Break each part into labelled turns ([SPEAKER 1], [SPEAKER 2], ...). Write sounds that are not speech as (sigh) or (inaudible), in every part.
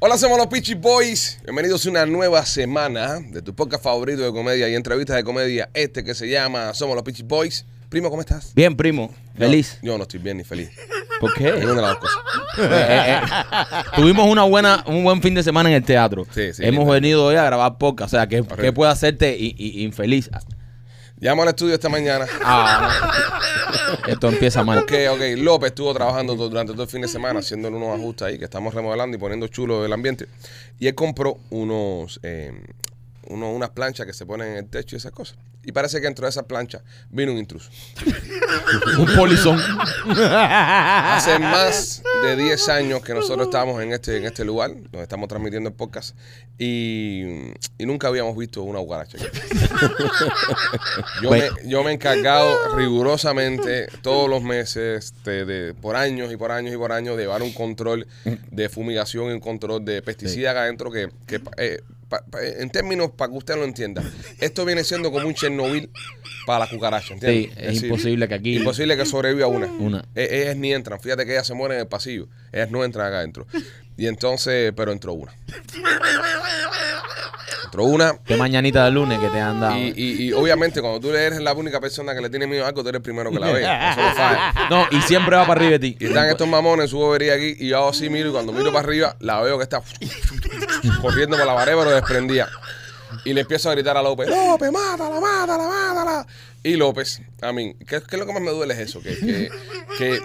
[SPEAKER 1] Hola, somos los Peachy Boys. Bienvenidos a una nueva semana de tu podcast favorito de comedia y entrevistas de comedia, este que se llama Somos los Peachy Boys. Primo, ¿cómo estás?
[SPEAKER 2] Bien, primo. Feliz.
[SPEAKER 1] Yo, yo no estoy bien ni feliz.
[SPEAKER 2] ¿Por qué?
[SPEAKER 1] Ninguna de las dos cosas.
[SPEAKER 2] Eh, eh, Tuvimos una buena, un buen fin de semana en el teatro.
[SPEAKER 1] Sí, sí,
[SPEAKER 2] Hemos
[SPEAKER 1] lindo.
[SPEAKER 2] venido hoy a grabar podcast. O sea, ¿qué,
[SPEAKER 1] Horrible.
[SPEAKER 2] qué puede hacerte i- i- infeliz?
[SPEAKER 1] Llamo al estudio esta mañana.
[SPEAKER 2] Ah, esto empieza mal.
[SPEAKER 1] Ok, ok. López estuvo trabajando to- durante todo el fin de semana haciéndole unos ajustes ahí que estamos remodelando y poniendo chulo el ambiente. Y él compró unos, eh, uno- unas planchas que se ponen en el techo y esas cosas. Y parece que dentro de esas planchas vino un intruso.
[SPEAKER 2] Un polizón.
[SPEAKER 1] Hace más de 10 años que nosotros estábamos en este, en este lugar, donde estamos transmitiendo el podcast, y, y nunca habíamos visto una guaracha. Yo me, yo me he encargado rigurosamente todos los meses, de, de- por años y por años y por años, de llevar un control de fumigación y un control de pesticidas acá adentro que, que, eh, pa- pa- en términos para que usted lo entienda, esto viene siendo como un Chernobyl para la cucaracha, ¿entiendes?
[SPEAKER 2] Sí, es
[SPEAKER 1] decir,
[SPEAKER 2] imposible que aquí.
[SPEAKER 1] Imposible que sobreviva una.
[SPEAKER 2] Una.
[SPEAKER 1] E- Ellas ni entran. Fíjate que ellas se mueren en el pasillo. Ellas no entran acá adentro. Y entonces, pero entró una. Entró una.
[SPEAKER 2] Qué mañanita de lunes que te han dado.
[SPEAKER 1] Y, y- y obviamente, cuando tú eres la única persona que le tiene miedo a algo, tú eres el primero que la ve. Eso lo sabes.
[SPEAKER 2] No, y siempre va para arriba de ti.
[SPEAKER 1] Y están estos mamones en su bobería aquí. Y yo así miro. Y cuando miro para arriba, la veo que está corriendo por la pared, pero desprendía. Y le empiezo a gritar a López: López, mátala, mátala, mátala. Y López, a mí, ¿qué, qué es lo que más me duele? Es eso, que- que- que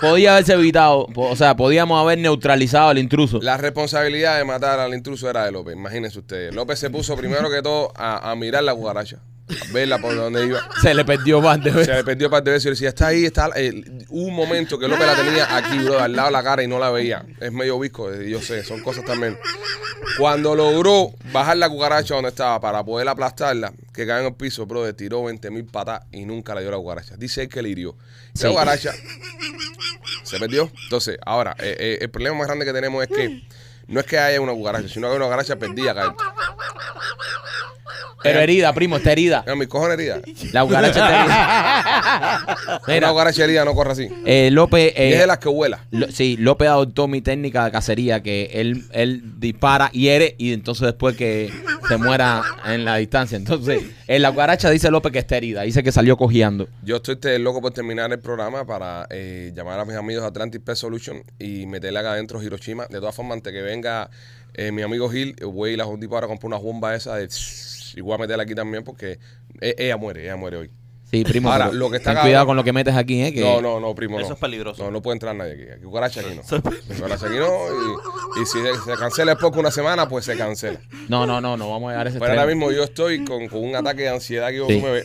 [SPEAKER 2] Podía haberse evitado, po- o sea, podíamos haber neutralizado al intruso.
[SPEAKER 1] La responsabilidad de matar al intruso era de López, imagínense ustedes. López se puso primero que todo a, a mirar la cucaracha, a verla por donde iba.
[SPEAKER 2] Se le perdió parte.
[SPEAKER 1] (laughs) Se le perdió parte de veces y le decía, está ahí, está. eh, hubo un momento que López la tenía aquí, bro, al lado de la cara y no la veía. Es medio visco, eh, yo sé, son cosas también. Cuando logró bajar la cucaracha donde estaba para poder aplastarla, que cayó en el piso, bro, le tiró 20 mil patas y nunca le dio la cucaracha. Dice él que le hirió.
[SPEAKER 2] Sí.
[SPEAKER 1] La cucaracha se perdió. Entonces, ahora, eh, eh, el problema más grande que tenemos es que no es que haya una cucaracha, sino que hay una cucaracha perdida acá adentro.
[SPEAKER 2] Pero herida, primo, está herida.
[SPEAKER 1] Mira, mis cojones herida.
[SPEAKER 2] La cucaracha está herida.
[SPEAKER 1] (laughs) Una
[SPEAKER 2] Mira,
[SPEAKER 1] cucaracha herida no corre así.
[SPEAKER 2] eh, López.
[SPEAKER 1] Y es
[SPEAKER 2] eh,
[SPEAKER 1] de las que vuela.
[SPEAKER 2] Lo- sí, López adoptó mi técnica de cacería, que él, él dispara, hiere y entonces después que se muera en la distancia. Entonces, en la cucaracha dice López que está herida, dice que salió cojeando.
[SPEAKER 1] Yo estoy te- loco por terminar el programa para eh, llamar a mis amigos de Atlantic Pest Solution y meterle acá adentro Hiroshima. De todas formas, antes que venga eh, mi amigo Gil, eh, voy a ir a Home Depot ahora a comprar una bomba esa de y voy a meterla aquí también porque e- ella muere, ella muere hoy.
[SPEAKER 2] Sí, primo.
[SPEAKER 1] Ahora,
[SPEAKER 2] pero
[SPEAKER 1] lo que está
[SPEAKER 2] ten
[SPEAKER 1] acá-
[SPEAKER 2] cuidado con lo que metes aquí, ¿eh? Que
[SPEAKER 1] No, no, no, primo.
[SPEAKER 3] Eso
[SPEAKER 1] no.
[SPEAKER 3] es peligroso.
[SPEAKER 1] No, no puede entrar nadie aquí. Aquí cucaracha aquí no. Cucaracha aquí no. Y, y si se cancela el poco una semana, pues se cancela.
[SPEAKER 2] no, no, no, no vamos a llegar a ese
[SPEAKER 1] Pero ahora
[SPEAKER 2] extremo.
[SPEAKER 1] mismo yo estoy con, con un ataque de ansiedad que yo
[SPEAKER 2] Sí.
[SPEAKER 1] me ve.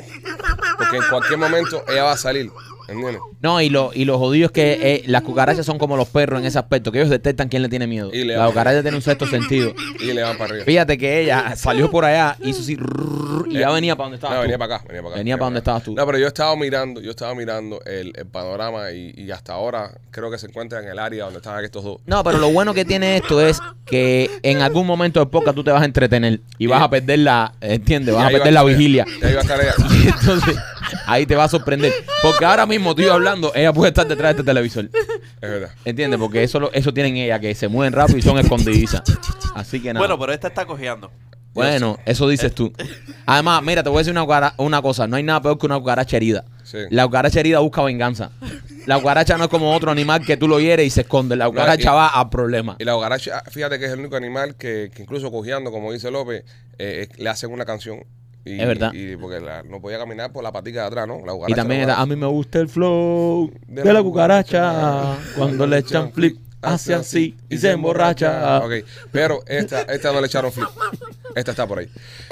[SPEAKER 1] Porque en cualquier momento ella va a salir. ¿Entiendes?
[SPEAKER 2] No, y lo, y lo jodido es que eh, las cucarachas son como los perros en ese aspecto, que ellos detectan quién le tiene miedo.
[SPEAKER 1] Y le
[SPEAKER 2] la
[SPEAKER 1] dan-
[SPEAKER 2] cucaracha tiene un sexto sentido.
[SPEAKER 1] Y le van para arriba.
[SPEAKER 2] Fíjate que ella salió por allá, hizo así, rrrr, y ya venía para donde estaba.
[SPEAKER 1] Eh, No, venía para acá, venía para acá.
[SPEAKER 2] Venía para donde
[SPEAKER 1] acá.
[SPEAKER 2] estabas tú.
[SPEAKER 1] No, pero yo estaba mirando, yo estaba mirando el, el panorama y, y hasta ahora creo que se encuentra en el área donde están estos dos.
[SPEAKER 2] No, pero lo bueno que tiene esto es que en algún momento de podcast tú te vas a entretener y vas a perder la, ¿entiendes?
[SPEAKER 1] Y
[SPEAKER 2] Vas a
[SPEAKER 1] ahí va
[SPEAKER 2] perder la
[SPEAKER 1] estar ella.
[SPEAKER 2] vigilia. (laughs)
[SPEAKER 1] Y ahí va a estar ella.
[SPEAKER 2] Y entonces ahí te va a sorprender. Porque ahora mismo tú y yo hablando, ella puede estar detrás de este televisor.
[SPEAKER 1] Es verdad.
[SPEAKER 2] ¿Entiendes? Porque eso lo- eso tienen ella, que se mueven rápido y son escondidizas. Así que nada.
[SPEAKER 3] Bueno,
[SPEAKER 1] pues,
[SPEAKER 2] Bueno,
[SPEAKER 3] pero esta está cojeando.
[SPEAKER 2] eso dices tú. Además, mira, te voy a decir una, cucara- una cosa. No hay nada peor que una cucaracha herida.
[SPEAKER 1] Sí.
[SPEAKER 2] La cucaracha herida busca venganza. La cucaracha no es como otro animal que tú lo hieres y se esconde. La cucaracha
[SPEAKER 1] y-
[SPEAKER 2] va al problema.
[SPEAKER 1] Y la hogaracha, fíjate que es el único animal que, que incluso cojeando, como dice López, eh, eh, le hacen una canción. Y,
[SPEAKER 2] Es verdad.
[SPEAKER 1] Y porque la- no podía caminar por la patica de atrás, ¿no? La
[SPEAKER 2] Y
[SPEAKER 1] hogaracha,
[SPEAKER 2] también
[SPEAKER 1] la
[SPEAKER 2] está, ah, a
[SPEAKER 1] hogaracha.
[SPEAKER 2] mí me gusta el flow
[SPEAKER 1] De
[SPEAKER 2] de,
[SPEAKER 1] la
[SPEAKER 2] la cucaracha.
[SPEAKER 1] cucaracha.
[SPEAKER 2] Cuando le echan flip, hace así y se emborracha.
[SPEAKER 1] Ok, pero esta, esta no le echaron flip. Esta está por ahí.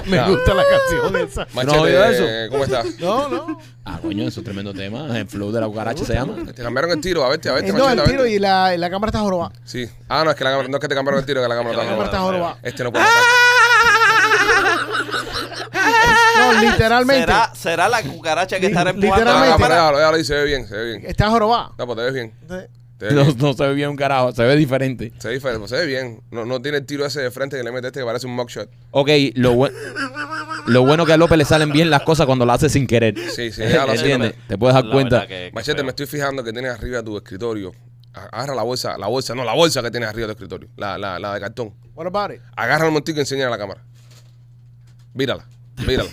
[SPEAKER 4] Me
[SPEAKER 1] Nada.
[SPEAKER 4] gusta la canción esa.
[SPEAKER 1] Machete,
[SPEAKER 2] No, yo eso.
[SPEAKER 1] eh, ¿cómo estás?
[SPEAKER 4] No, (laughs) no.
[SPEAKER 2] Ah, coño, eso es tremendo tema. El flow de la cucaracha se llama.
[SPEAKER 1] Te cambiaron el tiro, a verte, a verte,
[SPEAKER 4] Eh, no,
[SPEAKER 1] machete,
[SPEAKER 4] el
[SPEAKER 1] a
[SPEAKER 4] tiro
[SPEAKER 1] verte.
[SPEAKER 4] y Este la, y la cámara está jorobada.
[SPEAKER 1] Sí. Ah, no, es que la cámara, no es que te cambiaron el tiro, que la cámara
[SPEAKER 3] Que la
[SPEAKER 4] La
[SPEAKER 1] está
[SPEAKER 4] cámara
[SPEAKER 1] grabada.
[SPEAKER 4] está (laughs) jorobada.
[SPEAKER 1] Este no puede
[SPEAKER 4] Ah,
[SPEAKER 1] matar.
[SPEAKER 4] No, literalmente.
[SPEAKER 3] ¿Será, será la cucaracha que estará empujando
[SPEAKER 1] No,
[SPEAKER 4] Literalmente.
[SPEAKER 3] la
[SPEAKER 1] no, pero
[SPEAKER 3] cámara?
[SPEAKER 1] déjalo, déjalo ahí, se ve bien, se ve bien.
[SPEAKER 4] Está jorobada.
[SPEAKER 1] No, pues te ves bien. Te ves
[SPEAKER 2] No,
[SPEAKER 1] bien.
[SPEAKER 2] no se ve bien un carajo, se ve diferente.
[SPEAKER 1] Se, ve, fe- se ve bien. No, no tiene el tiro ese de frente que le mete este que parece un mugshot.
[SPEAKER 2] Ok, lo, bue- lo bueno que a López le salen bien las cosas cuando las hace sin querer. (laughs)
[SPEAKER 1] Sí, sí, déjalo así.
[SPEAKER 2] ¿Entiendes? Te puedes dar
[SPEAKER 3] La
[SPEAKER 2] cuenta.
[SPEAKER 1] Eh,
[SPEAKER 3] verdad que- que
[SPEAKER 1] Machete,
[SPEAKER 3] feo.
[SPEAKER 1] me estoy fijando que tienes arriba tu escritorio Agarra la bolsa, la bolsa, no, la bolsa que tienes arriba del escritorio, la, la, la de cartón.
[SPEAKER 4] What about it?
[SPEAKER 1] Agarra el montico y enseña a la cámara. Mírala, (laughs) mírala.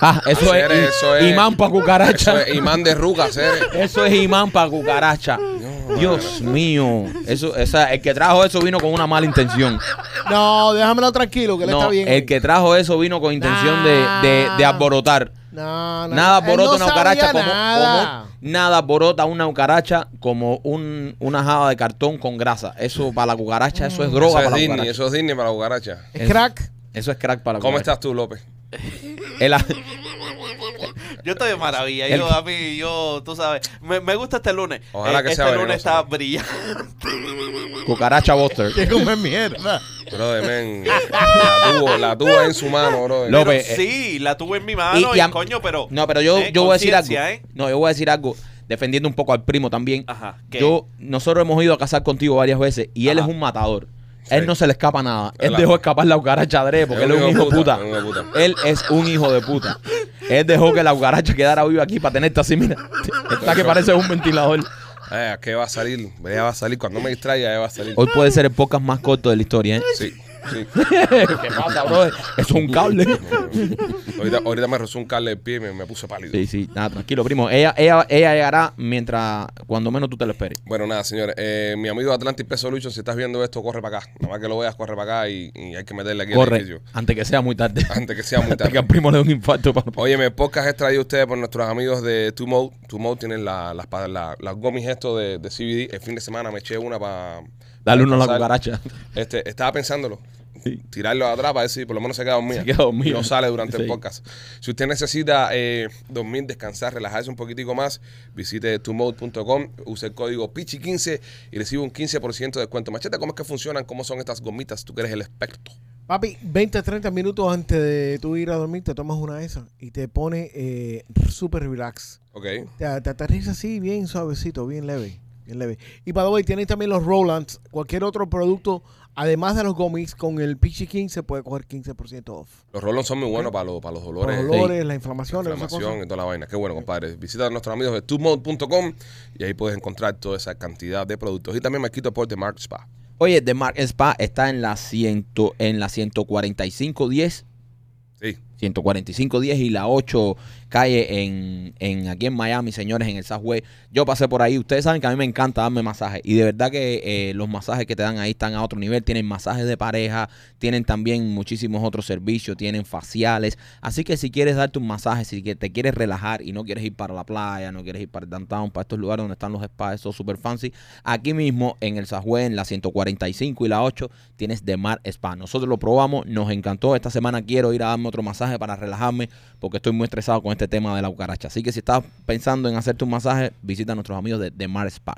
[SPEAKER 2] Ah, eso es,
[SPEAKER 1] Hacer eso es-
[SPEAKER 2] imán para cucaracha.
[SPEAKER 1] Eso es imán de (laughs) rugas, eh.
[SPEAKER 2] Eso es imán para cucaracha. Dios mío. Eso, esa, el que trajo eso vino con una mala intención.
[SPEAKER 4] No, déjamelo tranquilo, que él está
[SPEAKER 2] No,
[SPEAKER 4] bien.
[SPEAKER 2] el que trajo eso vino con intención
[SPEAKER 4] Nah.
[SPEAKER 2] de, de, de alborotar.
[SPEAKER 4] No, no,
[SPEAKER 2] Nada
[SPEAKER 4] no. Él
[SPEAKER 2] borota
[SPEAKER 4] no
[SPEAKER 2] una
[SPEAKER 4] sabía
[SPEAKER 2] cucaracha como,
[SPEAKER 4] nada.
[SPEAKER 2] como- nada borota una cucaracha como un, una java de cartón con grasa. Eso para la cucaracha, eso es
[SPEAKER 4] Mm.
[SPEAKER 2] droga
[SPEAKER 1] Eso es
[SPEAKER 2] para la
[SPEAKER 1] Disney, Ah,
[SPEAKER 2] cucaracha.
[SPEAKER 1] eso es Disney para la cucaracha.
[SPEAKER 4] Es crack.
[SPEAKER 2] Eso es crack para la
[SPEAKER 1] ¿Cómo
[SPEAKER 2] cucaracha.
[SPEAKER 1] estás tú, López?
[SPEAKER 2] El-
[SPEAKER 3] Yo estoy de maravilla.
[SPEAKER 2] El-
[SPEAKER 3] Yo, a mí, yo, tú sabes. Me, me gusta este lunes.
[SPEAKER 1] Ojalá
[SPEAKER 3] Eh,
[SPEAKER 1] que
[SPEAKER 3] este
[SPEAKER 1] sea
[SPEAKER 3] lunes
[SPEAKER 1] venenoso.
[SPEAKER 3] está brillante.
[SPEAKER 2] (laughs) cucaracha Buster.
[SPEAKER 4] (laughs) Que come mierda.
[SPEAKER 1] Brother, men. La tuvo, la tuvo en su mano, brother.
[SPEAKER 2] López,
[SPEAKER 3] Pero
[SPEAKER 2] eh,
[SPEAKER 3] sí, la tuve en mi mano Ah, y,
[SPEAKER 2] a-
[SPEAKER 3] coño, pero.
[SPEAKER 2] No, pero yo,
[SPEAKER 3] eh,
[SPEAKER 2] yo voy a decir algo.
[SPEAKER 3] conciencia, ¿eh?
[SPEAKER 2] No, yo voy a decir algo defendiendo un poco al primo también.
[SPEAKER 3] Ajá, ¿qué?
[SPEAKER 2] Yo, nosotros hemos ido a cazar contigo varias veces y él es
[SPEAKER 3] Ajá.
[SPEAKER 2] un matador. Él no se le escapa nada. Él
[SPEAKER 1] Claro.
[SPEAKER 2] dejó escapar la cucaracha adrede porque
[SPEAKER 1] Es
[SPEAKER 2] él
[SPEAKER 1] un
[SPEAKER 2] es un
[SPEAKER 1] hijo
[SPEAKER 2] hijo de puta.
[SPEAKER 1] puta, es un hijo de puta.
[SPEAKER 2] Él es un hijo de puta. Él dejó que la cucaracha quedara viva aquí para tenerte así, mira. Está que parece un ventilador.
[SPEAKER 1] Eh, ¿Qué va a salir? Ella va a salir. Cuando me distraiga, ella va a salir.
[SPEAKER 2] Hoy puede ser el podcast más corto de la historia, ¿eh?
[SPEAKER 1] Sí, sí.
[SPEAKER 2] ¿Qué pasa, brother? Eso es un cable.
[SPEAKER 1] Ahorita, ahorita me rozó un cable el pie y me, me puse pálido.
[SPEAKER 2] Sí, sí, nada, tranquilo, primo. Ella, ella, ella llegará mientras, cuando menos tú te lo esperes.
[SPEAKER 1] Bueno, nada, señores. Eh, mi amigo Atlantic Peso Lucho, si estás viendo esto, corre para acá. Nada más que lo veas, corre para acá y, y hay que meterle aquí al
[SPEAKER 2] Corre,
[SPEAKER 1] edificio.
[SPEAKER 2] antes que sea muy tarde.
[SPEAKER 1] Antes que sea muy
[SPEAKER 2] Hasta (laughs) que
[SPEAKER 1] tarde.
[SPEAKER 2] al primo le dé un infarto. papá.
[SPEAKER 1] Óyeme, el podcast es traído a ustedes por nuestros amigos de Two Mode. Two Mode tienen la- las pa- la- las gomis esto de, de CBD. El fin de semana me eché una para.
[SPEAKER 2] Dale uno a la cucaracha.
[SPEAKER 1] Este, estaba pensándolo.
[SPEAKER 2] Sí.
[SPEAKER 1] Tirarlo atrás para ver si por lo menos se queda dormida.
[SPEAKER 2] Se queda dormida.
[SPEAKER 1] Y no sale durante el
[SPEAKER 2] Sí.
[SPEAKER 1] podcast. Si usted necesita eh, dormir, descansar, relajarse un poquitico más, visite tumode.com, use el código PICHI15 y recibe un 15% de descuento. Machete, ¿cómo es que funcionan? ¿Cómo son estas gomitas? Tú que eres el experto.
[SPEAKER 4] Papi, 20, 30 minutos antes de tú ir a dormir, te tomas una de esas y te pone eh, súper relax.
[SPEAKER 1] Ok.
[SPEAKER 4] Te, te aterriza así, bien suavecito, bien leve. Bien leve. Y by the way, tienen también los Rolands. Cualquier otro producto, además de los gomis, con el Pichi 15 puede coger 15% off.
[SPEAKER 1] Los rolons son muy buenos para, los- para los dolores.
[SPEAKER 4] Los
[SPEAKER 2] sí.
[SPEAKER 4] olores, la inflamación, esas
[SPEAKER 1] inflamación
[SPEAKER 4] cosas.
[SPEAKER 1] y toda la vaina. Qué bueno, compadre. Visita a nuestros amigos de tumode.com y ahí puedes encontrar toda esa cantidad de productos. Y también me quito por The Mark Spa.
[SPEAKER 2] Oye, The Mark Spa está en la, 100, en la 14510.
[SPEAKER 1] Sí.
[SPEAKER 2] 14510 y la 8 calle en, en aquí en Miami, señores, en el Southway. Yo pasé por ahí. Ustedes saben que a mí me encanta darme masajes. Y de verdad que eh, los masajes que te dan ahí están a otro nivel. Tienen masajes de pareja, tienen también muchísimos otros servicios, tienen faciales. Así que si quieres darte un masaje, si que- te quieres relajar y no quieres ir para la playa, no quieres ir para el downtown, para estos lugares donde están los spas, esos super fancy, aquí mismo en el Sajue, en la 145 y la 8, tienes The Mar Spa. Nosotros lo probamos, nos encantó. Esta semana quiero ir a darme otro masaje para relajarme porque estoy muy estresado con este tema de la cucaracha. Así que si estás pensando en hacerte un masaje, visita a nuestros amigos de The Mar Spa.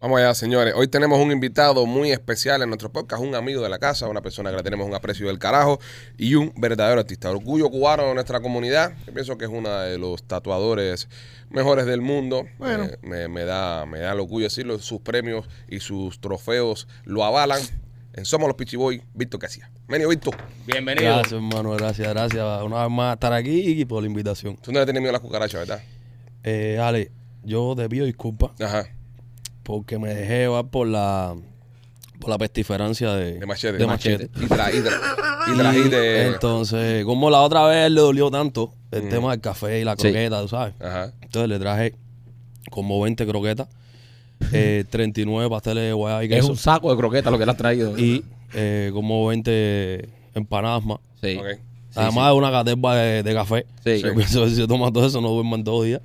[SPEAKER 1] Vamos allá, señores. Hoy tenemos un invitado muy especial en nuestro podcast, un amigo de la casa, una persona que le tenemos un aprecio del carajo y un verdadero artista. Orgullo cubano de nuestra comunidad. Yo pienso que es uno de los tatuadores mejores del mundo.
[SPEAKER 4] Bueno.
[SPEAKER 1] Eh, me, me da, me da el orgullo decirlo. Sus premios y sus trofeos lo avalan. En Somos los Pichiboy, Víctor Casilla. Menio Víctor,
[SPEAKER 2] Bienvenido.
[SPEAKER 5] Gracias, hermano, gracias, gracias. Una vez más estar aquí y por la invitación.
[SPEAKER 1] tú no le tienes miedo a las cucarachas, ¿verdad?
[SPEAKER 5] Eh, Ale, yo te pido disculpas
[SPEAKER 1] Ajá.
[SPEAKER 5] porque me dejé llevar por la por la pestiferancia de,
[SPEAKER 1] De machete.
[SPEAKER 5] de machete.
[SPEAKER 1] Y, tra- y tra- y trajiste.
[SPEAKER 5] Entonces, como la otra vez le dolió tanto el tema del café y la
[SPEAKER 2] Sí.
[SPEAKER 5] croqueta, tú sabes.
[SPEAKER 1] Ajá.
[SPEAKER 5] Entonces le traje como 20
[SPEAKER 2] (laughs)
[SPEAKER 5] croquetas, eh, 39 pasteles de guayaba y
[SPEAKER 2] Es
[SPEAKER 5] queso
[SPEAKER 2] un saco de croquetas lo que le has traído.
[SPEAKER 5] y eh, como 20 empanadas más.
[SPEAKER 2] sí.
[SPEAKER 1] Ok.
[SPEAKER 5] Además de una caterva de, de café.
[SPEAKER 2] Sí.
[SPEAKER 5] Yo pienso que si yo tomo todo eso no duermo en dos días.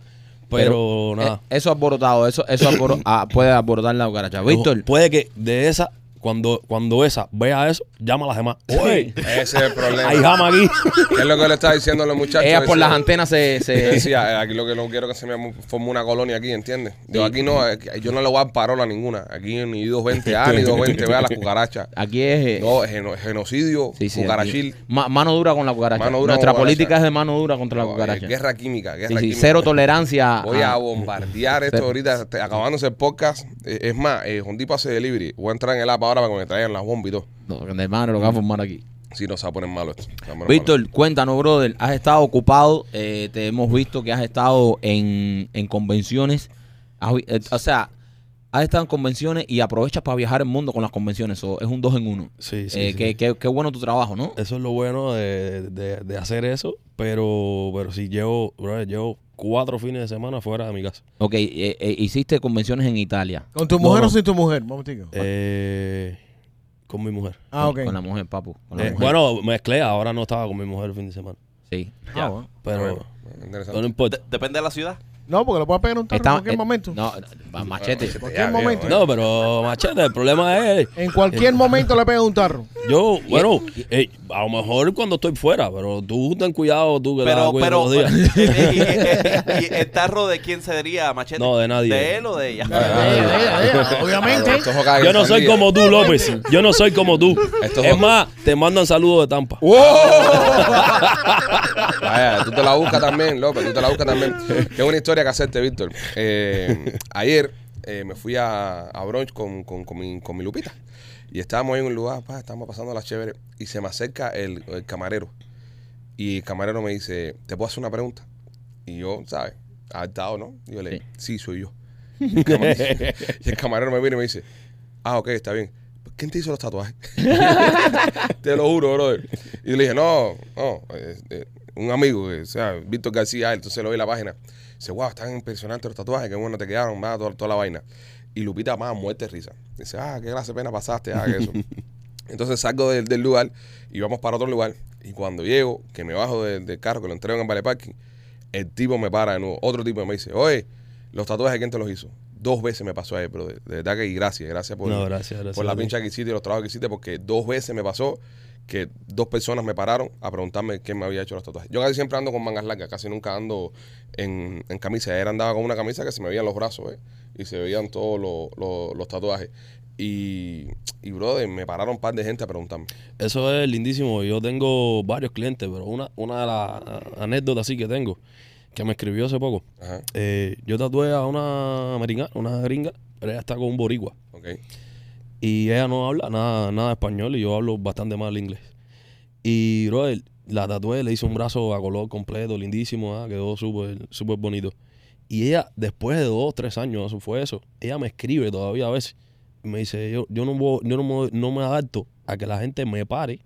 [SPEAKER 5] Pero, nada.
[SPEAKER 2] eh, eso alborotado, eso, eso (coughs) alboro- ah, puede abordar la cucaracha. Víctor,
[SPEAKER 5] Puede que de esa, cuando, cuando esa vea eso, llama a las demás. ¡Oye!
[SPEAKER 1] Ese es el
[SPEAKER 5] ¡Hay
[SPEAKER 1] problema.
[SPEAKER 2] (laughs)
[SPEAKER 5] jama aquí!
[SPEAKER 1] ¿Qué es lo que le está diciendo a los muchachos?
[SPEAKER 2] ella por
[SPEAKER 1] Decía-
[SPEAKER 2] las antenas se... (laughs)
[SPEAKER 1] Yo
[SPEAKER 2] se-
[SPEAKER 1] decía, eh, aquí lo que no quiero es que se me forme una colonia aquí, ¿entiendes? Yo
[SPEAKER 2] Sí.
[SPEAKER 1] aquí no, aquí- yo no le voy a dar parola a ninguna. Aquí
[SPEAKER 2] (laughs)
[SPEAKER 1] ni 220A, ni 220 vea las cucarachas.
[SPEAKER 2] aquí es... eh,
[SPEAKER 1] No, geno- genocidio,
[SPEAKER 2] Sí, sí,
[SPEAKER 1] cucarachil.
[SPEAKER 2] aquí. Ma- mano dura con la cucaracha.
[SPEAKER 1] Mano dura
[SPEAKER 2] Nuestra
[SPEAKER 1] con cucaracha.
[SPEAKER 2] política es de mano dura contra la
[SPEAKER 1] No, eh,
[SPEAKER 2] cucaracha.
[SPEAKER 1] guerra química, guerra
[SPEAKER 2] Sí, sí,
[SPEAKER 1] química.
[SPEAKER 2] cero tolerancia.
[SPEAKER 1] Voy
[SPEAKER 2] a-
[SPEAKER 1] a bombardear esto
[SPEAKER 2] Cero.
[SPEAKER 1] ahorita, te- acabándose el podcast. Eh, Es más, eh, Hondipo hace delivery. Voy a entrar en el app ahora para que me traigan las bombas y todo.
[SPEAKER 2] No, de madre, lo que va a formar aquí.
[SPEAKER 1] Si no se va a poner malo esto. se va a poner malo.
[SPEAKER 2] Víctor, cuéntanos, brother. Has estado ocupado. eh, te hemos visto que has estado en, en convenciones. has vi- eh, o sea, has estado en convenciones y aprovechas para viajar el mundo con las convenciones. So, es un dos en uno.
[SPEAKER 5] Sí, sí,
[SPEAKER 2] Eh,
[SPEAKER 5] sí.
[SPEAKER 2] Qué, qué- qué bueno tu trabajo, ¿no?
[SPEAKER 5] Eso es lo bueno de, de- de hacer eso, pero, pero si llevo, brother, llevo cuatro fines de semana fuera de mi casa.
[SPEAKER 2] Ok, eh, eh, hiciste convenciones en Italia.
[SPEAKER 4] ¿Con tu
[SPEAKER 5] No,
[SPEAKER 4] mujer
[SPEAKER 5] no.
[SPEAKER 4] o sin tu mujer? Momentico.
[SPEAKER 5] Eh, con mi mujer.
[SPEAKER 4] ah, ok.
[SPEAKER 2] Con- Con la mujer, papu. Con la
[SPEAKER 5] Eh,
[SPEAKER 2] mujer.
[SPEAKER 5] bueno, mezclé, ahora no estaba con mi mujer el fin de semana.
[SPEAKER 2] Sí.
[SPEAKER 3] Ya.
[SPEAKER 5] Pero
[SPEAKER 1] Interesante.
[SPEAKER 5] no importa.
[SPEAKER 3] De- depende de la ciudad.
[SPEAKER 4] No, porque lo puedes pegar en un tarro
[SPEAKER 2] Está-
[SPEAKER 4] en cualquier
[SPEAKER 2] eh,
[SPEAKER 4] momento.
[SPEAKER 2] No, no, machete.
[SPEAKER 1] Ya,
[SPEAKER 4] cualquier
[SPEAKER 1] viejo,
[SPEAKER 4] momento.
[SPEAKER 1] eh.
[SPEAKER 5] No, pero machete, el problema es.
[SPEAKER 4] En cualquier momento le pegas
[SPEAKER 2] (laughs)
[SPEAKER 4] un tarro.
[SPEAKER 5] Yo, bueno, eh, a lo mejor cuando estoy fuera, pero tú ten cuidado, tú que la
[SPEAKER 3] Pero,
[SPEAKER 5] cuidas
[SPEAKER 3] pero, eh,
[SPEAKER 5] todos
[SPEAKER 1] (laughs)
[SPEAKER 5] los días.
[SPEAKER 3] y, y- y- y- y eh, el tarro de quién sería, Machete?
[SPEAKER 5] No, de nadie.
[SPEAKER 3] ¿De él o de ella?
[SPEAKER 1] Ah, estos Hokage
[SPEAKER 5] Yo no
[SPEAKER 1] con
[SPEAKER 5] soy
[SPEAKER 1] sandía.
[SPEAKER 5] como tú, López. Yo no soy como tú.
[SPEAKER 1] Esto es-
[SPEAKER 5] Es más, te mandan saludos de Tampa.
[SPEAKER 1] ¡Wow! (laughs) Vaya, tú te la buscas también, López, tú te la buscas también. Tengo una historia que hacerte, Víctor. Eh, ayer eh, me fui a, a brunch con, con- con mi, con mi Lupita. Y estábamos ahí en un lugar, pa, estábamos pasando la chévere. Y se me acerca el, el camarero. Y el camarero me dice, ¿te puedo hacer una pregunta? Y yo, ¿sabes? ¿Adaptado, no? Y yo le digo, sí, soy yo. Y el camarero- y el camarero me viene y me dice, ah, ok, está bien. ¿Quién te hizo los tatuajes? (laughs) Te lo juro, brother. Y le dije, no, no, eh, eh, un amigo, eh, o sea, Víctor García, él, entonces lo vi en la página. Dice, wow, están impresionantes los tatuajes, qué bueno te quedaron, va, toda, toda la vaina. Y Lupita, más muerte de risa. Dice, ah, qué clase de pena pasaste, ah, que eso. Entonces salgo del, del lugar y vamos para otro lugar. Y cuando llego, que me bajo de- del carro, que lo entrego en el Vale Parking, el tipo me para de nuevo. Otro tipo me dice, oye, los tatuajes, ¿quién te los hizo? Dos veces me pasó a él, brother. De verdad que y gracias, gracias por,
[SPEAKER 5] No, gracias, gracias
[SPEAKER 1] por
[SPEAKER 5] a
[SPEAKER 1] la
[SPEAKER 5] ti.
[SPEAKER 1] pincha que hiciste y los trabajos que hiciste, porque dos veces me pasó que dos personas me pararon a preguntarme quién me había hecho los tatuajes. Yo casi siempre ando con mangas largas, casi nunca ando en, en camisa. Ayer andaba con una camisa que se me veían los brazos, ¿eh? Y se veían todos los, los- los tatuajes. Y, y, brother, me pararon un par de gente a preguntarme.
[SPEAKER 5] Eso es lindísimo. Yo tengo varios clientes, pero una, una de las a- anécdotas sí que tengo, que me escribió hace poco.
[SPEAKER 1] Ajá,
[SPEAKER 5] Eh, yo tatué a una americana, una gringa, pero ella está con un boricua.
[SPEAKER 1] ok.
[SPEAKER 5] Y ella no habla nada, nada de español y yo hablo bastante mal inglés. Y, brother, la tatué, le hice un brazo a color completo, lindísimo, ah, quedó súper, súper bonito. Y ella, después de dos, tres años, eso fue eso, ella me escribe todavía a veces. Y me dice, yo, yo, no, puedo- yo no, me- no me adapto a que la gente me pare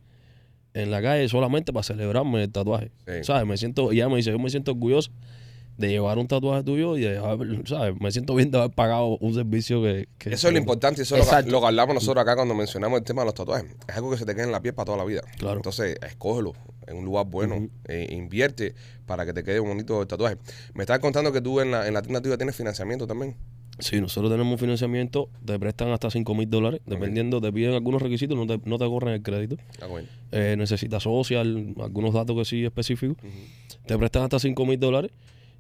[SPEAKER 5] en la calle solamente para celebrarme el tatuaje.
[SPEAKER 1] Sí.
[SPEAKER 5] ¿Sabes? Me siento, y ella me dice, yo me siento orgullosa de llevar un tatuaje tuyo y de haber- ¿sabes? Me siento bien de haber pagado un servicio que... que-
[SPEAKER 1] Eso es lo importante, eso es lo que,
[SPEAKER 2] Exacto.
[SPEAKER 1] lo que hablamos nosotros acá cuando mencionamos el tema de los tatuajes. Es algo que se te queda en la piel para toda la vida.
[SPEAKER 5] Claro.
[SPEAKER 1] Entonces, escógelo en un lugar bueno,
[SPEAKER 5] Ujú.
[SPEAKER 1] eh, invierte para que te quede bonito el tatuaje. Me estás contando que tú en la, en la tienda tuya tienes financiamiento también.
[SPEAKER 5] Sí, nosotros tenemos un financiamiento, te prestan hasta 5 mil dólares, dependiendo, te piden algunos requisitos, no te, no te corren el crédito.
[SPEAKER 1] Ah, bueno.
[SPEAKER 5] Eh, necesitas social, algunos datos que sí específicos. Te prestan hasta 5 mil dólares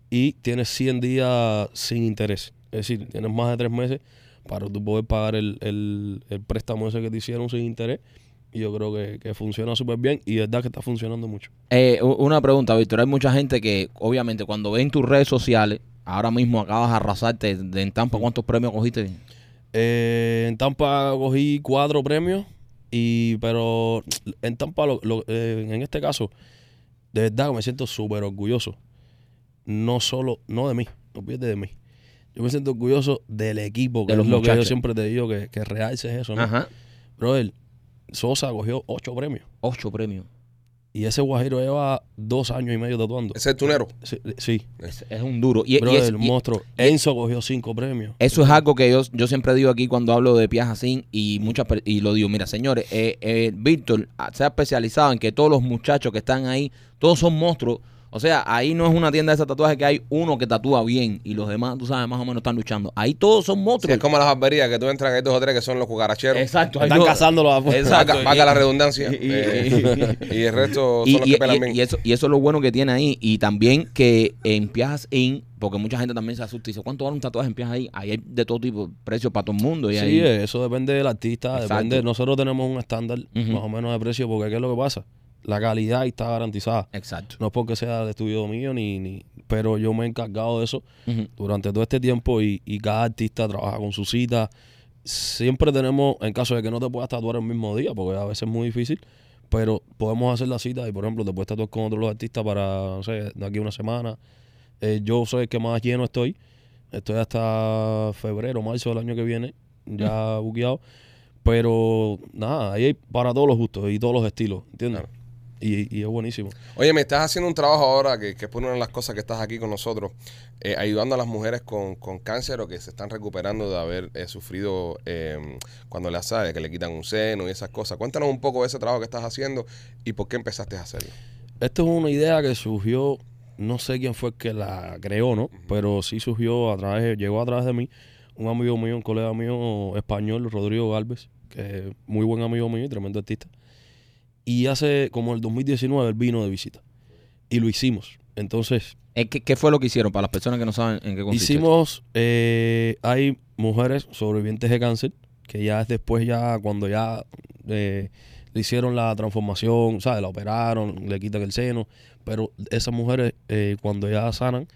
[SPEAKER 5] y tienes 100 días sin interés. Es decir, tienes más de 3 meses para tú poder pagar el, el- el préstamo ese que te hicieron sin interés. Y yo creo que, que funciona súper bien y es verdad que está funcionando mucho.
[SPEAKER 2] Eh, u- una pregunta, Víctor. Hay mucha gente que, obviamente, cuando ven tus redes sociales, ahora mismo acabas de arrasarte de en Tampa. ¿Cuántos premios cogiste?
[SPEAKER 5] Eh, en Tampa cogí cuatro premios, y pero en Tampa, lo- lo- eh, en este caso, de verdad me siento súper orgulloso. No solo, no de mí, olvídate de mí. Yo me siento orgulloso del equipo, que
[SPEAKER 2] De los
[SPEAKER 5] es lo que yo
[SPEAKER 2] muchachos.
[SPEAKER 5] siempre te digo, que, que realce es eso, ¿no?
[SPEAKER 2] Ajá.
[SPEAKER 5] Brother, Sosa cogió ocho premios.
[SPEAKER 2] Ocho premios.
[SPEAKER 5] Y ese guajiro lleva dos años y medio tatuando.
[SPEAKER 1] Ese es tunero.
[SPEAKER 5] Sí, sí.
[SPEAKER 2] Es, es un duro. Y, y
[SPEAKER 5] brother,
[SPEAKER 2] es-
[SPEAKER 5] el
[SPEAKER 2] y-
[SPEAKER 5] monstruo. Enzo cogió cinco premios.
[SPEAKER 2] Eso es algo que yo, yo siempre digo aquí cuando hablo de Piaja Sin y muchas per- y lo digo, mira, señores, eh, eh, Víctor ah, se ha especializado en que todos los muchachos que están ahí, todos son monstruos. O sea, ahí no es una tienda de esas tatuajes que hay uno que tatúa bien y los demás, tú sabes, más o menos están luchando. Ahí todos son
[SPEAKER 1] Sí,
[SPEAKER 2] monstruos.
[SPEAKER 1] es como las barberías que tú entras, que hay dos o tres que son los cucaracheros.
[SPEAKER 2] Exacto. ahí
[SPEAKER 5] Están
[SPEAKER 2] no-
[SPEAKER 5] cazándolo afuera.
[SPEAKER 2] Exacto.
[SPEAKER 1] Vaga, vaga la redundancia.
[SPEAKER 2] Y- y-
[SPEAKER 1] Eh, Y, el resto son
[SPEAKER 2] y,
[SPEAKER 1] los
[SPEAKER 2] y-
[SPEAKER 1] que pelan
[SPEAKER 2] y-
[SPEAKER 1] bien.
[SPEAKER 2] y eso, y eso es lo bueno que tiene ahí. Y también que en Piajas In, porque mucha gente también se asusta y dice, ¿cuánto vale un tatuaje en Piajas In? Ahí hay de todo tipo, precios para todo el mundo. Y
[SPEAKER 5] Sí,
[SPEAKER 2] ahí,
[SPEAKER 5] eh, eso depende del artista.
[SPEAKER 2] Exacto.
[SPEAKER 5] Depende. Nosotros tenemos un estándar
[SPEAKER 2] Ujú.
[SPEAKER 5] más o menos de precio porque ¿qué es lo que pasa? La calidad ahí está garantizada.
[SPEAKER 2] Exacto.
[SPEAKER 5] No es porque sea de estudio mío, ni, ni, pero yo me he encargado de eso
[SPEAKER 2] Ujú.
[SPEAKER 5] durante todo este tiempo y, y cada artista trabaja con su cita. Siempre tenemos, en caso de que no te puedas tatuar el mismo día, porque a veces es muy difícil, pero podemos hacer la cita y, por ejemplo, te puedes tatuar con otros artistas para, no sé, de aquí a una semana. Eh, yo soy el que más lleno estoy Estoy hasta febrero, marzo del año que viene, ya buqueado. Pero nada, ahí hay para todos los gustos y todos los estilos, ¿entiendes? Y, y es buenísimo.
[SPEAKER 1] Oye, me estás haciendo un trabajo ahora que, que es por una de las cosas que estás aquí con nosotros, eh, ayudando a las mujeres con, con cáncer o que se están recuperando de haber eh, sufrido eh, cuando le sabe, que le quitan un seno y esas cosas. Cuéntanos un poco de ese trabajo que estás haciendo y por qué empezaste a hacerlo.
[SPEAKER 5] Esta es una idea que surgió, no sé quién fue el que la creó, ¿no? Pero sí surgió a través, llegó a través de mí, un amigo mío, un colega mío español, Rodrigo Galvez, que es muy buen amigo mío y tremendo artista. Y hace como el 2019 él vino de visita. Y lo hicimos. Entonces,
[SPEAKER 2] Eh, ¿Qué, qué fue lo que hicieron para las personas que no saben en qué consiste?
[SPEAKER 5] hicimos, eh, hay mujeres sobrevivientes de cáncer, que ya es después, ya cuando ya eh, le hicieron la transformación, ¿sabes? La operaron, le quitan el seno, pero esas mujeres eh, cuando ya sanan,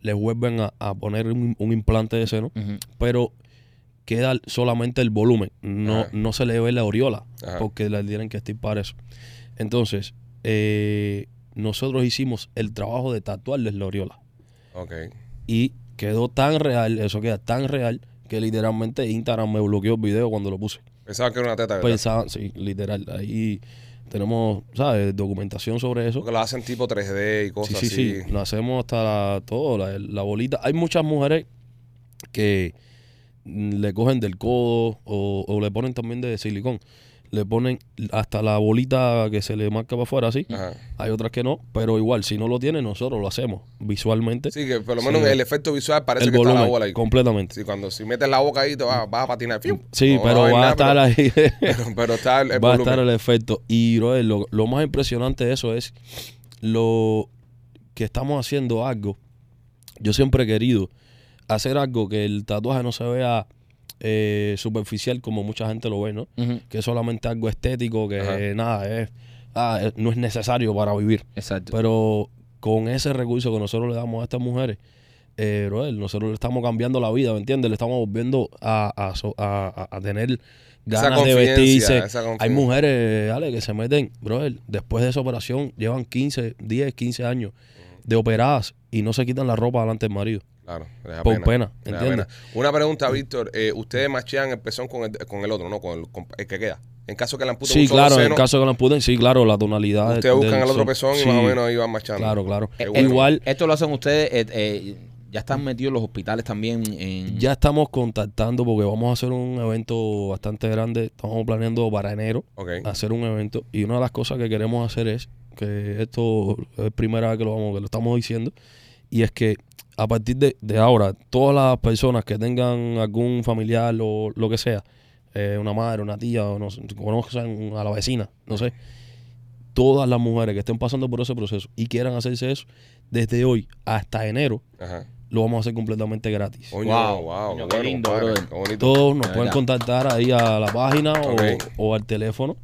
[SPEAKER 5] les vuelven a, a poner un, un implante de seno,
[SPEAKER 2] Ujú.
[SPEAKER 5] pero queda solamente el volumen, no,
[SPEAKER 1] Ajá.
[SPEAKER 5] no se le ve la aureola,
[SPEAKER 1] Ajá.
[SPEAKER 5] porque le tienen que estirpar eso. Entonces, eh, nosotros hicimos el trabajo de tatuarles la aureola
[SPEAKER 1] Ok.
[SPEAKER 5] y quedó tan real, eso queda tan real, que literalmente Instagram me bloqueó el video cuando lo puse.
[SPEAKER 1] Pensaba que era una teta, ¿verdad?
[SPEAKER 5] Pensaban, sí, literal, ahí tenemos, ¿sabes? Documentación sobre eso.
[SPEAKER 1] Porque lo hacen tipo 3D y
[SPEAKER 5] Sí,
[SPEAKER 1] cosas
[SPEAKER 5] sí, sí,
[SPEAKER 1] así.
[SPEAKER 5] lo hacemos hasta la- todo, la, la bolita. Hay muchas mujeres que mm, le cogen del codo o, o le ponen también de silicón. Le ponen hasta la bolita que se le marca para afuera, así.
[SPEAKER 1] Ajá.
[SPEAKER 5] Hay otras que no, pero igual, si no lo tiene, nosotros lo hacemos visualmente.
[SPEAKER 1] Sí, que por lo menos
[SPEAKER 5] Sí.
[SPEAKER 1] el efecto visual parece
[SPEAKER 5] el
[SPEAKER 1] que está la bola
[SPEAKER 5] volumen,
[SPEAKER 1] ahí.
[SPEAKER 5] completamente.
[SPEAKER 1] Sí, cuando si metes la boca ahí te vas, vas a patinar. ¡Fiu!
[SPEAKER 5] Sí,
[SPEAKER 1] No
[SPEAKER 5] pero
[SPEAKER 1] haber
[SPEAKER 5] va a
[SPEAKER 1] nada,
[SPEAKER 5] estar
[SPEAKER 1] pero-
[SPEAKER 5] ahí.
[SPEAKER 1] (laughs) Pero, pero está el, el
[SPEAKER 5] (laughs) va a
[SPEAKER 1] volumen.
[SPEAKER 5] estar el efecto. Y, brother, lo, lo más impresionante de eso es lo que estamos haciendo algo. Yo siempre he querido hacer algo que el tatuaje no se vea eh, superficial como mucha gente lo ve, ¿no?
[SPEAKER 2] Ujú.
[SPEAKER 5] Que es solamente algo estético, que
[SPEAKER 1] Ajá.
[SPEAKER 5] eh, nada, es, ah, eh, no es necesario para vivir.
[SPEAKER 2] Exacto.
[SPEAKER 5] Pero con ese recurso que nosotros le damos a estas mujeres, eh, brother, nosotros le estamos cambiando la vida, ¿me entiendes? Le estamos volviendo a, a so- a- a- a tener
[SPEAKER 1] Esa
[SPEAKER 5] ganas de
[SPEAKER 1] confianza,
[SPEAKER 5] vestirse.
[SPEAKER 1] esa confianza.
[SPEAKER 5] Hay mujeres, Ale, que se meten, brother, después de esa operación, llevan 15, 10, 15 años de operadas y no se quitan la ropa delante del marido.
[SPEAKER 1] Claro, les da
[SPEAKER 5] Por pena,
[SPEAKER 1] les da
[SPEAKER 5] ¿entiendes?
[SPEAKER 1] pena. Una pregunta, Víctor. eh, ustedes machean el pezón con el, con el otro, ¿no? Con el, con el que queda. En caso que le amputen
[SPEAKER 5] Sí,
[SPEAKER 1] un solo
[SPEAKER 5] claro, en
[SPEAKER 1] seno,
[SPEAKER 5] el caso de la amputen, sí, claro, la tonalidad. del-
[SPEAKER 1] ustedes buscan
[SPEAKER 5] del
[SPEAKER 1] al otro
[SPEAKER 5] sol.
[SPEAKER 1] pezón y
[SPEAKER 5] Sí,
[SPEAKER 1] más o menos ahí van machando.
[SPEAKER 5] Claro, claro.
[SPEAKER 1] Qué
[SPEAKER 2] Eh,
[SPEAKER 1] bueno.
[SPEAKER 5] Igual,
[SPEAKER 2] Esto lo hacen ustedes, eh, eh, ya están metidos en los hospitales también. En...
[SPEAKER 5] Ya estamos contactando porque vamos a hacer un evento bastante grande. Estamos planeando para enero
[SPEAKER 1] Ok.
[SPEAKER 5] hacer un evento. Y una de las cosas que queremos hacer es, que esto es primera vez que lo, vamos, que lo estamos diciendo, y es que a partir de, de ahora, todas las personas que tengan algún familiar o lo que sea, eh, una madre, una tía, o no sé, conozcan a la vecina, no sé, todas las mujeres que estén pasando por ese proceso y quieran hacerse eso, desde hoy hasta enero,
[SPEAKER 1] Ajá.
[SPEAKER 5] lo vamos a hacer completamente gratis.
[SPEAKER 1] Coño, wow,
[SPEAKER 2] Wow,
[SPEAKER 1] wow.
[SPEAKER 2] coño,
[SPEAKER 1] qué
[SPEAKER 2] qué
[SPEAKER 1] bueno,
[SPEAKER 2] lindo,
[SPEAKER 1] compadre,
[SPEAKER 2] brother.
[SPEAKER 1] qué bonito.
[SPEAKER 5] Todos nos
[SPEAKER 2] De
[SPEAKER 5] pueden
[SPEAKER 2] verdad.
[SPEAKER 5] contactar ahí a la página o-
[SPEAKER 1] Ok.
[SPEAKER 5] o, al teléfono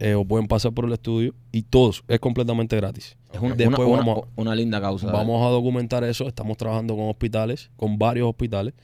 [SPEAKER 5] eh, o pueden pasar por el estudio y todos es completamente gratis.
[SPEAKER 2] Es un-
[SPEAKER 5] Después
[SPEAKER 2] una, una-
[SPEAKER 5] vamos-
[SPEAKER 2] una linda causa. ¿vale?
[SPEAKER 5] Vamos a documentar eso, estamos trabajando con hospitales, con varios hospitales,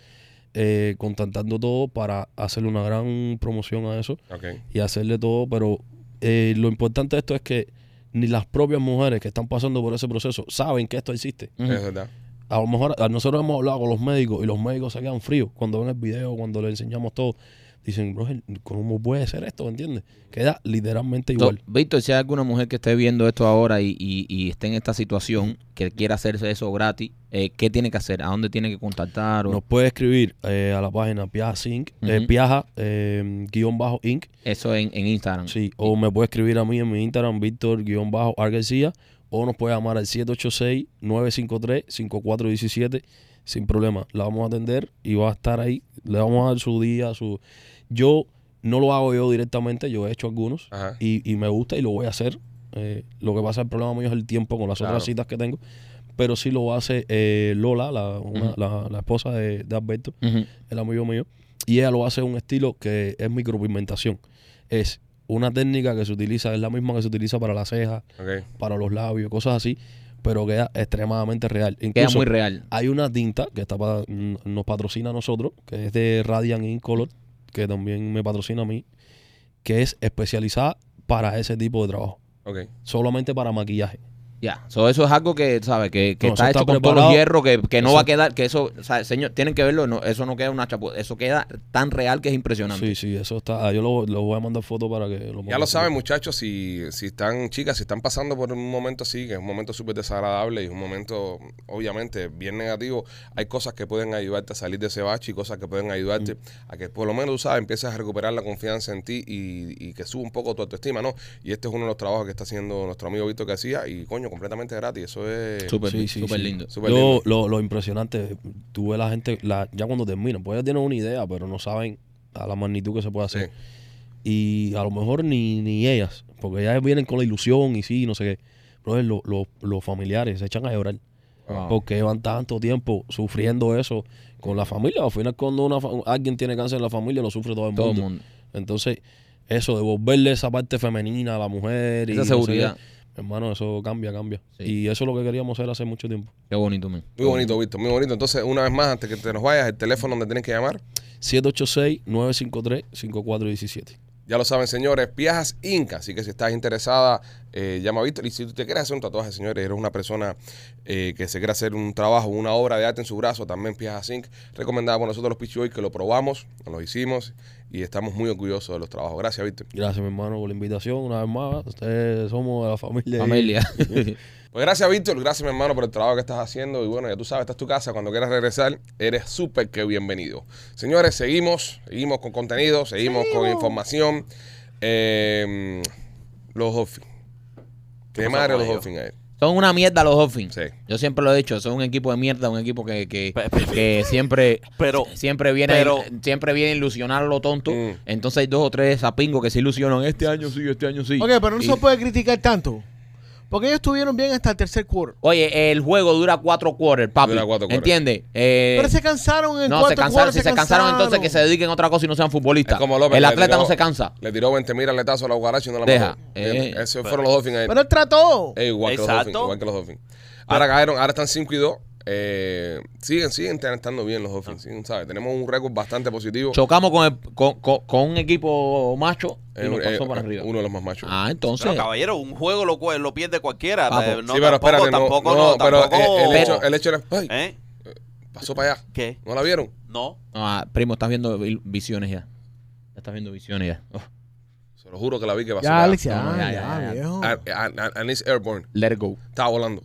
[SPEAKER 5] eh, contactando todo para hacerle una gran promoción a eso
[SPEAKER 1] Ok.
[SPEAKER 5] y hacerle todo, pero eh, lo importante de esto es que ni las propias mujeres que están pasando por ese proceso saben que esto existe.
[SPEAKER 2] Ujú.
[SPEAKER 1] Es verdad.
[SPEAKER 5] A lo mejor a- nosotros hemos hablado con los médicos y los médicos se quedan fríos cuando ven el video, cuando le enseñamos todo. Dicen, bro, ¿cómo puede ser esto? ¿Entiendes? Queda literalmente
[SPEAKER 2] To-
[SPEAKER 5] igual.
[SPEAKER 2] Víctor, si hay alguna mujer que esté viendo esto ahora y, y- y esté en esta situación, que quiera hacerse eso gratis, eh, ¿qué tiene que hacer? ¿A dónde tiene que contactar? O-
[SPEAKER 5] Nos puede escribir eh, a la página Piaja Inc. eh,
[SPEAKER 2] Ujú.
[SPEAKER 5] Piaja, eh, guión bajo Inc.
[SPEAKER 2] Eso en, en Instagram.
[SPEAKER 5] Sí, o me puede escribir a mí en mi Instagram, Víctor guión bajo Argarcía, o nos puede llamar al 786-953-5417 sin problema. La vamos a atender y va a estar ahí. Le vamos a dar su día, su... Yo no lo hago yo directamente, yo he hecho algunos.
[SPEAKER 1] Ajá.
[SPEAKER 5] y, y me gusta y lo voy a hacer. Eh, lo que pasa, el problema mío es el tiempo con las
[SPEAKER 1] Claro.
[SPEAKER 5] otras citas que tengo. Pero sí lo hace eh, Lola, la, una-
[SPEAKER 2] Ujú.
[SPEAKER 5] la- la esposa de, de Alberto,
[SPEAKER 2] Ujú.
[SPEAKER 5] el amigo mío. Y ella lo hace en un estilo que es micropigmentación. Es una técnica que se utiliza, es la misma que se utiliza para las cejas,
[SPEAKER 1] Ok.
[SPEAKER 5] para los labios, cosas así, pero queda extremadamente real.
[SPEAKER 2] Queda
[SPEAKER 5] Incluso
[SPEAKER 2] muy real.
[SPEAKER 5] hay una tinta que está pa- mm, nos patrocina a nosotros, que es de Radiant Incolor, que también me patrocina a mí, que es especializada para ese tipo de trabajo
[SPEAKER 1] Ok.
[SPEAKER 5] solamente para maquillaje.
[SPEAKER 2] Ya, so, eso es algo que, ¿sabes? Que, que
[SPEAKER 5] No,
[SPEAKER 2] está
[SPEAKER 5] eso
[SPEAKER 2] hecho
[SPEAKER 5] está
[SPEAKER 2] con todos los hierros,
[SPEAKER 5] preparado.
[SPEAKER 2] que, que no
[SPEAKER 5] Eso-
[SPEAKER 2] va a quedar, que eso, o sea, señor, tienen que verlo, no, eso no queda una chapu, eso queda tan real que es impresionante.
[SPEAKER 5] Sí, sí, eso está. ah, Yo lo, lo voy a mandar foto para que lo
[SPEAKER 1] Ya
[SPEAKER 5] pongan.
[SPEAKER 1] lo saben, muchachos, si, si están chicas, si están pasando por un momento así, que es un momento súper desagradable y un momento, obviamente, bien negativo, hay cosas que pueden ayudarte a salir de ese bache y cosas que pueden ayudarte a que por lo menos, tú sabes, empieces a recuperar la confianza en ti y, y que suba un poco tu autoestima, ¿no? Y este es uno de los trabajos que está haciendo nuestro amigo Víctor García y, coño, completamente gratis. Eso es...
[SPEAKER 2] Súper
[SPEAKER 5] Sí, sí,
[SPEAKER 2] súper
[SPEAKER 5] sí.
[SPEAKER 2] lindo.
[SPEAKER 1] Súper
[SPEAKER 5] Yo-
[SPEAKER 1] lindo.
[SPEAKER 5] lo, lo impresionante, tú ves la gente, la, ya cuando terminan, pues ya tienen una idea, pero no saben a la magnitud que se puede hacer. Y a lo mejor ni, ni ellas, porque ellas vienen con la ilusión y sí, no sé qué. Pero lo- lo- los familiares se echan a llorar.
[SPEAKER 2] Wow.
[SPEAKER 5] Porque llevan tanto tiempo sufriendo eso con la familia. Al final, cuando una fa- alguien tiene cáncer en la familia, lo sufre todo el,
[SPEAKER 2] Todo el
[SPEAKER 5] mundo.
[SPEAKER 2] mundo.
[SPEAKER 5] Entonces, eso, devolverle esa parte femenina a la mujer. y
[SPEAKER 2] Esa
[SPEAKER 5] no sé qué.
[SPEAKER 2] seguridad.
[SPEAKER 5] hermano, eso cambia, cambia.
[SPEAKER 2] Sí.
[SPEAKER 5] Y eso es lo que queríamos hacer hace mucho tiempo.
[SPEAKER 2] Qué bonito, man.
[SPEAKER 1] Muy bonito, Víctor, muy bonito. Entonces, una vez más, antes que te nos vayas, el teléfono donde tienes que llamar.
[SPEAKER 5] 786-953-5417.
[SPEAKER 1] Ya lo saben, señores, Piajas Inca. Así que si estás interesada, eh, llama a Víctor. Y si tú te quieres hacer un tatuaje, señores, eres una persona eh, que se quiere hacer un trabajo, una obra de arte en su brazo, también Piajas Inc. Recomendada por nosotros los Pichu hoy que lo probamos, nos lo hicimos y estamos muy orgullosos de los trabajos. Gracias, Víctor.
[SPEAKER 5] Gracias, mi hermano, por la invitación. Una vez más, ustedes somos de la familia.
[SPEAKER 2] Familia.
[SPEAKER 1] Pues gracias, Víctor. Gracias, mi hermano, por el trabajo que estás haciendo. Y bueno, ya tú sabes, esta es tu casa. Cuando quieras regresar, eres súper que bienvenido. Señores, seguimos. Seguimos con contenido, seguimos, con información. Eh, los Dolphins.
[SPEAKER 3] ¿Qué
[SPEAKER 1] Qué
[SPEAKER 3] pasó
[SPEAKER 1] madre
[SPEAKER 3] con
[SPEAKER 1] los
[SPEAKER 3] ellos?
[SPEAKER 1] Dolphins eh. ahí.
[SPEAKER 2] (laughs) son una mierda los Dolphins.
[SPEAKER 1] Sí.
[SPEAKER 2] Yo siempre lo he dicho, son un equipo de mierda, un equipo que, que,
[SPEAKER 3] Pe- pe-
[SPEAKER 2] que siempre,
[SPEAKER 3] Pero-
[SPEAKER 2] siempre viene,
[SPEAKER 3] pero-
[SPEAKER 2] siempre viene a ilusionar a lo tonto.
[SPEAKER 1] Mm.
[SPEAKER 2] Entonces hay dos o tres zapingos que se ilusionan este año sí, este año sí.
[SPEAKER 4] Ok, pero no
[SPEAKER 2] Y-
[SPEAKER 4] se puede criticar tanto. Porque ellos estuvieron bien hasta el tercer quarter.
[SPEAKER 2] Oye, el juego dura cuatro quarters, papi.
[SPEAKER 1] Dura cuatro quarters.
[SPEAKER 2] ¿Entiendes? Eh,
[SPEAKER 4] pero se cansaron en
[SPEAKER 2] no, se
[SPEAKER 4] cuarto
[SPEAKER 2] cansaron.
[SPEAKER 4] quarter,
[SPEAKER 2] Si se, cansaron, entonces que se dediquen a otra cosa y no sean futbolistas.
[SPEAKER 1] Es como López,
[SPEAKER 2] el
[SPEAKER 1] le
[SPEAKER 2] atleta
[SPEAKER 1] tiró-
[SPEAKER 2] no se cansa.
[SPEAKER 1] Le tiró 20 mil aletazos a la cucaracha y no la
[SPEAKER 2] Deja.
[SPEAKER 1] mató.
[SPEAKER 2] Eh.
[SPEAKER 1] Esos fueron los Dolphins ahí.
[SPEAKER 4] Pero él trató.
[SPEAKER 1] Eh, igual, que los
[SPEAKER 3] Exacto.
[SPEAKER 1] Dolphins, igual que los Dolphins. Ahora cayeron, ahora están 5 y 2. Eh, siguen, siguen estando bien los Dolphins. siguen, ¿sabes? Tenemos un récord bastante positivo.
[SPEAKER 2] Chocamos con, el- con, con- con un equipo macho y
[SPEAKER 1] Eh,
[SPEAKER 2] nos pasó
[SPEAKER 1] eh,
[SPEAKER 2] para arriba.
[SPEAKER 1] Uno de los más machos.
[SPEAKER 2] Ah, entonces.
[SPEAKER 3] Pero, caballero, un juego lo, cu- lo pierde cualquiera.
[SPEAKER 2] Papo.
[SPEAKER 3] Eh, No,
[SPEAKER 1] pues. sí, pero
[SPEAKER 3] tampoco,
[SPEAKER 1] espérate, no,
[SPEAKER 3] tampoco,
[SPEAKER 1] no,
[SPEAKER 3] no,
[SPEAKER 1] pero
[SPEAKER 3] tampoco-
[SPEAKER 1] eh, el, hecho, el hecho era, ay,
[SPEAKER 3] ¿Eh?
[SPEAKER 1] pasó para allá.
[SPEAKER 3] ¿Qué?
[SPEAKER 1] ¿No la vieron?
[SPEAKER 3] No.
[SPEAKER 2] Ah, primo, estás viendo vil- visiones ya. Estás viendo visiones ya. Oh,
[SPEAKER 1] Se lo juro que la vi que pasó
[SPEAKER 4] Ya,
[SPEAKER 1] para
[SPEAKER 4] Alex,
[SPEAKER 1] allá.
[SPEAKER 4] ya,
[SPEAKER 2] No, ya,
[SPEAKER 4] ya,
[SPEAKER 2] ya, ya.
[SPEAKER 4] viejo.
[SPEAKER 1] An- An- An- Anis Airborne.
[SPEAKER 2] let it go.
[SPEAKER 1] Estaba volando.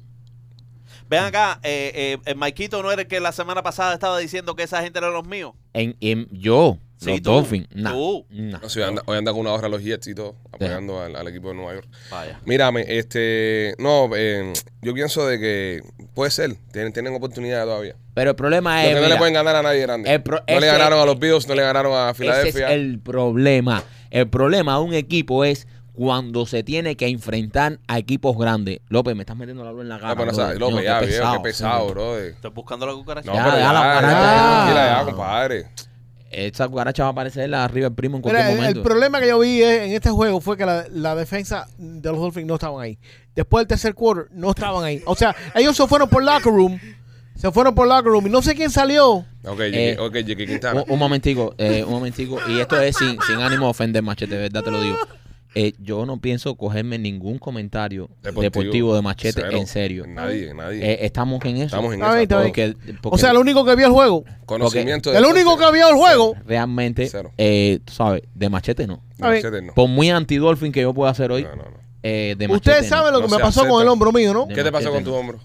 [SPEAKER 3] Ven acá, eh, eh, el Maikito no era el que la semana pasada estaba diciendo que esa gente era los míos.
[SPEAKER 2] En, en- yo,
[SPEAKER 3] Sí,
[SPEAKER 2] los
[SPEAKER 3] tú,
[SPEAKER 2] Dolphins. Nah,
[SPEAKER 3] tú.
[SPEAKER 2] nah.
[SPEAKER 1] No sé, hoy anda, hoy anda con una hora los Jets y todo, apoyando al- al equipo de Nueva York.
[SPEAKER 3] Vaya.
[SPEAKER 1] Mírame, este, no, eh, yo pienso de que puede ser, tienen, tienen oportunidad todavía.
[SPEAKER 2] Pero el problema
[SPEAKER 1] Lo
[SPEAKER 2] es.
[SPEAKER 1] que no le
[SPEAKER 2] mira,
[SPEAKER 1] pueden ganar a nadie grande.
[SPEAKER 2] el pro-
[SPEAKER 1] no le
[SPEAKER 2] ese-
[SPEAKER 1] ganaron a los Bills, no le ganaron a
[SPEAKER 2] Ese es
[SPEAKER 1] Filadelfia.
[SPEAKER 2] el problema. El problema de un equipo es cuando se tiene que enfrentar a equipos grandes. López, me estás metiendo la luz en la cara.
[SPEAKER 1] Ah, pero no
[SPEAKER 2] brother.
[SPEAKER 1] sabes, López,
[SPEAKER 2] No,
[SPEAKER 1] ya, viejo, qué
[SPEAKER 2] sí.
[SPEAKER 1] pesado, bro. eh.
[SPEAKER 3] Estoy buscando la cucaracha.
[SPEAKER 1] No,
[SPEAKER 2] Ya,
[SPEAKER 1] pero
[SPEAKER 2] ya, Ah.
[SPEAKER 1] ya,
[SPEAKER 2] la
[SPEAKER 1] ya,
[SPEAKER 2] barata,
[SPEAKER 1] ya,
[SPEAKER 4] ya.
[SPEAKER 1] tranquila, ya, compadre.
[SPEAKER 2] Esa cucaracha va a aparecer arriba del primo en cualquier
[SPEAKER 4] Mira, el,
[SPEAKER 2] momento.
[SPEAKER 4] el problema que yo vi es- en este juego fue que la, la defensa de los Dolphins no estaban ahí. Después del tercer quarter, no estaban ahí. O sea, ellos se fueron por locker room. Se fueron por locker room. Y no sé quién salió.
[SPEAKER 1] Ok,
[SPEAKER 2] Eh,
[SPEAKER 1] Jackie- ok, Jackie Quintana.
[SPEAKER 2] un, un momentico, eh, un momentico. Y esto es sin, sin ánimo de ofender, machete, de verdad te lo digo. Eh, yo no pienso cogerme ningún comentario deportivo, de machete
[SPEAKER 1] cero.
[SPEAKER 2] en serio.
[SPEAKER 1] Nadie, nadie.
[SPEAKER 2] Eh, estamos en eso.
[SPEAKER 1] Estamos en
[SPEAKER 4] Está bien,
[SPEAKER 1] esa.
[SPEAKER 4] está bien.
[SPEAKER 2] Porque, porque
[SPEAKER 4] O sea, el único que vio el juego.
[SPEAKER 1] Conocimiento de
[SPEAKER 4] El único que vio el juego.
[SPEAKER 2] realmente,
[SPEAKER 1] Cero.
[SPEAKER 2] eh, tú sabes, de machete no.
[SPEAKER 1] No,
[SPEAKER 4] Ay.
[SPEAKER 1] Chetel, no.
[SPEAKER 2] Por muy anti-dolphin que yo pueda hacer hoy,
[SPEAKER 1] No, no, no.
[SPEAKER 2] eh, de machete
[SPEAKER 4] Ustedes saben
[SPEAKER 2] no.
[SPEAKER 4] lo que
[SPEAKER 1] No
[SPEAKER 4] me
[SPEAKER 1] se
[SPEAKER 4] pasó con
[SPEAKER 1] acepta.
[SPEAKER 4] el hombro mío, ¿no?
[SPEAKER 2] De
[SPEAKER 1] ¿Qué te pasó
[SPEAKER 2] machete,
[SPEAKER 1] con tu
[SPEAKER 2] no.
[SPEAKER 1] hombro?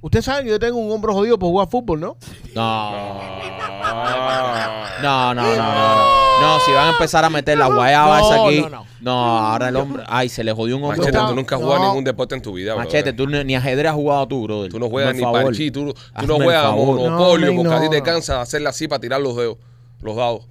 [SPEAKER 4] Ustedes saben que yo tengo un hombro jodido por jugar fútbol, ¿no?
[SPEAKER 2] No.
[SPEAKER 1] (laughs) Ah.
[SPEAKER 2] No, no, no, no, no. No, si van a empezar a meter la guayaba
[SPEAKER 4] No,
[SPEAKER 2] esa aquí. No,
[SPEAKER 4] no, no.
[SPEAKER 2] ahora el hombre. Ay, se le jodió un hombro.
[SPEAKER 1] Machete,
[SPEAKER 4] No,
[SPEAKER 1] tú nunca has jugado
[SPEAKER 4] no.
[SPEAKER 1] ningún deporte en tu vida, brother.
[SPEAKER 2] Machete, tú ni ni ajedrez has jugado tú, brother.
[SPEAKER 1] Tú no juegas
[SPEAKER 2] Hazme
[SPEAKER 1] ni
[SPEAKER 2] el favor.
[SPEAKER 1] parchí, tú, tú no
[SPEAKER 2] Hazme el
[SPEAKER 1] juegas
[SPEAKER 2] favor.
[SPEAKER 1] monopolio,
[SPEAKER 4] No,
[SPEAKER 1] porque
[SPEAKER 4] no,
[SPEAKER 1] a ti te
[SPEAKER 4] no.
[SPEAKER 1] cansas de hacerla así para tirar los dedos, los dados.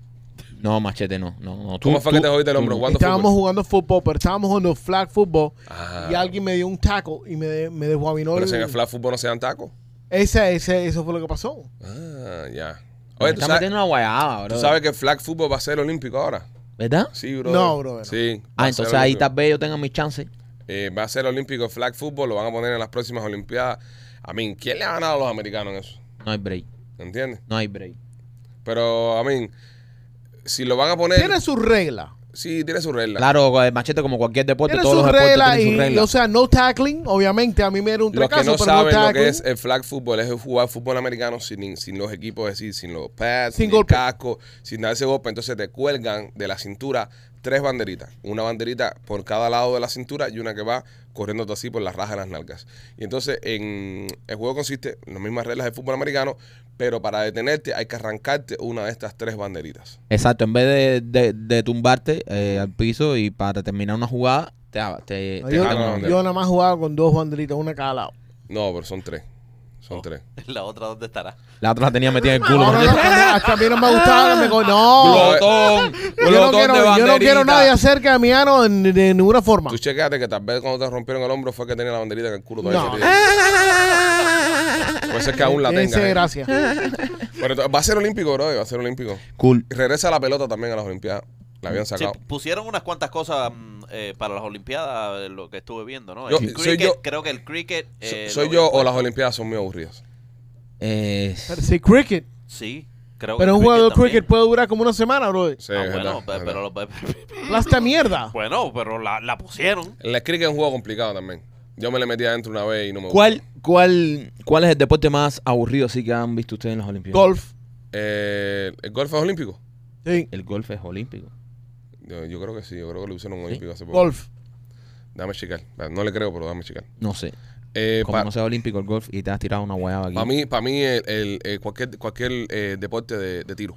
[SPEAKER 2] No, machete, no. no, no. Tú-
[SPEAKER 1] ¿Cómo fue
[SPEAKER 2] tú-
[SPEAKER 1] que te jodiste el hombro?
[SPEAKER 2] tú-
[SPEAKER 1] ¿Jugando
[SPEAKER 4] Estábamos
[SPEAKER 1] fútbol?
[SPEAKER 4] jugando fútbol, pero estábamos jugando flag fútbol.
[SPEAKER 1] Ah.
[SPEAKER 4] Y alguien me dio un taco y me, de- me desguabinó.
[SPEAKER 1] Pero
[SPEAKER 4] el-
[SPEAKER 1] si en el flat fútbol no se dan tacos.
[SPEAKER 4] Ese, ese, eso fue lo que pasó.
[SPEAKER 1] Ah, ya.
[SPEAKER 2] Me
[SPEAKER 1] Oye, tú
[SPEAKER 2] está
[SPEAKER 1] sabes,
[SPEAKER 2] metiendo una guayaba,
[SPEAKER 1] tú
[SPEAKER 2] bro.
[SPEAKER 1] sabes que el flag fútbol va a ser olímpico ahora.
[SPEAKER 2] ¿Verdad?
[SPEAKER 1] Sí, bro.
[SPEAKER 4] No, brother.
[SPEAKER 1] Sí. va
[SPEAKER 2] Ah,
[SPEAKER 1] a
[SPEAKER 2] entonces
[SPEAKER 1] ser
[SPEAKER 2] ahí
[SPEAKER 1] olímpico.
[SPEAKER 2] tal vez yo tenga mis chances.
[SPEAKER 1] Eh, va a ser olímpico el flag fútbol, lo van a poner en las próximas olimpiadas. A mí, ¿quién le ha ganado a los americanos en eso?
[SPEAKER 2] No hay break.
[SPEAKER 1] ¿Entiendes?
[SPEAKER 2] No hay break.
[SPEAKER 1] Pero, a mí, si lo van a poner...
[SPEAKER 4] Tiene sus reglas.
[SPEAKER 1] Sí, tiene su regla.
[SPEAKER 2] Claro, el machete como cualquier deporte,
[SPEAKER 4] Tiene
[SPEAKER 2] todos
[SPEAKER 4] sus
[SPEAKER 2] los deportes
[SPEAKER 4] reglas
[SPEAKER 2] tienen
[SPEAKER 4] y,
[SPEAKER 2] sus reglas.
[SPEAKER 4] o sea, no tackling, obviamente. A mí me era un
[SPEAKER 1] Los que
[SPEAKER 4] fracaso,
[SPEAKER 1] no
[SPEAKER 4] pero no
[SPEAKER 1] saben lo
[SPEAKER 4] tackling.
[SPEAKER 1] que es eh, el flag football es jugar fútbol americano sin, sin los equipos, es decir, sin los pads,
[SPEAKER 4] Sin
[SPEAKER 1] sin,
[SPEAKER 4] golpe.
[SPEAKER 1] el casco, sin darse golpe. Entonces te cuelgan de la cintura tres banderitas. Una banderita por cada lado de la cintura y una que va corriéndote así por las rajas de las nalgas. Y entonces en, el juego consiste en las mismas reglas de fútbol americano, pero para detenerte hay que arrancarte una de estas tres banderitas.
[SPEAKER 2] Exacto, en vez de, de- de tumbarte eh, al piso y para terminar una jugada, te, te,
[SPEAKER 4] No,
[SPEAKER 2] te
[SPEAKER 4] yo,
[SPEAKER 1] Ah,
[SPEAKER 2] sacan una
[SPEAKER 1] no,
[SPEAKER 2] bandera.
[SPEAKER 1] no.
[SPEAKER 4] yo nada más jugaba con dos banderitas, una cada lado.
[SPEAKER 1] No, pero son tres. Son tres.
[SPEAKER 3] (laughs) La otra, ¿dónde estará?
[SPEAKER 2] La otra la tenía metida en el
[SPEAKER 4] (laughs)
[SPEAKER 2] culo.
[SPEAKER 4] No, no, no, hasta a mí no me gustaba. me co- no,
[SPEAKER 1] Glotón,
[SPEAKER 4] Oh. yo no,
[SPEAKER 1] glotón de
[SPEAKER 4] quiero, yo no quiero
[SPEAKER 1] banderita.
[SPEAKER 4] nadie cerca de mi ano en- de, ninguna forma.
[SPEAKER 1] Tú chequeate que tal vez cuando te rompieron el hombro fue que tenía la banderita en el culo
[SPEAKER 4] No.
[SPEAKER 1] todavía.
[SPEAKER 4] (laughs)
[SPEAKER 1] Puede ser que aún la
[SPEAKER 4] Ese,
[SPEAKER 1] tenga. ¿eh?
[SPEAKER 4] gracias.
[SPEAKER 1] Pero to- va a ser olímpico, bro. eh, Va a ser olímpico.
[SPEAKER 2] Cool.
[SPEAKER 1] Y regresa la pelota también a las Olimpiadas. La habían
[SPEAKER 3] Sí,
[SPEAKER 1] sacado.
[SPEAKER 3] pusieron unas cuantas cosas mm, eh, para las Olimpiadas, eh, lo que estuve viendo, ¿no?
[SPEAKER 1] Yo-
[SPEAKER 3] El
[SPEAKER 1] soy
[SPEAKER 3] cricket,
[SPEAKER 1] yo-
[SPEAKER 3] creo que el cricket...
[SPEAKER 1] So-
[SPEAKER 3] eh,
[SPEAKER 1] ¿Soy
[SPEAKER 3] lo
[SPEAKER 1] yo
[SPEAKER 3] habían
[SPEAKER 1] o las
[SPEAKER 3] puesto.
[SPEAKER 1] Olimpiadas son muy aburridas?
[SPEAKER 2] Eh,
[SPEAKER 4] Pero sí, cricket.
[SPEAKER 3] Sí, creo que
[SPEAKER 4] Pero
[SPEAKER 3] el
[SPEAKER 4] un juego de
[SPEAKER 3] también.
[SPEAKER 4] cricket puede durar como una semana, bro.
[SPEAKER 1] Sí,
[SPEAKER 3] Ah,
[SPEAKER 1] es
[SPEAKER 3] bueno,
[SPEAKER 1] verdad,
[SPEAKER 3] pe-
[SPEAKER 1] es
[SPEAKER 3] pero,
[SPEAKER 1] verdad.
[SPEAKER 3] lo-
[SPEAKER 4] Plasta mierda.
[SPEAKER 3] (laughs) bueno, pero la, la pusieron.
[SPEAKER 1] El cricket es un juego complicado también. Yo me le metí adentro una vez y no me gustó.
[SPEAKER 2] ¿Cuál, cuál, ¿Cuál es el deporte más aburrido sí que han visto ustedes en las Olimpiadas?
[SPEAKER 4] Golf.
[SPEAKER 1] Eh, ¿El golf es olímpico?
[SPEAKER 4] Sí,
[SPEAKER 2] El golf es olímpico.
[SPEAKER 1] Yo, yo creo que sí. Yo creo que lo hicieron olímpico hace poco.
[SPEAKER 4] golf.
[SPEAKER 1] Dame checar. No le creo, pero dame checar.
[SPEAKER 2] No sé.
[SPEAKER 1] Eh,
[SPEAKER 2] Como
[SPEAKER 1] pa-
[SPEAKER 2] no sea olímpico el golf y te has tirado una guayaba aquí.
[SPEAKER 1] Para mí, para mí el, el- eh, cualquier, cualquier eh, deporte de, de tiro.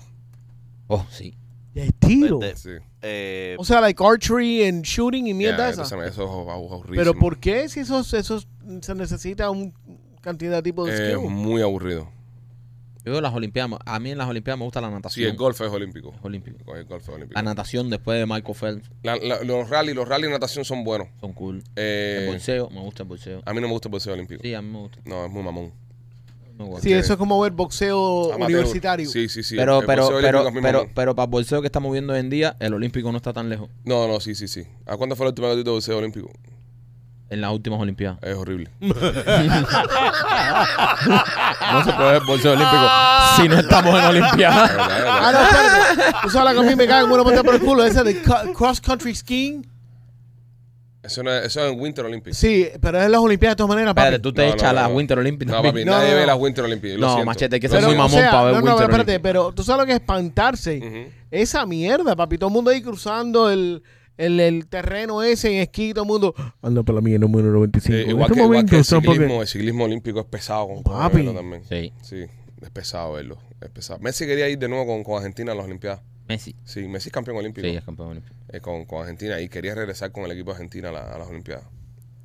[SPEAKER 2] Oh, sí.
[SPEAKER 4] De tiro.
[SPEAKER 3] De- de-
[SPEAKER 1] Sí.
[SPEAKER 3] eh,
[SPEAKER 4] O sea, like archery and shooting y mierda
[SPEAKER 1] Ya,
[SPEAKER 4] esa.
[SPEAKER 1] entonces, Eso es abu- aburridísimo.
[SPEAKER 4] Pero ¿por qué si eso, eso se necesita un cantidad de tipo de
[SPEAKER 1] Es
[SPEAKER 4] skill?
[SPEAKER 1] muy aburrido.
[SPEAKER 2] Yo veo las Olimpiadas. A mí en las Olimpiadas me gusta la natación.
[SPEAKER 1] Sí, el golf es olímpico.
[SPEAKER 2] Es olímpico.
[SPEAKER 1] El golf es olímpico.
[SPEAKER 2] La natación después de Michael Phelps
[SPEAKER 1] La- la- los rally, los rally de natación son buenos.
[SPEAKER 2] son cool. El
[SPEAKER 1] Eh,
[SPEAKER 2] bolseo, me gusta el bolseo.
[SPEAKER 1] a mí no me gusta el boxeo olímpico.
[SPEAKER 2] Sí, a mí me gusta.
[SPEAKER 1] No, es muy mamón.
[SPEAKER 2] Me gusta.
[SPEAKER 4] Sí, eso es como ver boxeo
[SPEAKER 1] Amateur.
[SPEAKER 4] universitario.
[SPEAKER 1] Sí, sí, sí.
[SPEAKER 2] pero,
[SPEAKER 1] El
[SPEAKER 2] pero,
[SPEAKER 1] boxeo
[SPEAKER 2] pero,
[SPEAKER 1] olímpico es muy
[SPEAKER 2] pero,
[SPEAKER 1] mamón.
[SPEAKER 2] pero para el bolseo que estamos viendo hoy en día, el olímpico no está tan lejos
[SPEAKER 1] No, no, sí, sí, sí. ¿A cuándo fue la última vez que tuviste boxeo olímpico?
[SPEAKER 2] en las
[SPEAKER 1] (laughs)
[SPEAKER 2] últimas Olimpiadas.
[SPEAKER 1] Es horrible.
[SPEAKER 2] No se puede ver bolseo olímpico (laughs) si no estamos en
[SPEAKER 1] (laughs) La verdad,
[SPEAKER 2] Olimpiadas. (laughs)
[SPEAKER 1] la verdad.
[SPEAKER 4] Ah, no, espérate. Tú sabes la que a mí me cae como una patada por el culo. Esa de cu- cross country skiing.
[SPEAKER 1] Eso, no es, eso es en Winter Olympics.
[SPEAKER 4] Sí, pero es en las Olimpiadas de todas maneras, papi.
[SPEAKER 2] Espérate, tú te
[SPEAKER 1] No, no,
[SPEAKER 2] echas
[SPEAKER 1] no,
[SPEAKER 2] la
[SPEAKER 1] no.
[SPEAKER 2] Winter Olympics.
[SPEAKER 1] No,
[SPEAKER 2] también.
[SPEAKER 1] papi,
[SPEAKER 4] No,
[SPEAKER 1] nadie
[SPEAKER 4] no,
[SPEAKER 1] ve
[SPEAKER 4] no.
[SPEAKER 1] las Winter Olympics. Lo
[SPEAKER 2] No,
[SPEAKER 1] siento.
[SPEAKER 2] machete, hay que
[SPEAKER 1] Lo
[SPEAKER 2] ser muy
[SPEAKER 1] siento.
[SPEAKER 2] mamón para ver
[SPEAKER 4] no, no,
[SPEAKER 2] Winter
[SPEAKER 4] espérate,
[SPEAKER 2] Olympics.
[SPEAKER 4] pero tú sabes lo que es espantarse.
[SPEAKER 1] Ujú.
[SPEAKER 4] Esa mierda, papi. Todo el mundo ahí cruzando el, el, el terreno ese en esquí, todo el mundo. Anda para la mía, número 95.
[SPEAKER 1] Eh,
[SPEAKER 4] En
[SPEAKER 1] igual,
[SPEAKER 4] este
[SPEAKER 1] que, igual que el
[SPEAKER 4] son porque-
[SPEAKER 1] ciclismo, el ciclismo olímpico es pesado. Con
[SPEAKER 4] Papi.
[SPEAKER 1] verlo también.
[SPEAKER 2] Sí,
[SPEAKER 1] Sí, es pesado verlo. Es pesado. Messi quería ir de nuevo con, con Argentina a las Olimpiadas.
[SPEAKER 2] (laughs) Messi.
[SPEAKER 1] Sí, Messi es campeón olímpico
[SPEAKER 2] Sí, es campeón olímpico.
[SPEAKER 1] eh, con, con Argentina y quería regresar con el equipo argentino a, la- a las Olimpiadas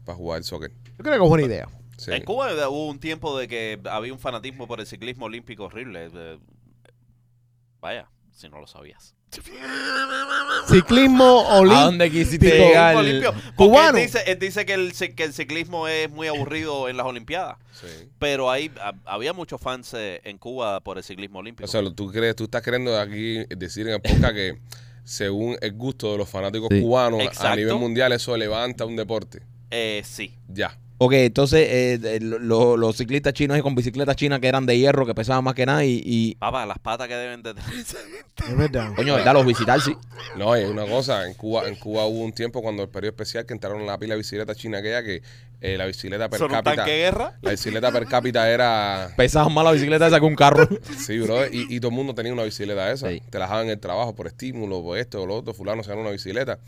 [SPEAKER 1] para jugar el soccer.
[SPEAKER 4] Yo creo que es buena idea.
[SPEAKER 1] Sí.
[SPEAKER 3] En Cuba hubo un tiempo de que había un fanatismo por el ciclismo olímpico horrible. eh, Vaya, si no lo sabías.
[SPEAKER 4] Ciclismo
[SPEAKER 1] Ah,
[SPEAKER 2] ¿A
[SPEAKER 4] olímpico.
[SPEAKER 2] dónde quisiste
[SPEAKER 4] Digo,
[SPEAKER 2] llegar?
[SPEAKER 3] Olimpio- porque
[SPEAKER 4] cubano.
[SPEAKER 3] Él dice, él dice que, el, ci- que el ciclismo es muy aburrido en las Olimpiadas.
[SPEAKER 1] Sí.
[SPEAKER 3] Pero ahí ah, había muchos fans eh, en Cuba por el ciclismo olímpico.
[SPEAKER 1] O sea, lo- tú crees, tú estás queriendo aquí decir en el podcast que según el gusto de los fanáticos
[SPEAKER 2] Sí.
[SPEAKER 1] cubanos a
[SPEAKER 3] Exacto.
[SPEAKER 1] nivel mundial eso levanta un deporte.
[SPEAKER 3] Eh, sí.
[SPEAKER 1] Ya.
[SPEAKER 2] Ok, entonces eh, de- lo- lo- los ciclistas chinos y con bicicletas chinas que eran de hierro, que pesaban más que nada y... y-
[SPEAKER 3] Papá, las patas que deben de tener. esa gente.
[SPEAKER 4] Es verdad.
[SPEAKER 2] coño, ¿verdad? Los visitar, sí.
[SPEAKER 1] No, y una cosa, en Cuba, en Cuba hubo un tiempo cuando el periodo especial que entraron la pila de bicicleta china aquella que eh, la bicicleta per
[SPEAKER 3] Son un
[SPEAKER 1] cápita.
[SPEAKER 3] tanque de guerra.
[SPEAKER 1] La bicicleta per cápita era.
[SPEAKER 2] Pesaban más la bicicleta esa que
[SPEAKER 1] (laughs)
[SPEAKER 2] un carro.
[SPEAKER 1] Sí, bro. Y, y todo el mundo tenía una bicicleta esa.
[SPEAKER 2] Sí.
[SPEAKER 1] Te la daban en el trabajo por estímulo, por esto, por lo otro. Fulano se ganó una bicicleta.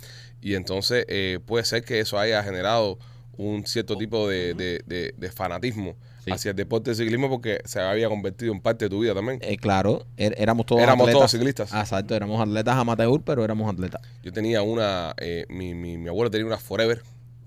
[SPEAKER 1] Y entonces eh, puede ser que eso haya generado un cierto tipo de, de- de- de fanatismo
[SPEAKER 2] Sí.
[SPEAKER 1] hacia el deporte de ciclismo porque se había convertido en parte de tu vida también.
[SPEAKER 2] Eh, claro, er- éramos todos
[SPEAKER 1] Éramos
[SPEAKER 2] atletas. Ah.
[SPEAKER 1] todos ciclistas.
[SPEAKER 2] Exacto, éramos atletas amateur, pero éramos atletas.
[SPEAKER 1] Yo tenía una, eh, mi, mi, mi abuelo tenía una Forever,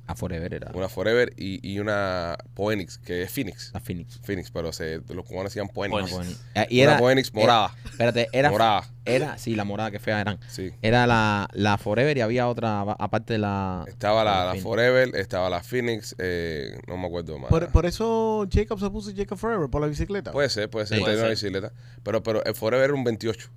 [SPEAKER 2] A Forever era
[SPEAKER 1] una Forever y, y una Poenix, que es Phoenix.
[SPEAKER 2] la Phoenix.
[SPEAKER 1] Phoenix, pero se, los cubanos decían
[SPEAKER 2] Una
[SPEAKER 1] Poenix. e-
[SPEAKER 2] Phoenix. Eh, y
[SPEAKER 1] Una
[SPEAKER 2] era,
[SPEAKER 1] Phoenix
[SPEAKER 2] era-
[SPEAKER 1] morada.
[SPEAKER 2] espérate, era,
[SPEAKER 1] Morada,
[SPEAKER 2] era... Sí, la morada, que fea eran.
[SPEAKER 1] sí.
[SPEAKER 2] Era la, la Forever y había otra, va- aparte de la...
[SPEAKER 1] Estaba la, la
[SPEAKER 2] Phoenix.
[SPEAKER 1] Forever, estaba la Phoenix, eh, no me acuerdo más.
[SPEAKER 4] Por, por eso Jacob se puso Jacob Forever, por la bicicleta.
[SPEAKER 1] Puede ser, puede ser,
[SPEAKER 2] Sí.
[SPEAKER 1] tenía
[SPEAKER 3] Puede
[SPEAKER 1] una
[SPEAKER 3] ser.
[SPEAKER 1] bicicleta. Pero, pero el Forever era un 28,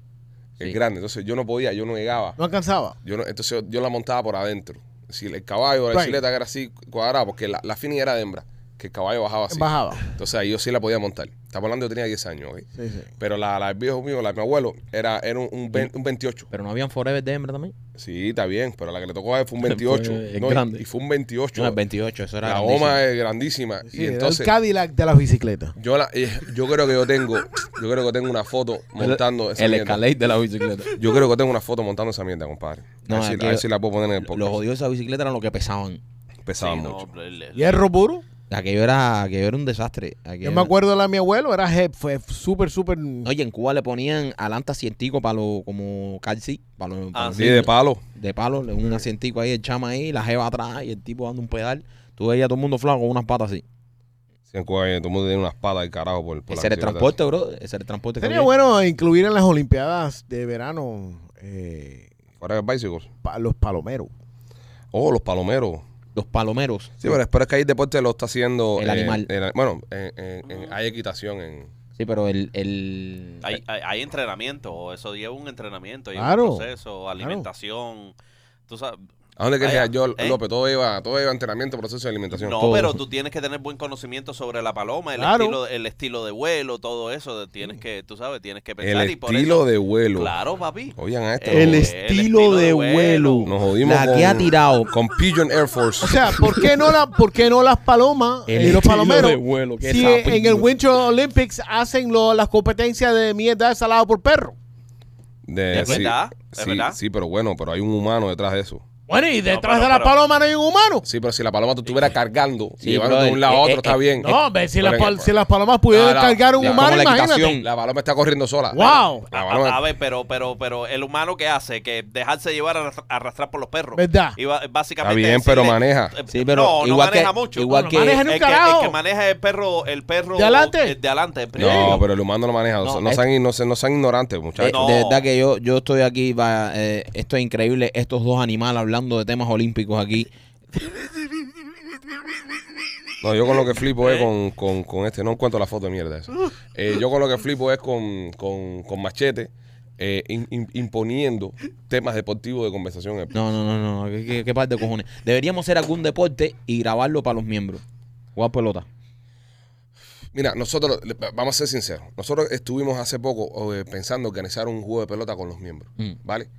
[SPEAKER 2] Sí.
[SPEAKER 1] el grande. Entonces yo no podía, yo no llegaba.
[SPEAKER 4] no alcanzaba.
[SPEAKER 1] Yo no- entonces yo la montaba por adentro. Si el caballo, la
[SPEAKER 4] Right.
[SPEAKER 1] bicicleta que era así cuadrada, porque la, la Phoenix era de hembra, que el caballo bajaba así.
[SPEAKER 4] (laughs) Bajaba.
[SPEAKER 1] Entonces ahí yo sí la podía montar. Estamos hablando, yo tenía 10 años, ¿ok?
[SPEAKER 4] Sí, sí.
[SPEAKER 1] Pero la, la del viejo mío, la de mi abuelo, era, era un, un, ve- un 28.
[SPEAKER 2] Pero no habían Forever de hembra también.
[SPEAKER 1] Sí, está bien, pero la que le tocó a él fue un 28.
[SPEAKER 2] (laughs) Fue
[SPEAKER 1] no, y-
[SPEAKER 2] grande.
[SPEAKER 1] Y fue un 28.
[SPEAKER 2] No, el 28, eso era.
[SPEAKER 1] la
[SPEAKER 2] grandísimo.
[SPEAKER 1] goma es grandísima.
[SPEAKER 4] Sí,
[SPEAKER 1] y
[SPEAKER 4] era
[SPEAKER 1] entonces,
[SPEAKER 4] el Cadillac de las bicicletas.
[SPEAKER 1] yo, la, eh, yo creo que yo tengo, yo creo que tengo una foto montando esa
[SPEAKER 2] El
[SPEAKER 1] mierda.
[SPEAKER 2] escalate de
[SPEAKER 1] (laughs)
[SPEAKER 2] la bicicleta.
[SPEAKER 1] Yo creo que tengo una foto montando esa mierda, compadre.
[SPEAKER 2] No,
[SPEAKER 1] a, ver si,
[SPEAKER 2] aquí-
[SPEAKER 1] a ver si la puedo poner en el
[SPEAKER 2] Los
[SPEAKER 1] podcast.
[SPEAKER 2] jodidos de esa bicicleta eran los que pesaban.
[SPEAKER 1] Pesaba
[SPEAKER 3] Sí, no,
[SPEAKER 1] mucho.
[SPEAKER 3] el- el-
[SPEAKER 4] Hierro puro.
[SPEAKER 2] Aquello era, aquello era un desastre. Aquello
[SPEAKER 4] Yo
[SPEAKER 2] era-
[SPEAKER 4] me acuerdo de la de mi abuelo, era jefe, fue súper, súper.
[SPEAKER 2] Oye, en Cuba le ponían alanta asientico para lo, como calci, para los para
[SPEAKER 3] Ah,
[SPEAKER 2] los
[SPEAKER 1] Sí,
[SPEAKER 2] niños.
[SPEAKER 1] de palo.
[SPEAKER 2] de palo, le- un asientico ahí, el chama ahí, la jeva atrás y el tipo dando un pedal. Tú veías a todo el mundo flaco con unas patas así.
[SPEAKER 1] Sí, en Cuba, eh, todo el mundo tiene una espada del carajo por, por la
[SPEAKER 2] Ese era el
[SPEAKER 1] bicicleta.
[SPEAKER 2] transporte, bro. Ese era el transporte. que
[SPEAKER 4] Sería
[SPEAKER 2] había.
[SPEAKER 4] bueno incluir en las Olimpiadas de verano eh,
[SPEAKER 1] Forever bicycles.
[SPEAKER 4] pa- los palomeros.
[SPEAKER 1] Oh, los palomeros.
[SPEAKER 2] Los palomeros.
[SPEAKER 1] Sí, pero espero que ahí el deporte lo está haciendo.
[SPEAKER 2] El
[SPEAKER 1] eh,
[SPEAKER 2] animal.
[SPEAKER 1] el- bueno, en- en- en- hay equitación en.
[SPEAKER 2] Sí, pero el... el...
[SPEAKER 3] Hay, hay, hay entrenamiento, o eso lleva un entrenamiento, lleva
[SPEAKER 4] Claro,
[SPEAKER 3] un proceso, alimentación. Tú sabes,
[SPEAKER 1] ¿A dónde quería
[SPEAKER 3] Vaya,
[SPEAKER 1] yo,
[SPEAKER 3] ¿eh?
[SPEAKER 1] López? Todo lleva, todo lleva entrenamiento, proceso de alimentación.
[SPEAKER 3] no,
[SPEAKER 2] todo.
[SPEAKER 3] pero tú tienes que tener buen conocimiento sobre la paloma, el,
[SPEAKER 4] Claro.
[SPEAKER 3] estilo, el estilo de vuelo, todo eso. de- Tienes que, tú sabes, tienes que
[SPEAKER 1] Mm. el
[SPEAKER 3] pensar. y pues, por
[SPEAKER 1] estilo
[SPEAKER 3] eso-
[SPEAKER 1] de vuelo.
[SPEAKER 3] Claro, papi.
[SPEAKER 1] Oigan a esto.
[SPEAKER 2] El
[SPEAKER 3] Eh,
[SPEAKER 1] nos-
[SPEAKER 2] estilo de vuelo.
[SPEAKER 1] Nos jodimos
[SPEAKER 2] La
[SPEAKER 1] con,
[SPEAKER 2] que ha tirado.
[SPEAKER 1] con Pigeon Air Force.
[SPEAKER 4] O sea, ¿por qué no, la, por qué no las palomas
[SPEAKER 2] El
[SPEAKER 4] y los
[SPEAKER 2] estilo
[SPEAKER 4] palomeros?
[SPEAKER 5] de vuelo, qué
[SPEAKER 4] si
[SPEAKER 5] sapito.
[SPEAKER 4] en el Winter Olympics hacen lo- las competencias de mierda de salado por perro.
[SPEAKER 1] De-
[SPEAKER 3] Es verdad, es
[SPEAKER 1] sí,
[SPEAKER 3] verdad.
[SPEAKER 1] sí, pero bueno, pero hay un humano detrás de eso.
[SPEAKER 4] Bueno, y detrás
[SPEAKER 3] pero-
[SPEAKER 4] de la
[SPEAKER 3] pero-
[SPEAKER 4] paloma no hay un humano.
[SPEAKER 1] Sí, pero si la paloma tú estuvieras cargando,
[SPEAKER 2] Sí,
[SPEAKER 1] llevando de
[SPEAKER 2] brother,
[SPEAKER 1] un lado a
[SPEAKER 2] eh,
[SPEAKER 1] otro,
[SPEAKER 2] eh,
[SPEAKER 1] está
[SPEAKER 2] eh,
[SPEAKER 1] bien.
[SPEAKER 4] No, ve, si, las
[SPEAKER 1] Pero-
[SPEAKER 4] pal- si las palomas pudieran
[SPEAKER 1] Ah, la-
[SPEAKER 4] cargar un
[SPEAKER 1] la-
[SPEAKER 4] humano,
[SPEAKER 2] como la
[SPEAKER 4] imagínate.
[SPEAKER 2] equitación.
[SPEAKER 1] La paloma está corriendo sola.
[SPEAKER 4] ¡Wow!
[SPEAKER 1] La
[SPEAKER 3] A,
[SPEAKER 1] paloma-
[SPEAKER 3] a- a ver, pero, pero, pero el humano que hace, que dejarse llevar a arrastra- arrastrar por los perros.
[SPEAKER 4] ¿Verdad?
[SPEAKER 3] Y va-
[SPEAKER 1] está
[SPEAKER 3] básicamente.
[SPEAKER 1] bien, pero
[SPEAKER 3] decirle-
[SPEAKER 1] maneja.
[SPEAKER 3] Eh,
[SPEAKER 2] Sí, pero
[SPEAKER 3] no, no
[SPEAKER 2] igual
[SPEAKER 3] maneja
[SPEAKER 2] que-
[SPEAKER 3] mucho.
[SPEAKER 2] igual
[SPEAKER 3] No,
[SPEAKER 2] que- eh,
[SPEAKER 3] no
[SPEAKER 4] Maneja en un
[SPEAKER 3] el, que,
[SPEAKER 4] carajo.
[SPEAKER 3] el que maneja el perro, el perro
[SPEAKER 4] ¿De adelante?
[SPEAKER 3] el de adelante, el primero.
[SPEAKER 1] No, pero el humano lo maneja. No,
[SPEAKER 2] No,
[SPEAKER 1] no
[SPEAKER 2] es-
[SPEAKER 1] sean, no, se- no sean ignorantes,
[SPEAKER 2] Eh,
[SPEAKER 1] muchachos.
[SPEAKER 3] No.
[SPEAKER 2] De verdad que yo, yo estoy aquí, va, eh, esto es increíble, estos dos animales hablando de temas olímpicos aquí.
[SPEAKER 1] No, yo con lo que flipo es con, con, con este, no encuentro la foto de mierda esa. Eh, yo con lo que flipo es con, con, con Machete eh, in- in- imponiendo temas deportivos de conversación.
[SPEAKER 2] No, no, no, no, qué, qué- qué par de cojones. Deberíamos hacer algún deporte y grabarlo para los miembros. Jugar pelota.
[SPEAKER 1] Mira, nosotros, le- vamos a ser sinceros, nosotros estuvimos hace poco eh, pensando organizar un juego de pelota con los miembros,
[SPEAKER 2] Mm.
[SPEAKER 1] ¿vale?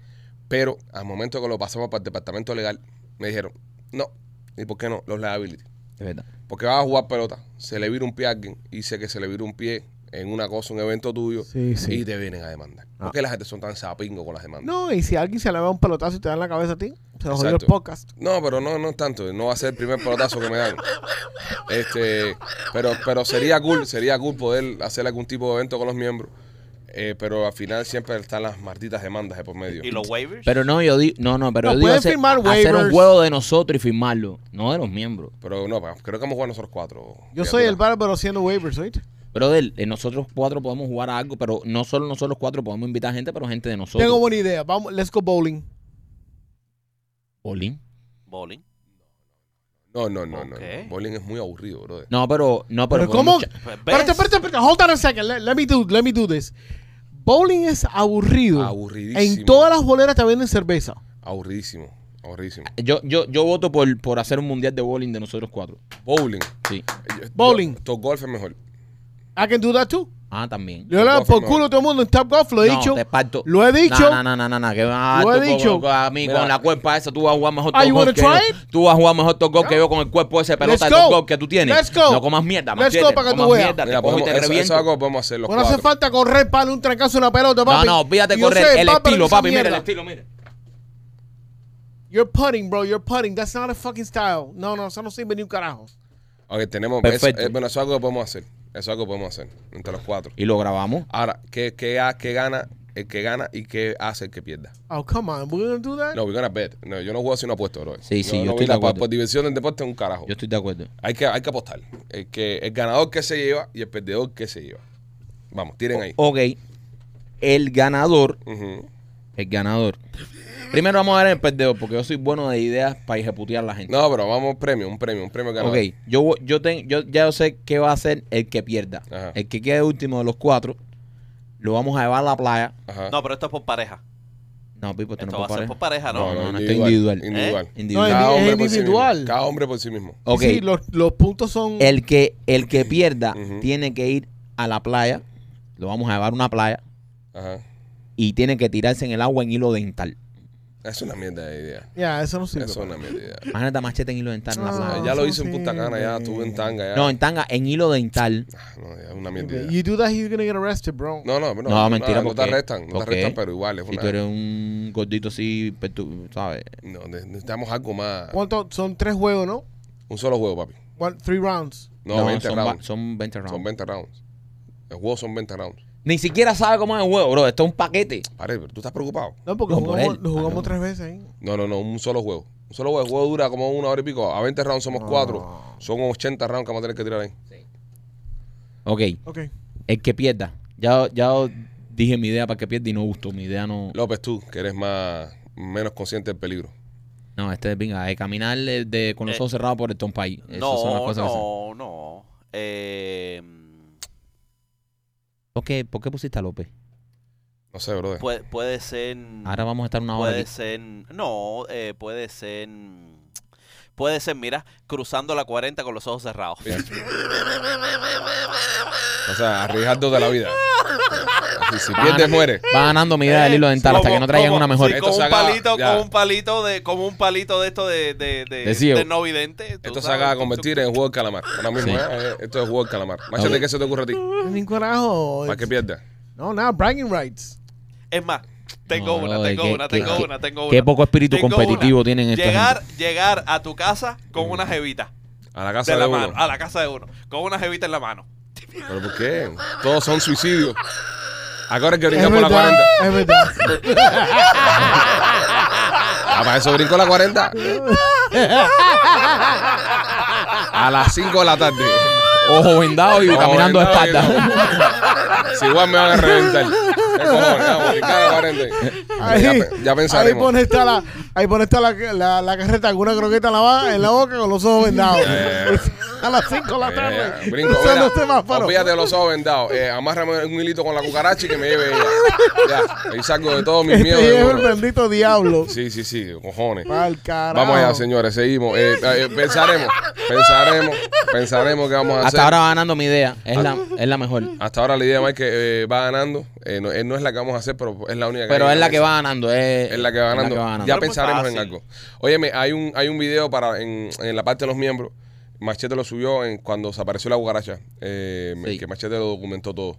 [SPEAKER 1] Pero al momento que lo pasamos para el departamento legal, me dijeron, no, ¿y por qué no? Los liability.
[SPEAKER 2] De verdad.
[SPEAKER 1] Porque vas a jugar pelota, se le vira un pie a alguien, y sé que se le vira un pie en una cosa, un evento tuyo,
[SPEAKER 4] Sí, sí. Ah.
[SPEAKER 1] y te vienen a demandar. ¿Por qué la gente son tan sapingo con las demandas?
[SPEAKER 4] No, y si alguien se le va un pelotazo y te da en la cabeza a ti, se nos jodió el
[SPEAKER 1] Exacto.
[SPEAKER 4] podcast.
[SPEAKER 1] No, pero no, no tanto. No va a ser el primer pelotazo que me dan. Este, pero, pero sería cool, sería cool poder hacer algún tipo de evento con los miembros. Eh, pero al final siempre están las malditas demandas de por medio.
[SPEAKER 3] y los waivers.
[SPEAKER 2] Pero no, yo digo, no, no, pero
[SPEAKER 4] No,
[SPEAKER 2] yo digo
[SPEAKER 4] pueden
[SPEAKER 2] hacer,
[SPEAKER 4] firmar
[SPEAKER 2] hacer un
[SPEAKER 4] waivers.
[SPEAKER 2] juego de nosotros y firmarlo, no de los miembros.
[SPEAKER 1] Pero no, pa, creo que hemos jugado nosotros cuatro.
[SPEAKER 4] Yo soy el
[SPEAKER 1] criatura.
[SPEAKER 4] bárbaro haciendo waivers, ¿oíste?
[SPEAKER 2] Brother, eh, nosotros cuatro podemos jugar a algo, pero no solo nosotros cuatro podemos invitar gente, pero gente de nosotros.
[SPEAKER 4] Tengo buena idea. Vamos, let's go bowling.
[SPEAKER 2] Bolín.
[SPEAKER 3] Bowling.
[SPEAKER 1] No, no, no, no.
[SPEAKER 3] Ok.
[SPEAKER 1] no. Bowling es muy aburrido, brother.
[SPEAKER 2] No, pero, no, pero.
[SPEAKER 4] ¿Pero cómo?
[SPEAKER 2] podemos cha-
[SPEAKER 3] ¿Ves?
[SPEAKER 4] Espérate, espérate, espérate. Hold on a second. Let, let me do, let me do this. Bowling es aburrido.
[SPEAKER 1] Aburridísimo.
[SPEAKER 4] En todas las boleras te venden cerveza.
[SPEAKER 1] Aburridísimo, aburridísimo.
[SPEAKER 2] Yo, yo, yo voto por, por hacer un mundial de bowling de nosotros cuatro.
[SPEAKER 1] Bowling.
[SPEAKER 2] Sí.
[SPEAKER 1] Yo-
[SPEAKER 4] Bowling.
[SPEAKER 1] yo- Top golf es mejor.
[SPEAKER 4] I can do that too.
[SPEAKER 2] Ah, también.
[SPEAKER 4] Yo le doy
[SPEAKER 1] Top
[SPEAKER 4] por
[SPEAKER 1] golf,
[SPEAKER 4] culo a todo el mundo en Top Golf, lo he
[SPEAKER 2] No,
[SPEAKER 4] dicho.
[SPEAKER 2] te parto.
[SPEAKER 4] Lo he dicho.
[SPEAKER 2] No, no, no, no, no, que ah, vas a
[SPEAKER 4] Lo
[SPEAKER 2] dar
[SPEAKER 4] he
[SPEAKER 2] tu
[SPEAKER 4] dicho.
[SPEAKER 2] co- co- a mí
[SPEAKER 1] Mira.
[SPEAKER 2] con la cuerpa esa, tú vas a jugar mejor
[SPEAKER 4] Ah,
[SPEAKER 2] top
[SPEAKER 4] you
[SPEAKER 2] golf
[SPEAKER 4] wanna
[SPEAKER 2] que
[SPEAKER 4] try
[SPEAKER 2] yo. Tú vas a jugar mejor top golf que yo con el cuerpo ese de pelota de top
[SPEAKER 4] go.
[SPEAKER 2] golf que tú tienes.
[SPEAKER 4] Let's go.
[SPEAKER 2] No comas mierda,
[SPEAKER 4] Let's
[SPEAKER 2] machete,
[SPEAKER 4] go
[SPEAKER 2] no
[SPEAKER 4] para que tú
[SPEAKER 2] comas
[SPEAKER 4] veas.
[SPEAKER 2] mierda,
[SPEAKER 1] Mira,
[SPEAKER 2] te cojo y
[SPEAKER 1] podemos,
[SPEAKER 2] te
[SPEAKER 1] eso, eso
[SPEAKER 2] reviento.
[SPEAKER 1] es algo que podemos hacer los
[SPEAKER 4] No hace
[SPEAKER 1] cuatro.
[SPEAKER 4] falta correr para un trancazo una pelota,
[SPEAKER 2] No,
[SPEAKER 4] papi.
[SPEAKER 2] no, fíjate
[SPEAKER 4] Yo
[SPEAKER 2] correr.
[SPEAKER 4] sé,
[SPEAKER 2] El
[SPEAKER 4] bárbaro en
[SPEAKER 2] estilo,
[SPEAKER 4] esa
[SPEAKER 2] papi, mira el
[SPEAKER 4] mierda.
[SPEAKER 2] estilo, mira.
[SPEAKER 4] You're putting, bro. You're putting. That's not a fucking style. No, no, eso no sirve ni un carajo.
[SPEAKER 1] Ok, tenemos.
[SPEAKER 2] Perfecto.
[SPEAKER 1] eso- eh, bueno, eso es algo que podemos hacer. Eso es algo que podemos hacer entre los cuatro.
[SPEAKER 2] Y lo grabamos.
[SPEAKER 1] Ahora, ¿qué, qué, ha- qué gana el que gana y qué hace el que pierda?
[SPEAKER 4] Oh, come on. We're gonna do that?
[SPEAKER 1] No, we're gonna bet. No, yo no juego si no apuesto, bro.
[SPEAKER 2] Sí, sí,
[SPEAKER 1] no,
[SPEAKER 2] yo
[SPEAKER 1] no
[SPEAKER 2] estoy
[SPEAKER 1] vi la-
[SPEAKER 2] de acuerdo.
[SPEAKER 1] Por, por diversión del deporte es un carajo.
[SPEAKER 2] Yo estoy de acuerdo.
[SPEAKER 1] Hay, que, hay que apostar. El, que, el ganador que se lleva y el perdedor que se lleva. Vamos, tiren ahí.
[SPEAKER 2] Ok. El ganador,
[SPEAKER 1] Ujú.
[SPEAKER 2] el ganador. Primero vamos a ver el perdedor, porque yo soy bueno de ideas para ejecutar a la gente.
[SPEAKER 1] No, pero vamos, premio, un premio, un premio ganador.
[SPEAKER 2] ok, yo, vo- yo, ten- yo ya yo sé qué va a hacer el que pierda.
[SPEAKER 1] Ajá.
[SPEAKER 2] El que quede último de los cuatro, lo vamos a llevar a la playa.
[SPEAKER 1] Ajá.
[SPEAKER 3] No, pero esto es por pareja.
[SPEAKER 2] No, Pipo, esto
[SPEAKER 3] Esto
[SPEAKER 2] no
[SPEAKER 3] va a ser
[SPEAKER 2] puede
[SPEAKER 3] por pareja, ¿no? ¿Eh?
[SPEAKER 2] No, no, no, esto es individual.
[SPEAKER 1] Individual.
[SPEAKER 2] Individual.
[SPEAKER 4] No,
[SPEAKER 1] Cada
[SPEAKER 4] es
[SPEAKER 1] hombre por sí mismo.
[SPEAKER 4] individual.
[SPEAKER 1] Cada hombre por sí mismo.
[SPEAKER 2] Ok,
[SPEAKER 4] Sí, los, los puntos son.
[SPEAKER 2] el, que, el que pierda
[SPEAKER 1] Ujú.
[SPEAKER 2] tiene que ir a la playa, lo vamos a llevar a una playa
[SPEAKER 1] Ajá.
[SPEAKER 2] y tiene que tirarse en el agua en hilo dental.
[SPEAKER 1] Es una mierda de idea.
[SPEAKER 4] Ya, eso no sirve.
[SPEAKER 1] es
[SPEAKER 4] papá.
[SPEAKER 1] una mierda de idea.
[SPEAKER 2] Imagínate machete en hilo dental en la
[SPEAKER 4] No.
[SPEAKER 2] playa.
[SPEAKER 1] Ah. ya
[SPEAKER 4] eso
[SPEAKER 1] lo hice en Punta Cana, ya
[SPEAKER 4] sirve.
[SPEAKER 1] estuve en tanga ya. Ah,
[SPEAKER 2] No, en tanga, en hilo dental.
[SPEAKER 1] No, ya es una mierda de idea.
[SPEAKER 4] You do that, you're gonna get arrested, bro.
[SPEAKER 1] No, no, no.
[SPEAKER 2] No, mentira,
[SPEAKER 1] No te
[SPEAKER 2] porque-
[SPEAKER 1] arrestan, no te
[SPEAKER 2] porque
[SPEAKER 1] arrestan, pero igual es
[SPEAKER 2] Si
[SPEAKER 1] una-
[SPEAKER 2] tú eres un gordito así, pues tú, ¿sabes?
[SPEAKER 1] No, ne- necesitamos algo más.
[SPEAKER 4] ¿Cuánto? Son tres juegos, ¿no?
[SPEAKER 1] Un solo juego, papi.
[SPEAKER 4] One, three rounds.
[SPEAKER 1] No, 20
[SPEAKER 2] son, va-
[SPEAKER 1] rounds.
[SPEAKER 2] son 20 rounds.
[SPEAKER 1] Son 20 rounds. El juego son 20 rounds.
[SPEAKER 2] Ni siquiera sabe cómo es el juego, bro. Esto es un paquete.
[SPEAKER 1] Pare, pero tú estás preocupado.
[SPEAKER 4] No, porque
[SPEAKER 2] No, por
[SPEAKER 4] jugamos,
[SPEAKER 2] él.
[SPEAKER 4] lo jugamos
[SPEAKER 2] Ah, no.
[SPEAKER 4] tres veces ahí.
[SPEAKER 1] No, no, no, un solo juego. Un solo juego. El juego dura como una hora y pico. A 20 rounds
[SPEAKER 4] Ah.
[SPEAKER 1] somos cuatro. Son 80 rounds que vamos a tener que tirar ahí.
[SPEAKER 2] Ok,
[SPEAKER 4] Ok.
[SPEAKER 2] el que pierda. Ya, ya dije mi idea para que pierda y no gustó. Mi idea no.
[SPEAKER 1] López, tú, que eres más menos consciente del peligro.
[SPEAKER 2] No, este es venga, de caminar de, de- con los
[SPEAKER 3] Eh,
[SPEAKER 2] ojos cerrados por el tompaí. Esas son las
[SPEAKER 3] No,
[SPEAKER 2] cosas que son.
[SPEAKER 3] no, no. Eh,
[SPEAKER 2] ¿Por qué, por qué pusiste a López?
[SPEAKER 1] No sé, brother.
[SPEAKER 3] puede, puede ser.
[SPEAKER 2] Ahora vamos a estar una hora
[SPEAKER 3] Puede
[SPEAKER 2] aquí.
[SPEAKER 3] ser. No, eh, puede ser. Puede ser, mira, cruzando la 40 con los ojos cerrados. (laughs)
[SPEAKER 1] O sea, arriesgándote la
[SPEAKER 2] (laughs)
[SPEAKER 1] vida. Si, si pierdes, mueres.
[SPEAKER 2] Va ganando mi idea del hilo dental hasta
[SPEAKER 3] Como-
[SPEAKER 2] que no traigan
[SPEAKER 3] como-
[SPEAKER 2] una mejor.
[SPEAKER 3] Eh, sí,
[SPEAKER 1] Esto
[SPEAKER 3] con
[SPEAKER 1] se
[SPEAKER 3] un
[SPEAKER 1] acaba,
[SPEAKER 3] palito,
[SPEAKER 1] ya.
[SPEAKER 3] con un palito de, como un palito de esto de, de, de,
[SPEAKER 2] De ciego.
[SPEAKER 3] de no vidente. tú
[SPEAKER 1] Esto se
[SPEAKER 3] sabes,
[SPEAKER 1] acaba de
[SPEAKER 3] tú-
[SPEAKER 1] convertir en juego del calamar. Ahora mismo,
[SPEAKER 2] Sí.
[SPEAKER 1] ¿eh? Esto es juego del calamar. Machete,
[SPEAKER 2] Ok.
[SPEAKER 1] ¿qué se te ocurre a ti?
[SPEAKER 4] Ni un carajo.
[SPEAKER 1] Para que pierdas.
[SPEAKER 4] No, nada, bragging rights.
[SPEAKER 3] Es más, tengo
[SPEAKER 2] No,
[SPEAKER 3] una,
[SPEAKER 2] brother,
[SPEAKER 3] tengo
[SPEAKER 2] qué-
[SPEAKER 3] una,
[SPEAKER 2] qué-
[SPEAKER 3] tengo
[SPEAKER 2] qué-
[SPEAKER 3] una, tengo una.
[SPEAKER 2] Qué poco espíritu
[SPEAKER 3] Tengo
[SPEAKER 2] competitivo
[SPEAKER 3] una.
[SPEAKER 2] tienen estos.
[SPEAKER 3] Llegar, llegar a tu casa con una jevita
[SPEAKER 1] A la casa
[SPEAKER 3] de
[SPEAKER 1] de,
[SPEAKER 3] la
[SPEAKER 1] uno.
[SPEAKER 3] mano, Ah. a la casa de uno, con una jevita en la mano.
[SPEAKER 1] ¿Pero por qué? Todos son suicidios. Ahora es que
[SPEAKER 4] Es
[SPEAKER 1] brincamos la
[SPEAKER 4] verdad,
[SPEAKER 1] 40.
[SPEAKER 4] es verdad.
[SPEAKER 1] Ah, para eso brincó la 40. A las 5 de la tarde.
[SPEAKER 2] Ojo
[SPEAKER 3] (laughs)
[SPEAKER 2] vendado y caminando de
[SPEAKER 1] Joven, no,
[SPEAKER 2] espalda.
[SPEAKER 1] no. Si igual me van a reventar. ¿Qué cojones? Vamos, brincar la 40. Ya,
[SPEAKER 4] Ahí,
[SPEAKER 1] pe- ya
[SPEAKER 4] ahí
[SPEAKER 1] pensaremos.
[SPEAKER 4] pone está la, ahí pone está la, la, la carreta con una croqueta en la, ba- en la boca con
[SPEAKER 1] (laughs)
[SPEAKER 4] los ojos vendados.
[SPEAKER 1] Eh.
[SPEAKER 4] a las 5 de la
[SPEAKER 1] Eh,
[SPEAKER 4] tarde.
[SPEAKER 1] brinco,
[SPEAKER 4] Cruzando
[SPEAKER 1] mira,
[SPEAKER 4] semáforo.
[SPEAKER 1] olvídate de los ojos vendados. Eh, amárrame un hilito con la cucaracha y que me lleve ella. Ya, ahí salgo de todos mis
[SPEAKER 4] Este
[SPEAKER 1] miedos.
[SPEAKER 4] es
[SPEAKER 1] de
[SPEAKER 4] el
[SPEAKER 1] uno.
[SPEAKER 4] bendito diablo.
[SPEAKER 1] Sí, sí, sí, cojones.
[SPEAKER 4] Pa'l carajo.
[SPEAKER 1] Vamos allá, señores, seguimos. Eh, eh, pensaremos, pensaremos, pensaremos qué vamos a hacer.
[SPEAKER 2] Hasta ahora va ganando mi idea. Es la, es la mejor.
[SPEAKER 1] Hasta ahora la idea más que eh, va ganando. Eh, no, eh, no es la que vamos a hacer, pero es la única que
[SPEAKER 2] Pero
[SPEAKER 1] hay
[SPEAKER 2] es
[SPEAKER 1] en
[SPEAKER 2] la que
[SPEAKER 1] mesa.
[SPEAKER 2] va ganando. Es,
[SPEAKER 1] Es la que va ganando. Ya
[SPEAKER 3] Pero muy
[SPEAKER 1] pensaremos en
[SPEAKER 3] fácil.
[SPEAKER 1] algo. Óyeme, hay un, hay un video para en, en la parte de los miembros. Machete lo subió en cuando se apareció la cucaracha. Eh,
[SPEAKER 2] Sí.
[SPEAKER 1] Que Machete lo documentó todo.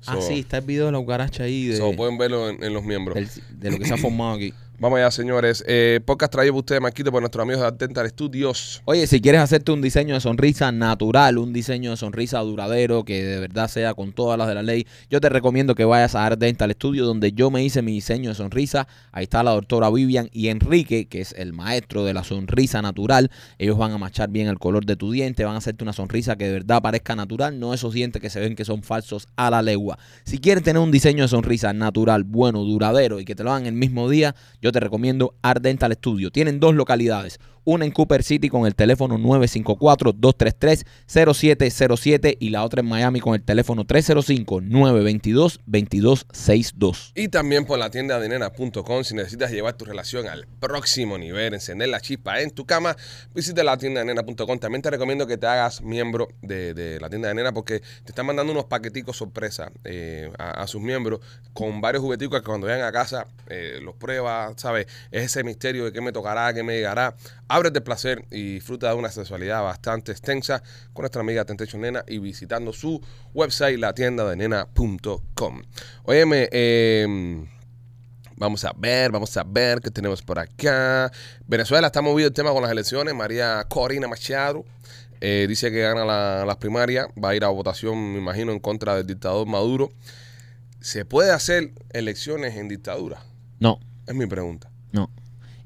[SPEAKER 1] So,
[SPEAKER 2] Ah, sí, está el video de la cucaracha ahí. De,
[SPEAKER 1] so pues, pueden verlo en, en los miembros.
[SPEAKER 2] del- de lo que se ha formado
[SPEAKER 1] (laughs)
[SPEAKER 2] aquí.
[SPEAKER 1] Vamos allá, señores. Eh, podcast traído por ustedes, Marquito, por nuestros amigos de Dental Studios.
[SPEAKER 2] Oye, si quieres hacerte un diseño de sonrisa natural, un diseño de sonrisa duradero, que de verdad sea con todas las de la ley, yo te recomiendo que vayas a Art Dental Studio, donde yo me hice mi diseño de sonrisa. Ahí está la doctora Vivian y Enrique, que es el maestro de la sonrisa natural. Ellos van a machar bien el color de tu diente, van a hacerte una sonrisa que de verdad parezca natural, no esos dientes que se ven que son falsos a la legua. Si quieres tener un diseño de sonrisa natural, bueno, duradero y que te lo hagan el mismo día, yo te recomiendo Art Dental Studio. Tienen dos localidades, una en Cooper City con el teléfono 954-233-0707 y la otra en Miami con el teléfono 305-922-2262.
[SPEAKER 1] Y también por la tienda de nena.com. Si necesitas llevar tu relación al próximo nivel, encender la chispa en tu cama, visita la tienda de nena.com. También te recomiendo que te hagas miembro de, de la tienda de nena porque te están mandando unos paqueticos sorpresa eh, a, a sus miembros con varios jugueticos que cuando vayan a casa eh, los pruebas, ¿sabes? Es ese misterio de qué me tocará, qué me llegará. Ábrete el placer y disfruta de una sexualidad bastante extensa con nuestra amiga Tentation Nena y visitando su website, la tienda de nena.com. Óyeme, eh, vamos a ver, vamos a ver qué tenemos por acá. Venezuela está movido el tema con las elecciones. María Corina Machado eh, dice que gana la- las primarias. Va a ir a votación, me imagino, en contra del dictador Maduro. ¿Se puede hacer elecciones en dictadura?
[SPEAKER 2] No,
[SPEAKER 1] Es mi pregunta.
[SPEAKER 2] No.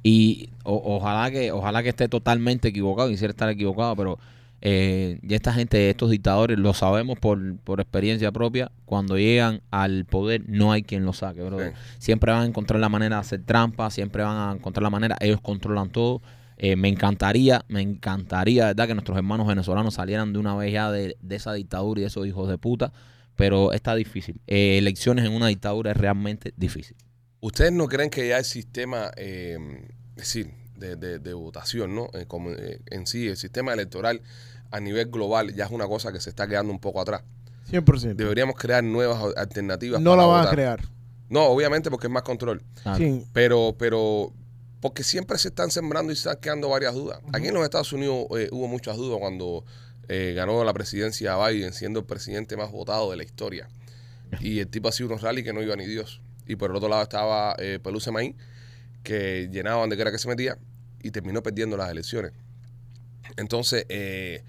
[SPEAKER 2] Y o- ojalá que ojalá que esté totalmente equivocado, quisiera estar equivocado, pero eh, ya esta gente, estos dictadores, lo sabemos por, por experiencia propia, cuando llegan al poder no hay quien lo saque, brother.
[SPEAKER 1] Sí.
[SPEAKER 2] Siempre van a encontrar la manera de hacer trampa, siempre van a encontrar la manera, ellos controlan todo. Eh, me encantaría, me encantaría, ¿verdad? Que nuestros hermanos venezolanos salieran de una vez ya de, de esa dictadura y de esos hijos de puta, pero está difícil. Eh, elecciones en una dictadura es realmente difícil.
[SPEAKER 1] ¿Ustedes no creen que ya el sistema, eh, es decir, de, de- de votación, ¿no? Eh, como, eh, en sí, el sistema electoral a nivel global ya es una cosa que se está quedando un poco atrás.
[SPEAKER 4] 100%.
[SPEAKER 1] Deberíamos crear nuevas al- alternativas.
[SPEAKER 4] No
[SPEAKER 1] para
[SPEAKER 4] la van a
[SPEAKER 1] votar.
[SPEAKER 4] crear.
[SPEAKER 1] No, obviamente porque es más control.
[SPEAKER 2] Claro.
[SPEAKER 4] Sí.
[SPEAKER 1] Pero, pero, porque siempre se están sembrando y se están quedando varias dudas. Aquí en los Estados Unidos eh, hubo muchas dudas cuando eh, ganó la presidencia Biden, siendo el presidente más votado de la historia. Y el tipo hacía unos rally que no iba ni Dios. Y por el otro lado estaba eh, Pelusa Maín, que llenaba donde quiera que se metía y terminó perdiendo las elecciones. Entonces, eh,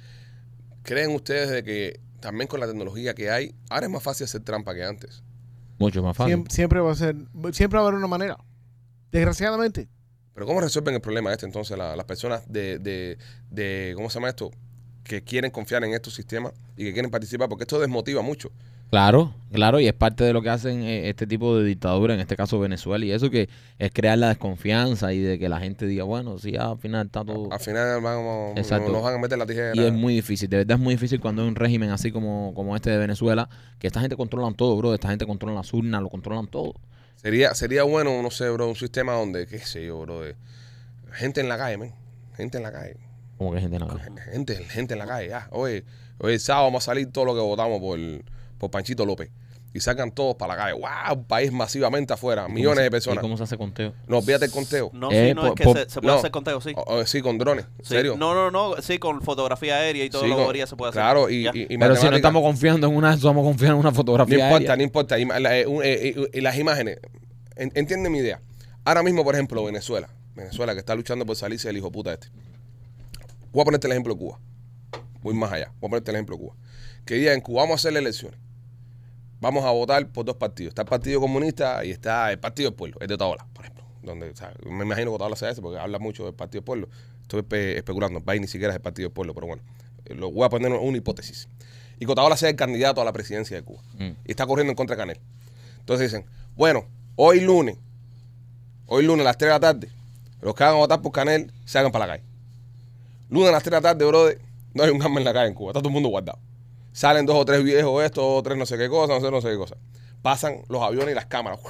[SPEAKER 1] ¿creen ustedes de que también con la tecnología que hay, ahora es más fácil hacer trampa que antes?
[SPEAKER 2] Mucho más fácil.
[SPEAKER 4] Siem- siempre va a ser, siempre va a haber una manera. Desgraciadamente.
[SPEAKER 1] Pero ¿cómo resuelven el problema este entonces la- las personas de, de, de- ¿cómo se llama esto? Que quieren confiar en estos sistemas y que quieren participar, porque esto desmotiva mucho.
[SPEAKER 2] Claro, claro, y es parte de lo que hacen eh, este tipo de dictadura, en este caso Venezuela, y eso que es crear la desconfianza y de que la gente diga, bueno, sí, ah, al final está todo...
[SPEAKER 1] Al final vamos,
[SPEAKER 2] Exacto.
[SPEAKER 1] nos van a meter la tijera.
[SPEAKER 2] Y es muy difícil, de verdad es muy difícil cuando hay un régimen así como, como este de Venezuela, que esta gente controlan todo, bro, esta gente controla las urnas, lo controlan todo.
[SPEAKER 1] Sería, sería bueno, no sé, bro, un sistema donde, qué sé yo, bro, de gente en la calle, men. Gente en la calle.
[SPEAKER 2] Como que gente no ve.
[SPEAKER 1] Gente, gente en la calle, ya. Oye, oye, el sábado vamos a salir todos los que votamos por, por Panchito López. Y sacan todos para la calle. ¡Wow! Un país masivamente afuera, (laughs) millones de
[SPEAKER 2] ¿Y
[SPEAKER 1] personas.
[SPEAKER 2] cómo se hace conteo?
[SPEAKER 1] No olvídate el conteo.
[SPEAKER 3] No,
[SPEAKER 2] Eh,
[SPEAKER 3] sí, no,
[SPEAKER 2] po-
[SPEAKER 3] es que
[SPEAKER 2] po-
[SPEAKER 3] se, se puede
[SPEAKER 1] no.
[SPEAKER 3] hacer conteo, sí.
[SPEAKER 1] O- o- sí, con drones. ¿En
[SPEAKER 3] Sí.
[SPEAKER 1] serio?
[SPEAKER 3] No, no, no, sí, con fotografía aérea y todo
[SPEAKER 1] Sí,
[SPEAKER 3] lo
[SPEAKER 1] con-
[SPEAKER 3] podría se puede hacer.
[SPEAKER 1] Claro, y,
[SPEAKER 3] Ya.
[SPEAKER 1] y- y
[SPEAKER 2] Pero si no
[SPEAKER 1] matemática.
[SPEAKER 2] estamos confiando en una, estamos confiando en una
[SPEAKER 1] No
[SPEAKER 2] fotografía.
[SPEAKER 1] importa,
[SPEAKER 2] aérea.
[SPEAKER 1] no importa. Ima- la- eh, un- eh, eh, eh, las imágenes. En- Entiende mi idea. Ahora mismo, por ejemplo, Venezuela. Venezuela que está luchando por salirse del hijo puta este. Voy a ponerte el ejemplo de Cuba. Voy más allá. Voy a ponerte el ejemplo de Cuba. Que diga en Cuba vamos a hacer elecciones. Vamos a votar por dos partidos. Está el Partido Comunista y está el Partido del Pueblo. Es de Ola, por ejemplo. Donde, o sea, me imagino que Ola sea ese porque habla mucho del Partido del Pueblo. Estoy espe- especulando. Va ni siquiera es el Partido del Pueblo, pero bueno. eh, Lo voy a poner una hipótesis. Y que Otaola sea el candidato a la presidencia de Cuba
[SPEAKER 2] Mm.
[SPEAKER 1] y está corriendo en contra de Canel. Entonces dicen, bueno, hoy lunes, hoy lunes a las 3 de la tarde, los que van a votar por Canel se hagan para la calle. Lunes a las 3 de la tarde, brother, no hay un arma en la calle en Cuba, está todo el mundo guardado. Salen dos o tres viejos estos, dos o tres no sé qué cosa, no sé, no sé qué cosa. Pasan los aviones y las cámaras.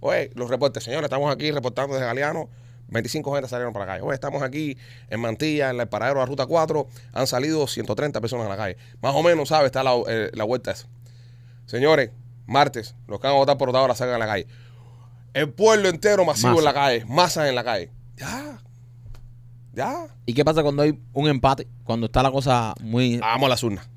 [SPEAKER 1] Oye, los reportes, señores, estamos aquí reportando desde Galeano. 25 gente salieron para la calle. Oye, estamos aquí en Mantilla, en el paradero de la Ruta 4. Han salido 130 personas a la calle. Más o menos, ¿sabes? Está la, eh, la vuelta esa. Señores, martes, los que van a votar por ahora salgan a la calle. El pueblo entero masivo
[SPEAKER 2] Masa.
[SPEAKER 1] en la calle, masas en la calle. Ya. Ya.
[SPEAKER 2] ¿Y qué pasa cuando hay un empate? Cuando está la cosa muy...
[SPEAKER 1] Vamos a las urnas.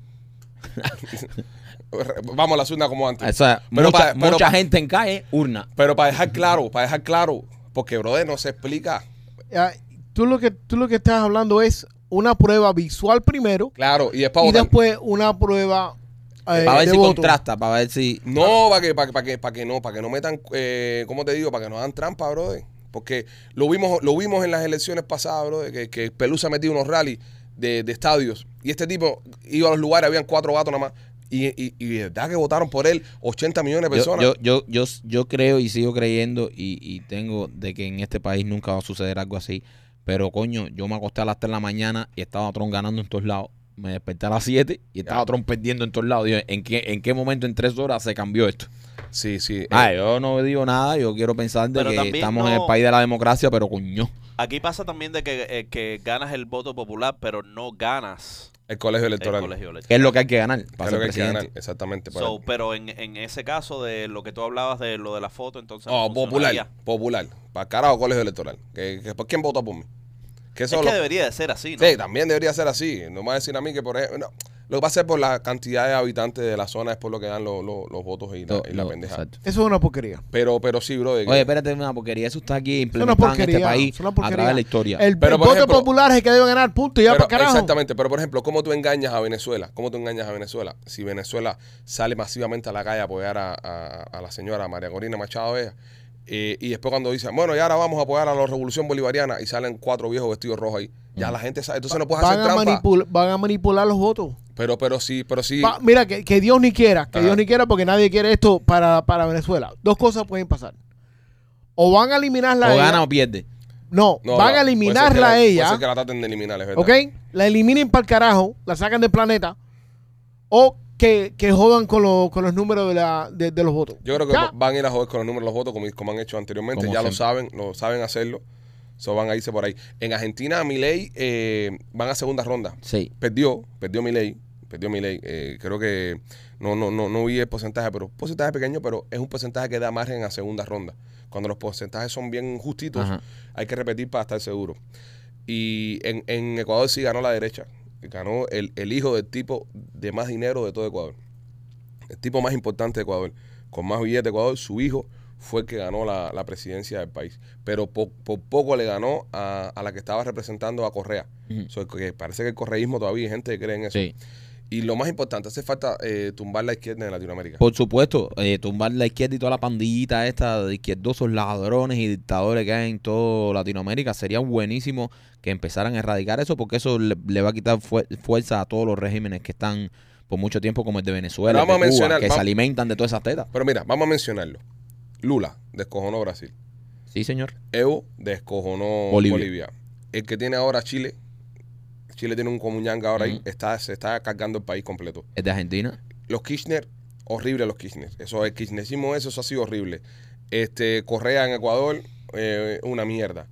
[SPEAKER 1] Vamos a las urnas como antes.
[SPEAKER 2] o sea,
[SPEAKER 1] Pero
[SPEAKER 2] mucha,
[SPEAKER 1] pa- pero
[SPEAKER 2] mucha
[SPEAKER 1] pa-
[SPEAKER 2] gente en calle, urna.
[SPEAKER 1] Pero para dejar claro, para dejar claro, porque brother no se explica.
[SPEAKER 4] Ah, tú lo que tú lo que estás hablando es una prueba visual primero
[SPEAKER 1] Claro, y después
[SPEAKER 4] y
[SPEAKER 1] votar.
[SPEAKER 4] después una prueba eh,
[SPEAKER 2] para ver
[SPEAKER 4] de
[SPEAKER 2] si
[SPEAKER 4] voto.
[SPEAKER 2] contrasta, para ver si...
[SPEAKER 1] No, para que, para, que- para que, para que no, para que no metan, eh, ¿cómo te digo? Para que no hagan trampa, brother. Porque lo vimos, lo vimos en las elecciones pasadas, brother, que, que Pelusa metió unos rallies de, de estadios. Y este tipo iba a los lugares, habían cuatro gatos nada más. Y, y, y de verdad que votaron por él 80 millones de
[SPEAKER 2] Yo,
[SPEAKER 1] personas.
[SPEAKER 2] yo, yo, yo, yo creo y sigo creyendo y, y tengo de que en este país nunca va a suceder algo así. Pero coño, yo me acosté a las 3 de la mañana y estaba Tron ganando en todos lados. Me desperté a las 7 y estaba Tron perdiendo en todos lados. Digo, ¿en qué, ¿en qué momento en tres horas se cambió esto?
[SPEAKER 1] sí, sí. eh,
[SPEAKER 2] Ah, yo no digo nada, yo quiero pensar de
[SPEAKER 3] Pero
[SPEAKER 2] que
[SPEAKER 3] también
[SPEAKER 2] estamos en
[SPEAKER 3] no-
[SPEAKER 2] el país de la democracia, pero coño.
[SPEAKER 3] Aquí pasa también de que, eh, que ganas el voto popular, pero no ganas
[SPEAKER 1] el colegio
[SPEAKER 3] el
[SPEAKER 1] electoral.
[SPEAKER 3] colegio electoral.
[SPEAKER 2] ¿Qué es lo que hay que ganar
[SPEAKER 1] Es lo
[SPEAKER 2] para ser
[SPEAKER 1] que hay que
[SPEAKER 2] presidente?
[SPEAKER 1] ganar, exactamente. para-
[SPEAKER 3] So, pero en, en ese caso de lo que tú hablabas de lo de la foto, entonces.
[SPEAKER 1] Oh,
[SPEAKER 3] no
[SPEAKER 1] popular,
[SPEAKER 3] funcionaría.
[SPEAKER 1] popular. Para carajo, colegio electoral. Que, que- ¿Quién votó por mí? Que
[SPEAKER 3] Es
[SPEAKER 1] eso lo-
[SPEAKER 3] que debería de ser así, ¿no?
[SPEAKER 1] Sí, también debería ser así. No me va a decir a mí que por ejemplo. no. Lo que pasa es por la cantidad de habitantes de la zona es por lo que dan lo- lo- los votos y la,
[SPEAKER 2] Lo-
[SPEAKER 1] y la
[SPEAKER 2] lo-
[SPEAKER 1] pendeja.
[SPEAKER 2] exacto.
[SPEAKER 4] Eso es una porquería.
[SPEAKER 1] Pero, pero sí, bro. de que-
[SPEAKER 2] Oye, espérate una porquería. Eso está aquí
[SPEAKER 4] Es una
[SPEAKER 2] implementado en
[SPEAKER 4] porquería.
[SPEAKER 2] este país
[SPEAKER 4] es una
[SPEAKER 2] a
[SPEAKER 4] porquería.
[SPEAKER 2] través de la historia.
[SPEAKER 4] El,
[SPEAKER 1] Pero,
[SPEAKER 4] el
[SPEAKER 1] por
[SPEAKER 4] voto
[SPEAKER 1] ejemplo-
[SPEAKER 4] popular es el que debe ganar, punto, y ya
[SPEAKER 1] pero-
[SPEAKER 4] para carajo.
[SPEAKER 1] exactamente. Pero por ejemplo, ¿cómo tú engañas a Venezuela? ¿Cómo tú engañas a Venezuela? Si Venezuela sale masivamente a la calle a apoyar a, a- a la señora María Corina Machado Vega. eh, y después cuando dicen, bueno, y ahora vamos a apoyar a la revolución bolivariana y salen cuatro viejos vestidos rojos ahí. Ya la gente sabe, entonces no puedes
[SPEAKER 4] Mm. van,
[SPEAKER 1] hacer
[SPEAKER 4] a
[SPEAKER 1] trampa.
[SPEAKER 4] manipul- van a manipular los votos.
[SPEAKER 1] Pero, pero sí, pero sí.
[SPEAKER 4] Pa- mira, que, que Dios ni quiera, que
[SPEAKER 1] Ajá.
[SPEAKER 4] Dios ni quiera porque nadie quiere esto para, para Venezuela. Dos cosas pueden pasar. O van a eliminar la
[SPEAKER 2] o gana o pierde.
[SPEAKER 4] No,
[SPEAKER 1] No, no,
[SPEAKER 4] van a
[SPEAKER 1] puede ser que
[SPEAKER 4] eliminarla
[SPEAKER 1] la-
[SPEAKER 4] a
[SPEAKER 1] Puede
[SPEAKER 4] ella.
[SPEAKER 1] ser que la traten de eliminar, es verdad.
[SPEAKER 4] ¿Ok? La eliminen para el carajo, la sacan del planeta. O que, que jodan con, lo- con los números de, la, de, de los votos.
[SPEAKER 1] Yo creo que
[SPEAKER 4] Ya.
[SPEAKER 1] van a ir a joder con los números de los votos como, como han hecho anteriormente.
[SPEAKER 2] Como
[SPEAKER 1] ya lo
[SPEAKER 2] siempre.
[SPEAKER 1] saben, lo saben hacerlo. So van a irse por ahí. En Argentina, Milei eh, van a segunda ronda.
[SPEAKER 2] Sí.
[SPEAKER 1] Perdió, perdió Milei. perdió mi ley. Eh, creo que no, no, no, no vi el porcentaje, pero porcentaje pequeño, pero es un porcentaje que da margen a segunda ronda. Cuando los porcentajes son bien justitos,
[SPEAKER 2] Ajá.
[SPEAKER 1] hay que repetir para estar seguro. Y en, en Ecuador sí ganó la derecha. Ganó el, el hijo del tipo de más dinero de todo Ecuador. El tipo más importante de Ecuador. Con más billetes de Ecuador, su hijo fue el que ganó la, la presidencia del país. Pero po- por, poco le ganó a, a la que estaba representando a Correa.
[SPEAKER 2] Ujú.
[SPEAKER 1] So, que parece que el correísmo todavía hay gente que cree en eso.
[SPEAKER 2] Sí.
[SPEAKER 1] Y lo más importante, hace falta eh, tumbar la izquierda en Latinoamérica.
[SPEAKER 2] Por supuesto, eh, tumbar la izquierda y toda la pandillita esta de izquierdosos, ladrones y dictadores que hay en toda Latinoamérica, sería buenísimo que empezaran a erradicar eso porque eso le, le va a quitar fuer- fuerza a todos los regímenes que están por mucho tiempo como el de Venezuela,
[SPEAKER 1] Pero
[SPEAKER 2] el de
[SPEAKER 1] vamos a
[SPEAKER 2] Cuba,
[SPEAKER 1] mencionar-
[SPEAKER 2] que se
[SPEAKER 1] vamos-
[SPEAKER 2] alimentan de todas esas tetas.
[SPEAKER 1] Pero mira, vamos a mencionarlo. Lula descojonó Brasil.
[SPEAKER 2] Sí, señor.
[SPEAKER 1] Evo descojonó
[SPEAKER 2] Bolivia.
[SPEAKER 1] Bolivia. El que tiene ahora Chile, Chile tiene un comuñanga ahora ahí,
[SPEAKER 2] Ujú.
[SPEAKER 1] está, se está cargando el país completo.
[SPEAKER 2] Es de Argentina.
[SPEAKER 1] Los Kirchner, horrible los Kirchner. Eso, el kirchnerismo ese, eso ha sido horrible. Este, Correa en Ecuador, eh, una mierda.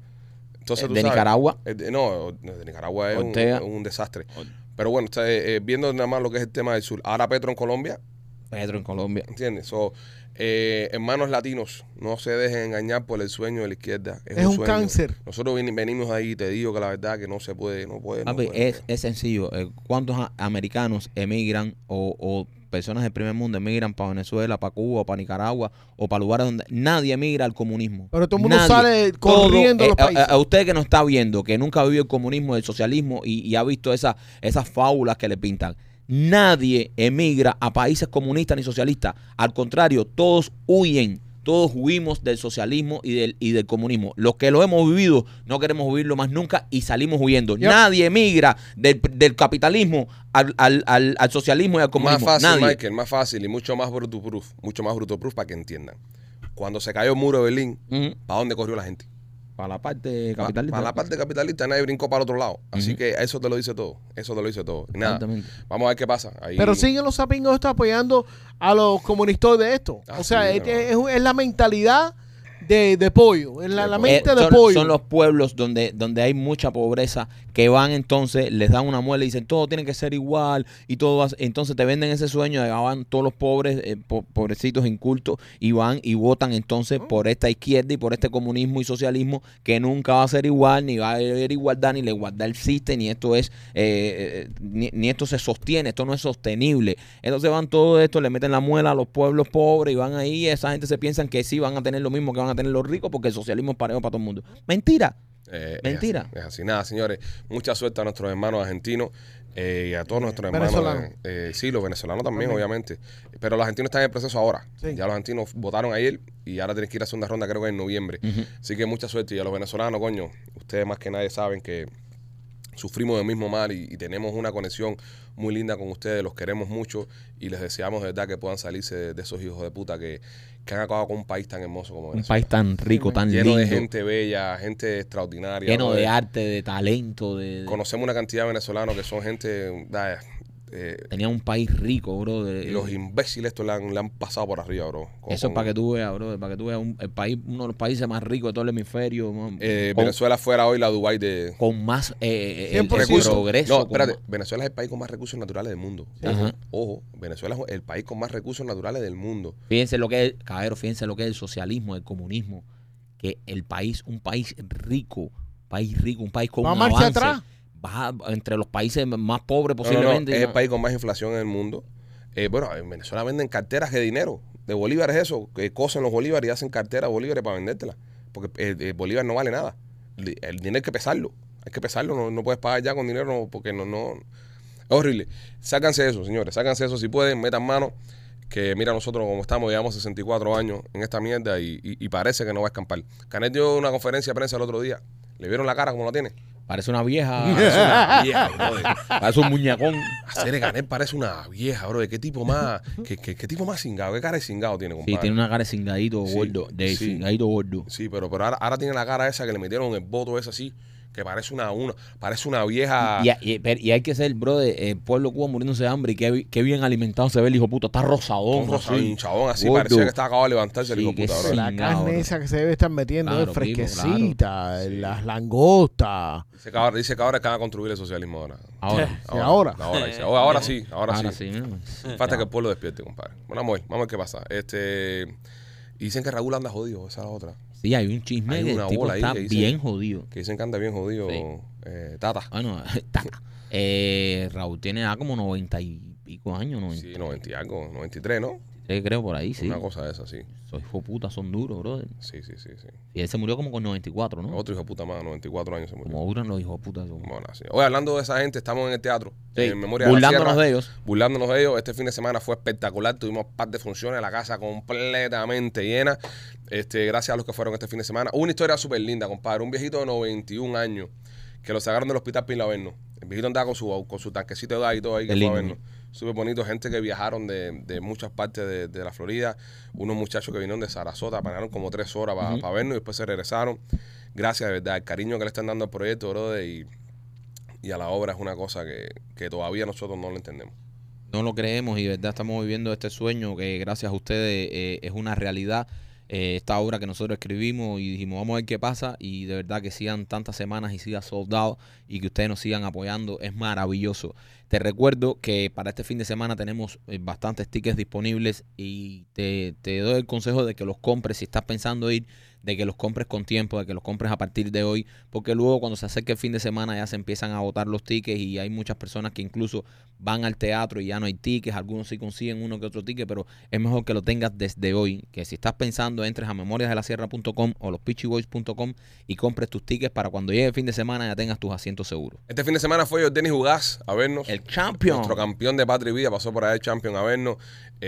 [SPEAKER 1] Entonces,
[SPEAKER 2] es
[SPEAKER 1] tú
[SPEAKER 2] de
[SPEAKER 1] sabes,
[SPEAKER 2] Nicaragua.
[SPEAKER 1] eh, de- no, de Nicaragua es un,
[SPEAKER 2] Ortega.
[SPEAKER 1] un desastre.
[SPEAKER 3] Ol-
[SPEAKER 1] Pero bueno, está, eh, eh, viendo nada más lo que es el tema del sur. Ahora Petro en Colombia,
[SPEAKER 2] Pedro en Colombia.
[SPEAKER 1] ¿entiendes? So, eh, hermanos latinos, no se dejen engañar por el sueño de la izquierda. Es,
[SPEAKER 4] Es un
[SPEAKER 1] sueño.
[SPEAKER 4] cáncer.
[SPEAKER 1] Nosotros veni- venimos ahí y te digo que la verdad que no se puede, no puede. no
[SPEAKER 2] Papi,
[SPEAKER 1] puede.
[SPEAKER 2] es, es sencillo. eh, ¿Cuántos a- americanos emigran o, o personas del primer mundo emigran para Venezuela, para Cuba, para Nicaragua o para lugares donde nadie emigra al comunismo?
[SPEAKER 4] Pero todo el mundo
[SPEAKER 2] Nadie.
[SPEAKER 4] sale corriendo a los
[SPEAKER 2] eh, a-
[SPEAKER 4] países.
[SPEAKER 2] A, a usted que nos está viendo, que nunca vivió el comunismo, el socialismo y, y ha visto esa- esas fábulas que le pintan. Nadie emigra a países comunistas ni socialistas. Al contrario, todos huyen. Todos huimos del socialismo y del, y del comunismo. Los que lo hemos vivido no queremos vivirlo más nunca y salimos huyendo.
[SPEAKER 4] Yep.
[SPEAKER 2] Nadie emigra del, del capitalismo al, al- al- al socialismo y al
[SPEAKER 1] más
[SPEAKER 2] comunismo.
[SPEAKER 1] fácil,
[SPEAKER 2] Nadie.
[SPEAKER 1] Michael, más fácil y mucho más bruto proof, mucho más bruto proof para que entiendan. Cuando se cayó el muro de Berlín,
[SPEAKER 2] Ujú.
[SPEAKER 1] ¿para dónde corrió la gente?
[SPEAKER 2] Para la parte
[SPEAKER 1] Pa-
[SPEAKER 2] capitalista. pues.
[SPEAKER 1] Para la parte capitalista nadie brincó para el otro lado. Así
[SPEAKER 2] Ujú.
[SPEAKER 1] que eso te lo dice todo. Eso te lo dice todo. Y Nada.
[SPEAKER 2] Exactamente.
[SPEAKER 1] Vamos a ver qué pasa. Ahí-
[SPEAKER 4] Pero siguen los sapingos estos apoyando a los comunistas de esto.
[SPEAKER 1] Ah,
[SPEAKER 4] o sea,
[SPEAKER 1] sí,
[SPEAKER 4] es,
[SPEAKER 1] no.
[SPEAKER 4] es- es la mentalidad de, de pollo. Es la,
[SPEAKER 1] De
[SPEAKER 4] la
[SPEAKER 1] pollo.
[SPEAKER 2] Eh,
[SPEAKER 4] mente de
[SPEAKER 2] son,
[SPEAKER 4] pollo.
[SPEAKER 2] son los pueblos donde, donde hay mucha pobreza que van entonces, les dan una muela y dicen todo tiene que ser igual y todo va a ser-". entonces te venden ese sueño de que van todos los pobres, eh, po- pobrecitos incultos y van y votan entonces
[SPEAKER 4] Oh.
[SPEAKER 2] por esta izquierda y por este comunismo y socialismo que nunca va a ser igual, ni va a haber igualdad, ni la igualdad existe, ni esto es, eh, eh, ni, ni esto se sostiene, esto no es sostenible. Entonces van todo esto, le meten la muela a los pueblos pobres y van ahí, esa gente se piensan que sí van a tener lo mismo que van a tener los ricos porque el socialismo es parejo para todo el mundo. Mentira.
[SPEAKER 1] Eh, es
[SPEAKER 2] Mentira.
[SPEAKER 1] así, Es así, Nada, señores. Mucha suerte a nuestros hermanos argentinos eh, y a todos nuestros hermanos.
[SPEAKER 4] Venezolanos.
[SPEAKER 1] eh, sí, los venezolanos también,
[SPEAKER 4] También.
[SPEAKER 1] obviamente. Pero los argentinos están en el proceso ahora.
[SPEAKER 4] Sí.
[SPEAKER 1] Ya los argentinos votaron ayer y ahora tienen que ir a segunda ronda, creo que en noviembre. Así que mucha suerte. Y a los venezolanos, coño, ustedes más que nadie saben que sufrimos del mismo mal y, y tenemos una conexión muy linda con ustedes. Los queremos mucho y les deseamos de verdad que puedan salirse de, de esos hijos de puta que, que han acabado con un país tan hermoso como
[SPEAKER 2] Un
[SPEAKER 1] Venezuela.
[SPEAKER 2] país tan rico, tan
[SPEAKER 1] lleno
[SPEAKER 2] lindo,
[SPEAKER 1] de gente bella, gente extraordinaria.
[SPEAKER 2] lleno de
[SPEAKER 1] brother.
[SPEAKER 2] arte, de talento, de, de-
[SPEAKER 1] Conocemos una cantidad de venezolanos que son gente. vaya, eh,
[SPEAKER 2] tenía un país rico, bro. de-
[SPEAKER 1] y los imbéciles estos le han, le han pasado por arriba, bro. Con-
[SPEAKER 2] eso es
[SPEAKER 1] con-
[SPEAKER 2] para que tú veas, bro, para que tú veas un- el país, uno de los países más ricos de todo el hemisferio, ¿no?
[SPEAKER 1] eh,
[SPEAKER 2] con,
[SPEAKER 1] Venezuela fuera hoy la Dubai de.
[SPEAKER 2] con más eh, el- el
[SPEAKER 4] 100%.
[SPEAKER 2] progreso.
[SPEAKER 1] No,
[SPEAKER 2] con
[SPEAKER 1] espérate.
[SPEAKER 2] más-
[SPEAKER 1] Venezuela es el país con más recursos naturales del mundo.
[SPEAKER 2] Ajá.
[SPEAKER 1] Ojo, Venezuela es el país con más recursos naturales del mundo.
[SPEAKER 2] Fíjense lo que es, caballero, fíjense lo que es el socialismo, el comunismo, que el país, un país rico, país rico, un país con
[SPEAKER 4] Va
[SPEAKER 2] un
[SPEAKER 4] marcha
[SPEAKER 2] avance,
[SPEAKER 4] atrás.
[SPEAKER 2] va entre los países más pobres
[SPEAKER 1] No, no, no,
[SPEAKER 2] posiblemente.
[SPEAKER 1] es el país con más inflación en el mundo. Eh, bueno, en Venezuela venden carteras de dinero. De bolívares eso. Que cosen los bolívares y hacen carteras de bolívares para vendértelas. Porque el, el bolívar no vale nada. El, el dinero hay que pesarlo. Hay que pesarlo. No, no puedes pagar ya con dinero no, porque no, no... Es horrible. Sácanse eso, señores. Sácanse eso si pueden. Metan mano. Que mira nosotros como estamos, llevamos 64 años en esta mierda y, y- y parece que no va a escampar. Canet dio una conferencia de prensa el otro día. ¿Le vieron la cara como la tiene?
[SPEAKER 2] Parece
[SPEAKER 1] (laughs)
[SPEAKER 2] una vieja,
[SPEAKER 1] Parece una vieja, brother.
[SPEAKER 2] parece un muñecón.
[SPEAKER 1] Hacer Canet Ah, parece una vieja, bro. ¿Qué tipo más, qué, qué- qué tipo más cingado? ¿Qué cara de cingado tiene, compadre?
[SPEAKER 2] Sí, tiene una cara de cingadito
[SPEAKER 1] Sí,
[SPEAKER 2] gordo, de
[SPEAKER 1] sí.
[SPEAKER 2] cingadito gordo.
[SPEAKER 1] Sí, pero, pero ahora, ahora tiene la cara esa que le metieron el voto ese así, que parece una, una parece una vieja.
[SPEAKER 2] Y, y- pero- y hay que ser, bro, de, eh, pueblo cubo muriéndose de hambre y qué, bi- qué bien alimentado se ve el hijo puta. Está rosadón.
[SPEAKER 1] un rosa-
[SPEAKER 2] así.
[SPEAKER 1] un chabón así,
[SPEAKER 2] Gordo.
[SPEAKER 1] parecía que estaba acabado de levantarse el
[SPEAKER 2] Sí,
[SPEAKER 1] hijo de
[SPEAKER 2] que
[SPEAKER 1] puta,
[SPEAKER 2] sí.
[SPEAKER 1] bro.
[SPEAKER 4] La
[SPEAKER 2] Chingado,
[SPEAKER 4] carne
[SPEAKER 2] bro.
[SPEAKER 4] esa que se debe estar metiendo
[SPEAKER 2] Claro,
[SPEAKER 4] es
[SPEAKER 2] primo,
[SPEAKER 4] fresquecita, las langostas.
[SPEAKER 1] Dice que, ahora, dice que ahora acaban de construir el socialismo ahora.
[SPEAKER 2] Ahora.
[SPEAKER 4] ahora.
[SPEAKER 1] Ahora, dice, "Oh, ahora sí, (laughs) ahora,
[SPEAKER 2] Ahora
[SPEAKER 1] sí.
[SPEAKER 2] sí. mira.
[SPEAKER 1] Falta
[SPEAKER 2] Ya.
[SPEAKER 1] que el pueblo despierte, compadre. Bueno, vamos a ver, vamos a ver qué pasa. Este, y dicen que Raúl anda jodido, esa es la otra.
[SPEAKER 2] Sí, hay un chisme
[SPEAKER 1] Hay
[SPEAKER 2] que
[SPEAKER 1] una
[SPEAKER 2] el tipo
[SPEAKER 1] bola ahí
[SPEAKER 2] está
[SPEAKER 1] que dice-
[SPEAKER 2] bien jodido.
[SPEAKER 1] Que dicen que anda bien jodido
[SPEAKER 2] Sí.
[SPEAKER 1] eh, Tata.
[SPEAKER 2] Ah, no, (laughs) está. Eh, Raúl tiene ya como 90 y pico años,
[SPEAKER 1] Sí,
[SPEAKER 2] 93
[SPEAKER 1] 90 y algo, 93, ¿no?
[SPEAKER 2] creo por ahí, sí.
[SPEAKER 1] Una cosa de esa, sí.
[SPEAKER 2] Soy hijo puta, son duros, brother.
[SPEAKER 1] Sí, sí, sí, sí.
[SPEAKER 2] Y él se murió como con 94, ¿no?
[SPEAKER 1] Otro hijo de puta más, 94 años se murió.
[SPEAKER 2] Como duran los hijos de puta. son.
[SPEAKER 1] Bueno, así. Oye, hablando de esa gente, estamos en el teatro.
[SPEAKER 2] Sí,
[SPEAKER 1] En memoria de, la
[SPEAKER 2] burlándonos
[SPEAKER 1] Sierra,
[SPEAKER 2] de ellos.
[SPEAKER 1] burlándonos de ellos. Este fin de semana fue espectacular. Tuvimos par de funciones, la casa completamente llena. Este, gracias a los que fueron este fin de semana. Hubo Una historia súper linda, compadre. Un viejito de 91 años que lo sacaron del hospital Pilaverno. El viejito andaba con su, con su tanquecito de gas y todo ahí.
[SPEAKER 2] Qué
[SPEAKER 1] Que fue a
[SPEAKER 2] lindo,
[SPEAKER 1] vernos. Súper bonito, gente que viajaron de, de muchas partes de, de la Florida, unos muchachos que vinieron de Sarasota, pararon como tres horas para vernos y después se regresaron. Gracias, de verdad, el cariño que le están dando al proyecto, brother, y, y a la obra es una cosa que, que todavía nosotros no lo entendemos.
[SPEAKER 2] No lo creemos y de verdad estamos viviendo este sueño que gracias a ustedes eh, es una realidad. Eh, esta obra que nosotros escribimos y dijimos vamos a ver qué pasa y de verdad que sigan tantas semanas y siga soldado y que ustedes nos sigan apoyando es maravilloso. Te recuerdo que para este fin de semana tenemos eh, bastantes tickets disponibles y te, te doy el consejo de que los compres si estás pensando ir, de que los compres con tiempo, de que los compres a partir de hoy, porque luego cuando se acerque el fin de semana ya se empiezan a agotar los tickets y hay muchas personas que incluso van al teatro y ya no hay tickets, algunos sí consiguen uno que otro ticket, pero es mejor que lo tengas desde hoy, que si estás pensando entres a memoriasdelasierra.com o lospitchyboys.com y compres tus tickets para cuando llegue el fin de semana ya tengas tus asientos seguros.
[SPEAKER 1] Este fin de semana fue Denis Jugás a vernos.
[SPEAKER 2] El champion.
[SPEAKER 1] Nuestro campeón de Patria y Vida pasó por ahí el champion a vernos.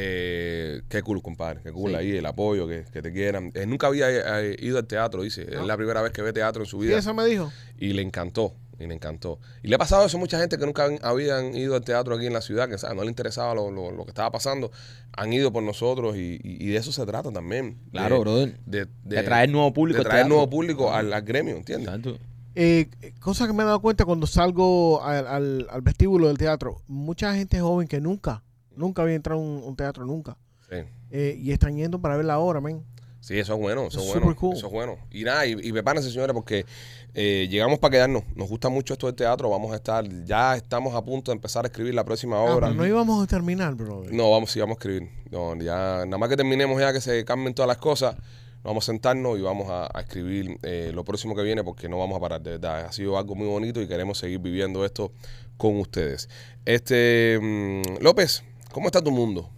[SPEAKER 1] Eh, qué cool, compadre. Qué cool
[SPEAKER 2] Sí.
[SPEAKER 1] ahí, el apoyo, que, que te quieran. Él nunca había eh, ido al teatro, dice. Es la primera vez que ve teatro en su
[SPEAKER 4] ¿Y
[SPEAKER 1] vida.
[SPEAKER 4] eso me dijo?
[SPEAKER 1] y le encantó. Y le encantó. Y le ha pasado eso a mucha gente que nunca han- habían ido al teatro aquí en la ciudad, que ¿sabes? no le interesaba lo, lo- lo que estaba pasando. Han ido por nosotros y, y- y de eso se trata también. De-
[SPEAKER 2] Claro, brother.
[SPEAKER 1] De,
[SPEAKER 2] De traer nuevo público
[SPEAKER 1] De
[SPEAKER 2] al
[SPEAKER 1] traer
[SPEAKER 2] teatro.
[SPEAKER 1] nuevo público al, al gremio, ¿entiendes?
[SPEAKER 2] Exacto.
[SPEAKER 4] Eh, cosa que me he dado cuenta cuando salgo al, al- al vestíbulo del teatro, mucha gente joven que nunca, nunca había entrado a un, un teatro, nunca.
[SPEAKER 1] Sí.
[SPEAKER 4] Eh, y están yendo para ver la obra, men.
[SPEAKER 1] Sí, eso es bueno, eso es
[SPEAKER 4] Es
[SPEAKER 1] bueno.
[SPEAKER 4] supercool.
[SPEAKER 1] Eso es bueno. Y nada, y, y prepárense, señores, porque eh, llegamos para quedarnos. Nos gusta mucho esto del teatro. Vamos a estar, ya estamos a punto de empezar a escribir la próxima
[SPEAKER 4] Ah,
[SPEAKER 1] obra.
[SPEAKER 4] pero no íbamos a terminar, brother.
[SPEAKER 1] No, vamos, sí, vamos a escribir. No, ya, nada más que terminemos ya que se cambien todas las cosas, nos vamos a sentarnos y vamos a, a escribir eh, lo próximo que viene porque no vamos a parar, de verdad. Ha sido algo muy bonito y queremos seguir viviendo esto con ustedes. Este, mm, López, ¿cómo está tu mundo?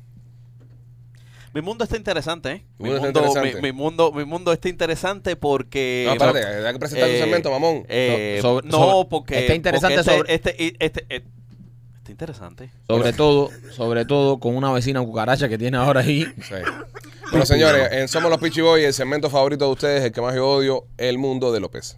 [SPEAKER 3] Mi mundo está interesante, ¿eh?
[SPEAKER 1] Tu
[SPEAKER 3] Mi
[SPEAKER 1] mundo
[SPEAKER 3] mundo,
[SPEAKER 1] está interesante.
[SPEAKER 3] Mi, mi mundo, mi mundo está interesante porque...
[SPEAKER 1] no, espérate, hay que presentar tu
[SPEAKER 3] eh,
[SPEAKER 1] segmento, mamón.
[SPEAKER 3] Eh,
[SPEAKER 2] So- sobre-
[SPEAKER 3] no,
[SPEAKER 2] sobre-
[SPEAKER 3] porque...
[SPEAKER 2] está interesante
[SPEAKER 3] porque
[SPEAKER 2] sobre-
[SPEAKER 3] este, este- este- eh, está interesante.
[SPEAKER 2] Sobre todo, sobre todo con una vecina cucaracha que tiene ahora ahí.
[SPEAKER 1] Sí. Bueno, señores, en Somos los Pichi Boys, el segmento favorito de ustedes, el que más yo odio, el mundo de López.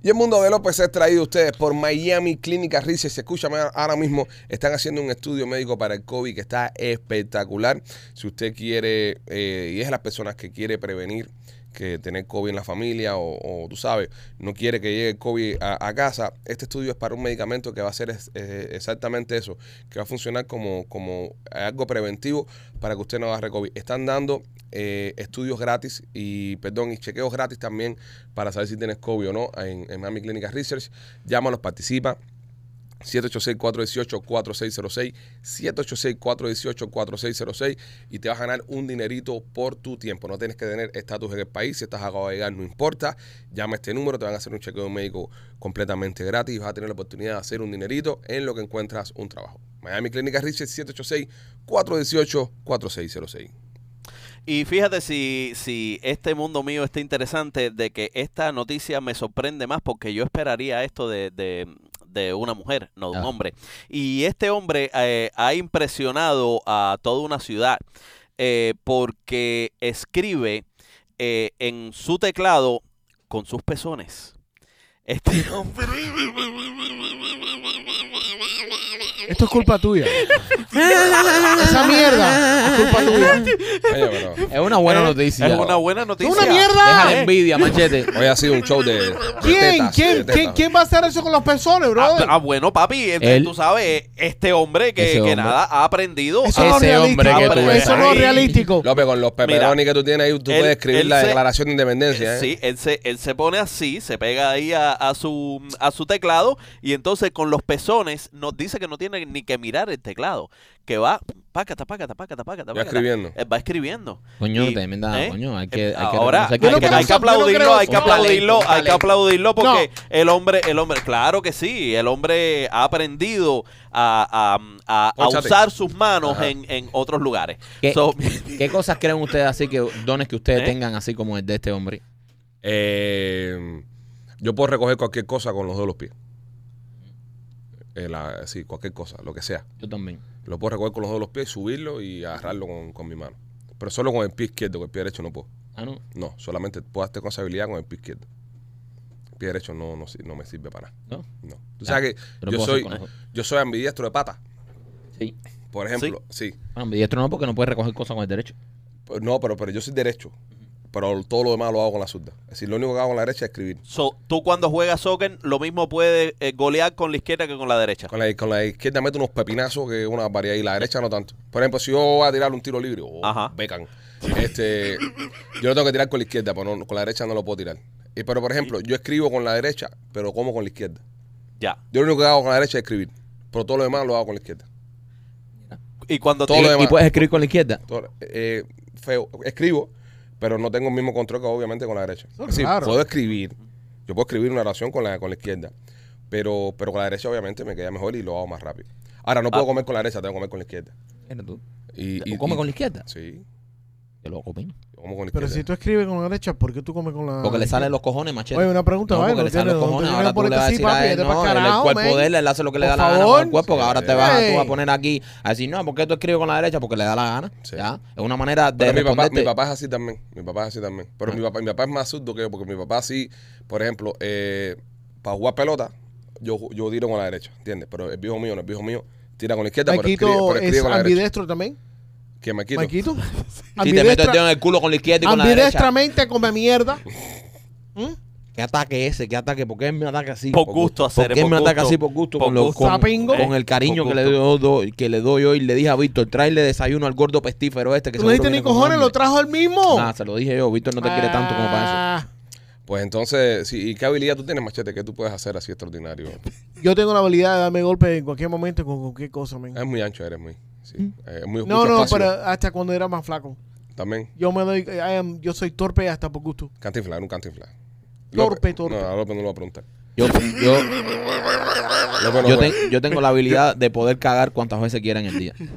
[SPEAKER 1] Y el mundo de López es traído a ustedes por Miami Clínica Research. Escúchame ahora mismo, están haciendo un estudio médico para el COVID que está espectacular. Si usted quiere, eh, y es de las personas que quiere prevenir que tener COVID en la familia o, o, tú sabes, no quiere que llegue el COVID a, a casa, este estudio es para un medicamento que va a hacer es- eh, exactamente eso, que va a funcionar como, como algo preventivo para que usted no agarre COVID. Están dando eh, estudios gratis y, perdón, y chequeos gratis también para saber si tienes COVID o no en, en Miami Clinic Research. Llámalos, participa. 786-418-4606, 786-418-4606 y te vas a ganar un dinerito por tu tiempo. No tienes que tener estatus en el país, si estás acabado de llegar no importa, llama a este número, te van a hacer un chequeo médico completamente gratis y vas a tener la oportunidad de hacer un dinerito en lo que encuentras un trabajo. Miami Clínica Research 786-418-4606.
[SPEAKER 3] Y fíjate si, si este mundo mío está interesante de que esta noticia me sorprende más porque yo esperaría esto de, de- de una mujer, no de un
[SPEAKER 2] Ah.
[SPEAKER 3] hombre. Y este hombre eh, ha impresionado a toda una ciudad eh, porque escribe eh, en su teclado con sus pezones. Este hombre.
[SPEAKER 4] Esto es culpa tuya. (laughs) Esa mierda es culpa tuya.
[SPEAKER 1] Oye, pero
[SPEAKER 2] Es una buena noticia.
[SPEAKER 3] (laughs) Es una buena noticia.
[SPEAKER 4] ¡Una mierda!
[SPEAKER 2] Deja la envidia, machete.
[SPEAKER 1] hoy ha sido un show de, de
[SPEAKER 4] ¿Quién?
[SPEAKER 1] tetas, de
[SPEAKER 4] ¿Quién?
[SPEAKER 1] tetas.
[SPEAKER 4] ¿Quién? ¿Quién va a hacer eso con los personas, bro?
[SPEAKER 3] Ah, ah, bueno, papi, entonces
[SPEAKER 2] Él-
[SPEAKER 3] tú sabes, este hombre que,
[SPEAKER 2] Ese
[SPEAKER 3] que
[SPEAKER 2] hombre.
[SPEAKER 3] nada ha aprendido
[SPEAKER 4] Eso
[SPEAKER 3] a-
[SPEAKER 4] no es
[SPEAKER 2] ese hombre
[SPEAKER 4] realista.
[SPEAKER 2] que tú ves
[SPEAKER 4] Eso no es
[SPEAKER 3] ahí.
[SPEAKER 4] realístico.
[SPEAKER 1] López, con los peperonis que tú tienes ahí, tú
[SPEAKER 3] él-
[SPEAKER 1] puedes escribir
[SPEAKER 3] él
[SPEAKER 1] la
[SPEAKER 3] se-
[SPEAKER 1] declaración de independencia. ¿eh?
[SPEAKER 3] Sí, él se, él se pone así, se pega ahí a, a su, a su teclado y entonces con los pezones nos dice que no tiene ni que mirar el teclado, que va pácata, pácata, pácata, pácata.
[SPEAKER 1] Va
[SPEAKER 3] pácata.
[SPEAKER 1] escribiendo.
[SPEAKER 3] Eh, Va escribiendo.
[SPEAKER 2] Coño,
[SPEAKER 3] Y,
[SPEAKER 2] tremenda,
[SPEAKER 3] ¿eh?
[SPEAKER 2] coño. Hay que, hay que
[SPEAKER 3] Ahora hay
[SPEAKER 2] reconocer
[SPEAKER 3] que,
[SPEAKER 4] Yo no
[SPEAKER 3] hay que
[SPEAKER 4] creo- yo no creo
[SPEAKER 3] aplaudirlo, hay que
[SPEAKER 4] eso.
[SPEAKER 3] aplaudirlo,
[SPEAKER 2] Talento,
[SPEAKER 3] hay que
[SPEAKER 2] talento.
[SPEAKER 3] aplaudirlo porque
[SPEAKER 4] No.
[SPEAKER 3] el hombre, el hombre, claro que sí, el hombre ha aprendido a, a- a- a
[SPEAKER 1] Cónchate.
[SPEAKER 3] usar sus manos
[SPEAKER 1] Ajá.
[SPEAKER 3] en, en otros lugares.
[SPEAKER 2] ¿Qué?
[SPEAKER 3] So-
[SPEAKER 2] ¿Qué cosas creen ustedes así que dones que ustedes
[SPEAKER 3] ¿Eh?
[SPEAKER 2] tengan así como el de este hombre?
[SPEAKER 1] Eh, yo puedo recoger cualquier cosa con los dos de los pies. Eh, la- sí, cualquier cosa, lo que sea.
[SPEAKER 2] Yo también.
[SPEAKER 1] Lo puedo recoger con los dos de los pies, subirlo y agarrarlo con, con mi mano. Pero solo con el pie izquierdo, con el pie derecho no puedo.
[SPEAKER 2] Ah, no.
[SPEAKER 1] No, solamente puedo hacer con esa habilidad con el pie izquierdo. El pie derecho no, no, sir- no me sirve para nada.
[SPEAKER 2] No.
[SPEAKER 1] No. Tú
[SPEAKER 2] Ya,
[SPEAKER 1] sabes
[SPEAKER 2] pero
[SPEAKER 1] que yo
[SPEAKER 2] puedo hacer
[SPEAKER 1] soy,
[SPEAKER 2] con los dos.
[SPEAKER 1] yo soy ambidiestro de pata,
[SPEAKER 2] Sí.
[SPEAKER 1] por ejemplo. sí.
[SPEAKER 2] Ah, diestro no, porque no puedes recoger cosas con el derecho.
[SPEAKER 1] Pues No, pero, pero yo soy derecho. Pero todo lo demás lo hago con la zurda. Es decir, lo único que hago con la derecha es escribir.
[SPEAKER 3] so, tú cuando juegas soccer, lo mismo puedes eh, golear con la izquierda que con la derecha.
[SPEAKER 1] Con la, con la izquierda meto unos pepinazos que es una variedad y la derecha no tanto. Por ejemplo, si yo voy a tirar un tiro libre, o
[SPEAKER 3] Ajá.
[SPEAKER 1] becan, este, yo lo tengo que tirar con la izquierda, pero no- con la derecha no lo puedo tirar. Y, pero por ejemplo, yo escribo con la derecha, pero como con la izquierda.
[SPEAKER 3] Ya.
[SPEAKER 1] Yo lo único que hago con la derecha es escribir, pero todo lo demás lo hago con la izquierda.
[SPEAKER 3] Y cuando
[SPEAKER 1] Todo
[SPEAKER 2] y,
[SPEAKER 1] lo
[SPEAKER 2] y
[SPEAKER 1] demás.
[SPEAKER 2] puedes escribir con la izquierda.
[SPEAKER 1] Todo lo- eh, feo, escribo, pero no tengo el mismo control que obviamente con la derecha.
[SPEAKER 4] Eso es
[SPEAKER 1] Es decir,
[SPEAKER 4] raro.
[SPEAKER 1] puedo escribir, yo puedo escribir una oración con la, con la izquierda, pero, pero con la derecha obviamente me queda mejor y lo hago más rápido. Ahora, no puedo
[SPEAKER 3] Ah.
[SPEAKER 1] comer con la derecha, tengo que comer con la izquierda.
[SPEAKER 2] Mira tú.
[SPEAKER 1] Y, y-
[SPEAKER 2] ¿O come
[SPEAKER 1] y-
[SPEAKER 2] con la izquierda?
[SPEAKER 1] Sí,
[SPEAKER 2] Yo lo comen.
[SPEAKER 1] yo como con la
[SPEAKER 4] Pero si
[SPEAKER 1] izquierda.
[SPEAKER 4] tú escribes con la derecha, ¿por qué tú comes con la
[SPEAKER 2] Porque le salen los cojones, machete.
[SPEAKER 4] Ah, Oye, una pregunta,
[SPEAKER 2] no,
[SPEAKER 4] vale,
[SPEAKER 2] porque
[SPEAKER 4] no
[SPEAKER 2] le salen los
[SPEAKER 4] tiene- no
[SPEAKER 2] cojones.
[SPEAKER 4] tiene
[SPEAKER 2] Ahora
[SPEAKER 4] que
[SPEAKER 2] tú le
[SPEAKER 4] ponerte
[SPEAKER 2] vas a
[SPEAKER 4] así,
[SPEAKER 2] decir
[SPEAKER 4] este papi,
[SPEAKER 2] a él,
[SPEAKER 4] vete pa'l
[SPEAKER 2] no, el- el
[SPEAKER 4] carajo,
[SPEAKER 2] cuerpo
[SPEAKER 4] man.
[SPEAKER 2] de él, este, él hace lo que le
[SPEAKER 4] Por
[SPEAKER 2] da la gana con
[SPEAKER 4] favor.
[SPEAKER 2] el cuerpo, que ahora te vas,
[SPEAKER 4] Ey.
[SPEAKER 2] tú vas a poner aquí a decir, no, ¿por qué tú escribes con la derecha? Porque le da la gana,
[SPEAKER 1] Sí.
[SPEAKER 2] ¿ya? Es una manera de
[SPEAKER 1] Pero mi papá, mi
[SPEAKER 2] responderte.
[SPEAKER 1] papá es así también. Mi papá es así también. Pero
[SPEAKER 4] Ah.
[SPEAKER 1] mi, papá, mi papá es más zurdo que yo, porque mi papá sí, por ejemplo, eh, para jugar pelota, yo, yo tiro con la derecha, ¿entiendes? Pero el viejo mío, no, el viejo mío, tira con la izquierda, pero escribe,
[SPEAKER 4] Maquito
[SPEAKER 1] pero escribe
[SPEAKER 4] es
[SPEAKER 1] con la derecha.
[SPEAKER 4] ambidestro también.
[SPEAKER 1] ¿Quién me quito?
[SPEAKER 4] Maquito.
[SPEAKER 2] Si te metes el
[SPEAKER 4] Ambidiestra-
[SPEAKER 2] dedo en el culo con la izquierda y con la derecha.
[SPEAKER 4] Ambidiestramente come mierda. ¿Mm?
[SPEAKER 2] ¿Qué ataque ese? ¿Qué ataque? ¿Por qué él me ataca así?
[SPEAKER 3] Por gusto hacer,
[SPEAKER 2] ¿Por qué
[SPEAKER 3] por
[SPEAKER 2] me ataca
[SPEAKER 3] gusto.
[SPEAKER 2] así por gusto?
[SPEAKER 3] Por
[SPEAKER 2] con, lo-
[SPEAKER 3] gusto.
[SPEAKER 2] con-
[SPEAKER 4] Sapingo.
[SPEAKER 2] con el cariño
[SPEAKER 3] Por
[SPEAKER 2] que le,
[SPEAKER 3] gusto.
[SPEAKER 2] doy, que le doy hoy. Le dije a Víctor, tráele desayuno al gordo pestífero este. Que
[SPEAKER 4] Tú no dijiste
[SPEAKER 2] seguro
[SPEAKER 4] ni
[SPEAKER 2] viene con
[SPEAKER 4] cojones,
[SPEAKER 2] hambre".
[SPEAKER 4] lo trajo él mismo.
[SPEAKER 2] Nah, se lo dije yo. Víctor no te quiere tanto como para eso.
[SPEAKER 4] Ah,
[SPEAKER 1] Pues entonces, sí, ¿y qué habilidad tú tienes, Machete? ¿Qué tú puedes hacer así extraordinario?
[SPEAKER 4] Yo tengo la habilidad de darme golpe en cualquier momento con cualquier cosa, man.
[SPEAKER 1] Es muy ancho, eres muy. Sí. Eh, muy
[SPEAKER 4] Mm. No,
[SPEAKER 1] mucho
[SPEAKER 4] no,
[SPEAKER 1] espacio
[SPEAKER 4] pero hasta cuando era más flaco.
[SPEAKER 1] También.
[SPEAKER 4] Yo me doy, eh, I am- yo soy torpe hasta por gusto.
[SPEAKER 1] Cantinflas, era un cantinflas.
[SPEAKER 4] Torpe,
[SPEAKER 1] López-
[SPEAKER 4] torpe.
[SPEAKER 1] No, a López no lo va a preguntar.
[SPEAKER 4] (laughs)
[SPEAKER 2] Yo, yo,
[SPEAKER 4] Ah.
[SPEAKER 1] López no
[SPEAKER 2] yo,
[SPEAKER 1] puede.
[SPEAKER 2] ten- yo tengo la habilidad de poder cagar cuantas veces quiera en el día. Eso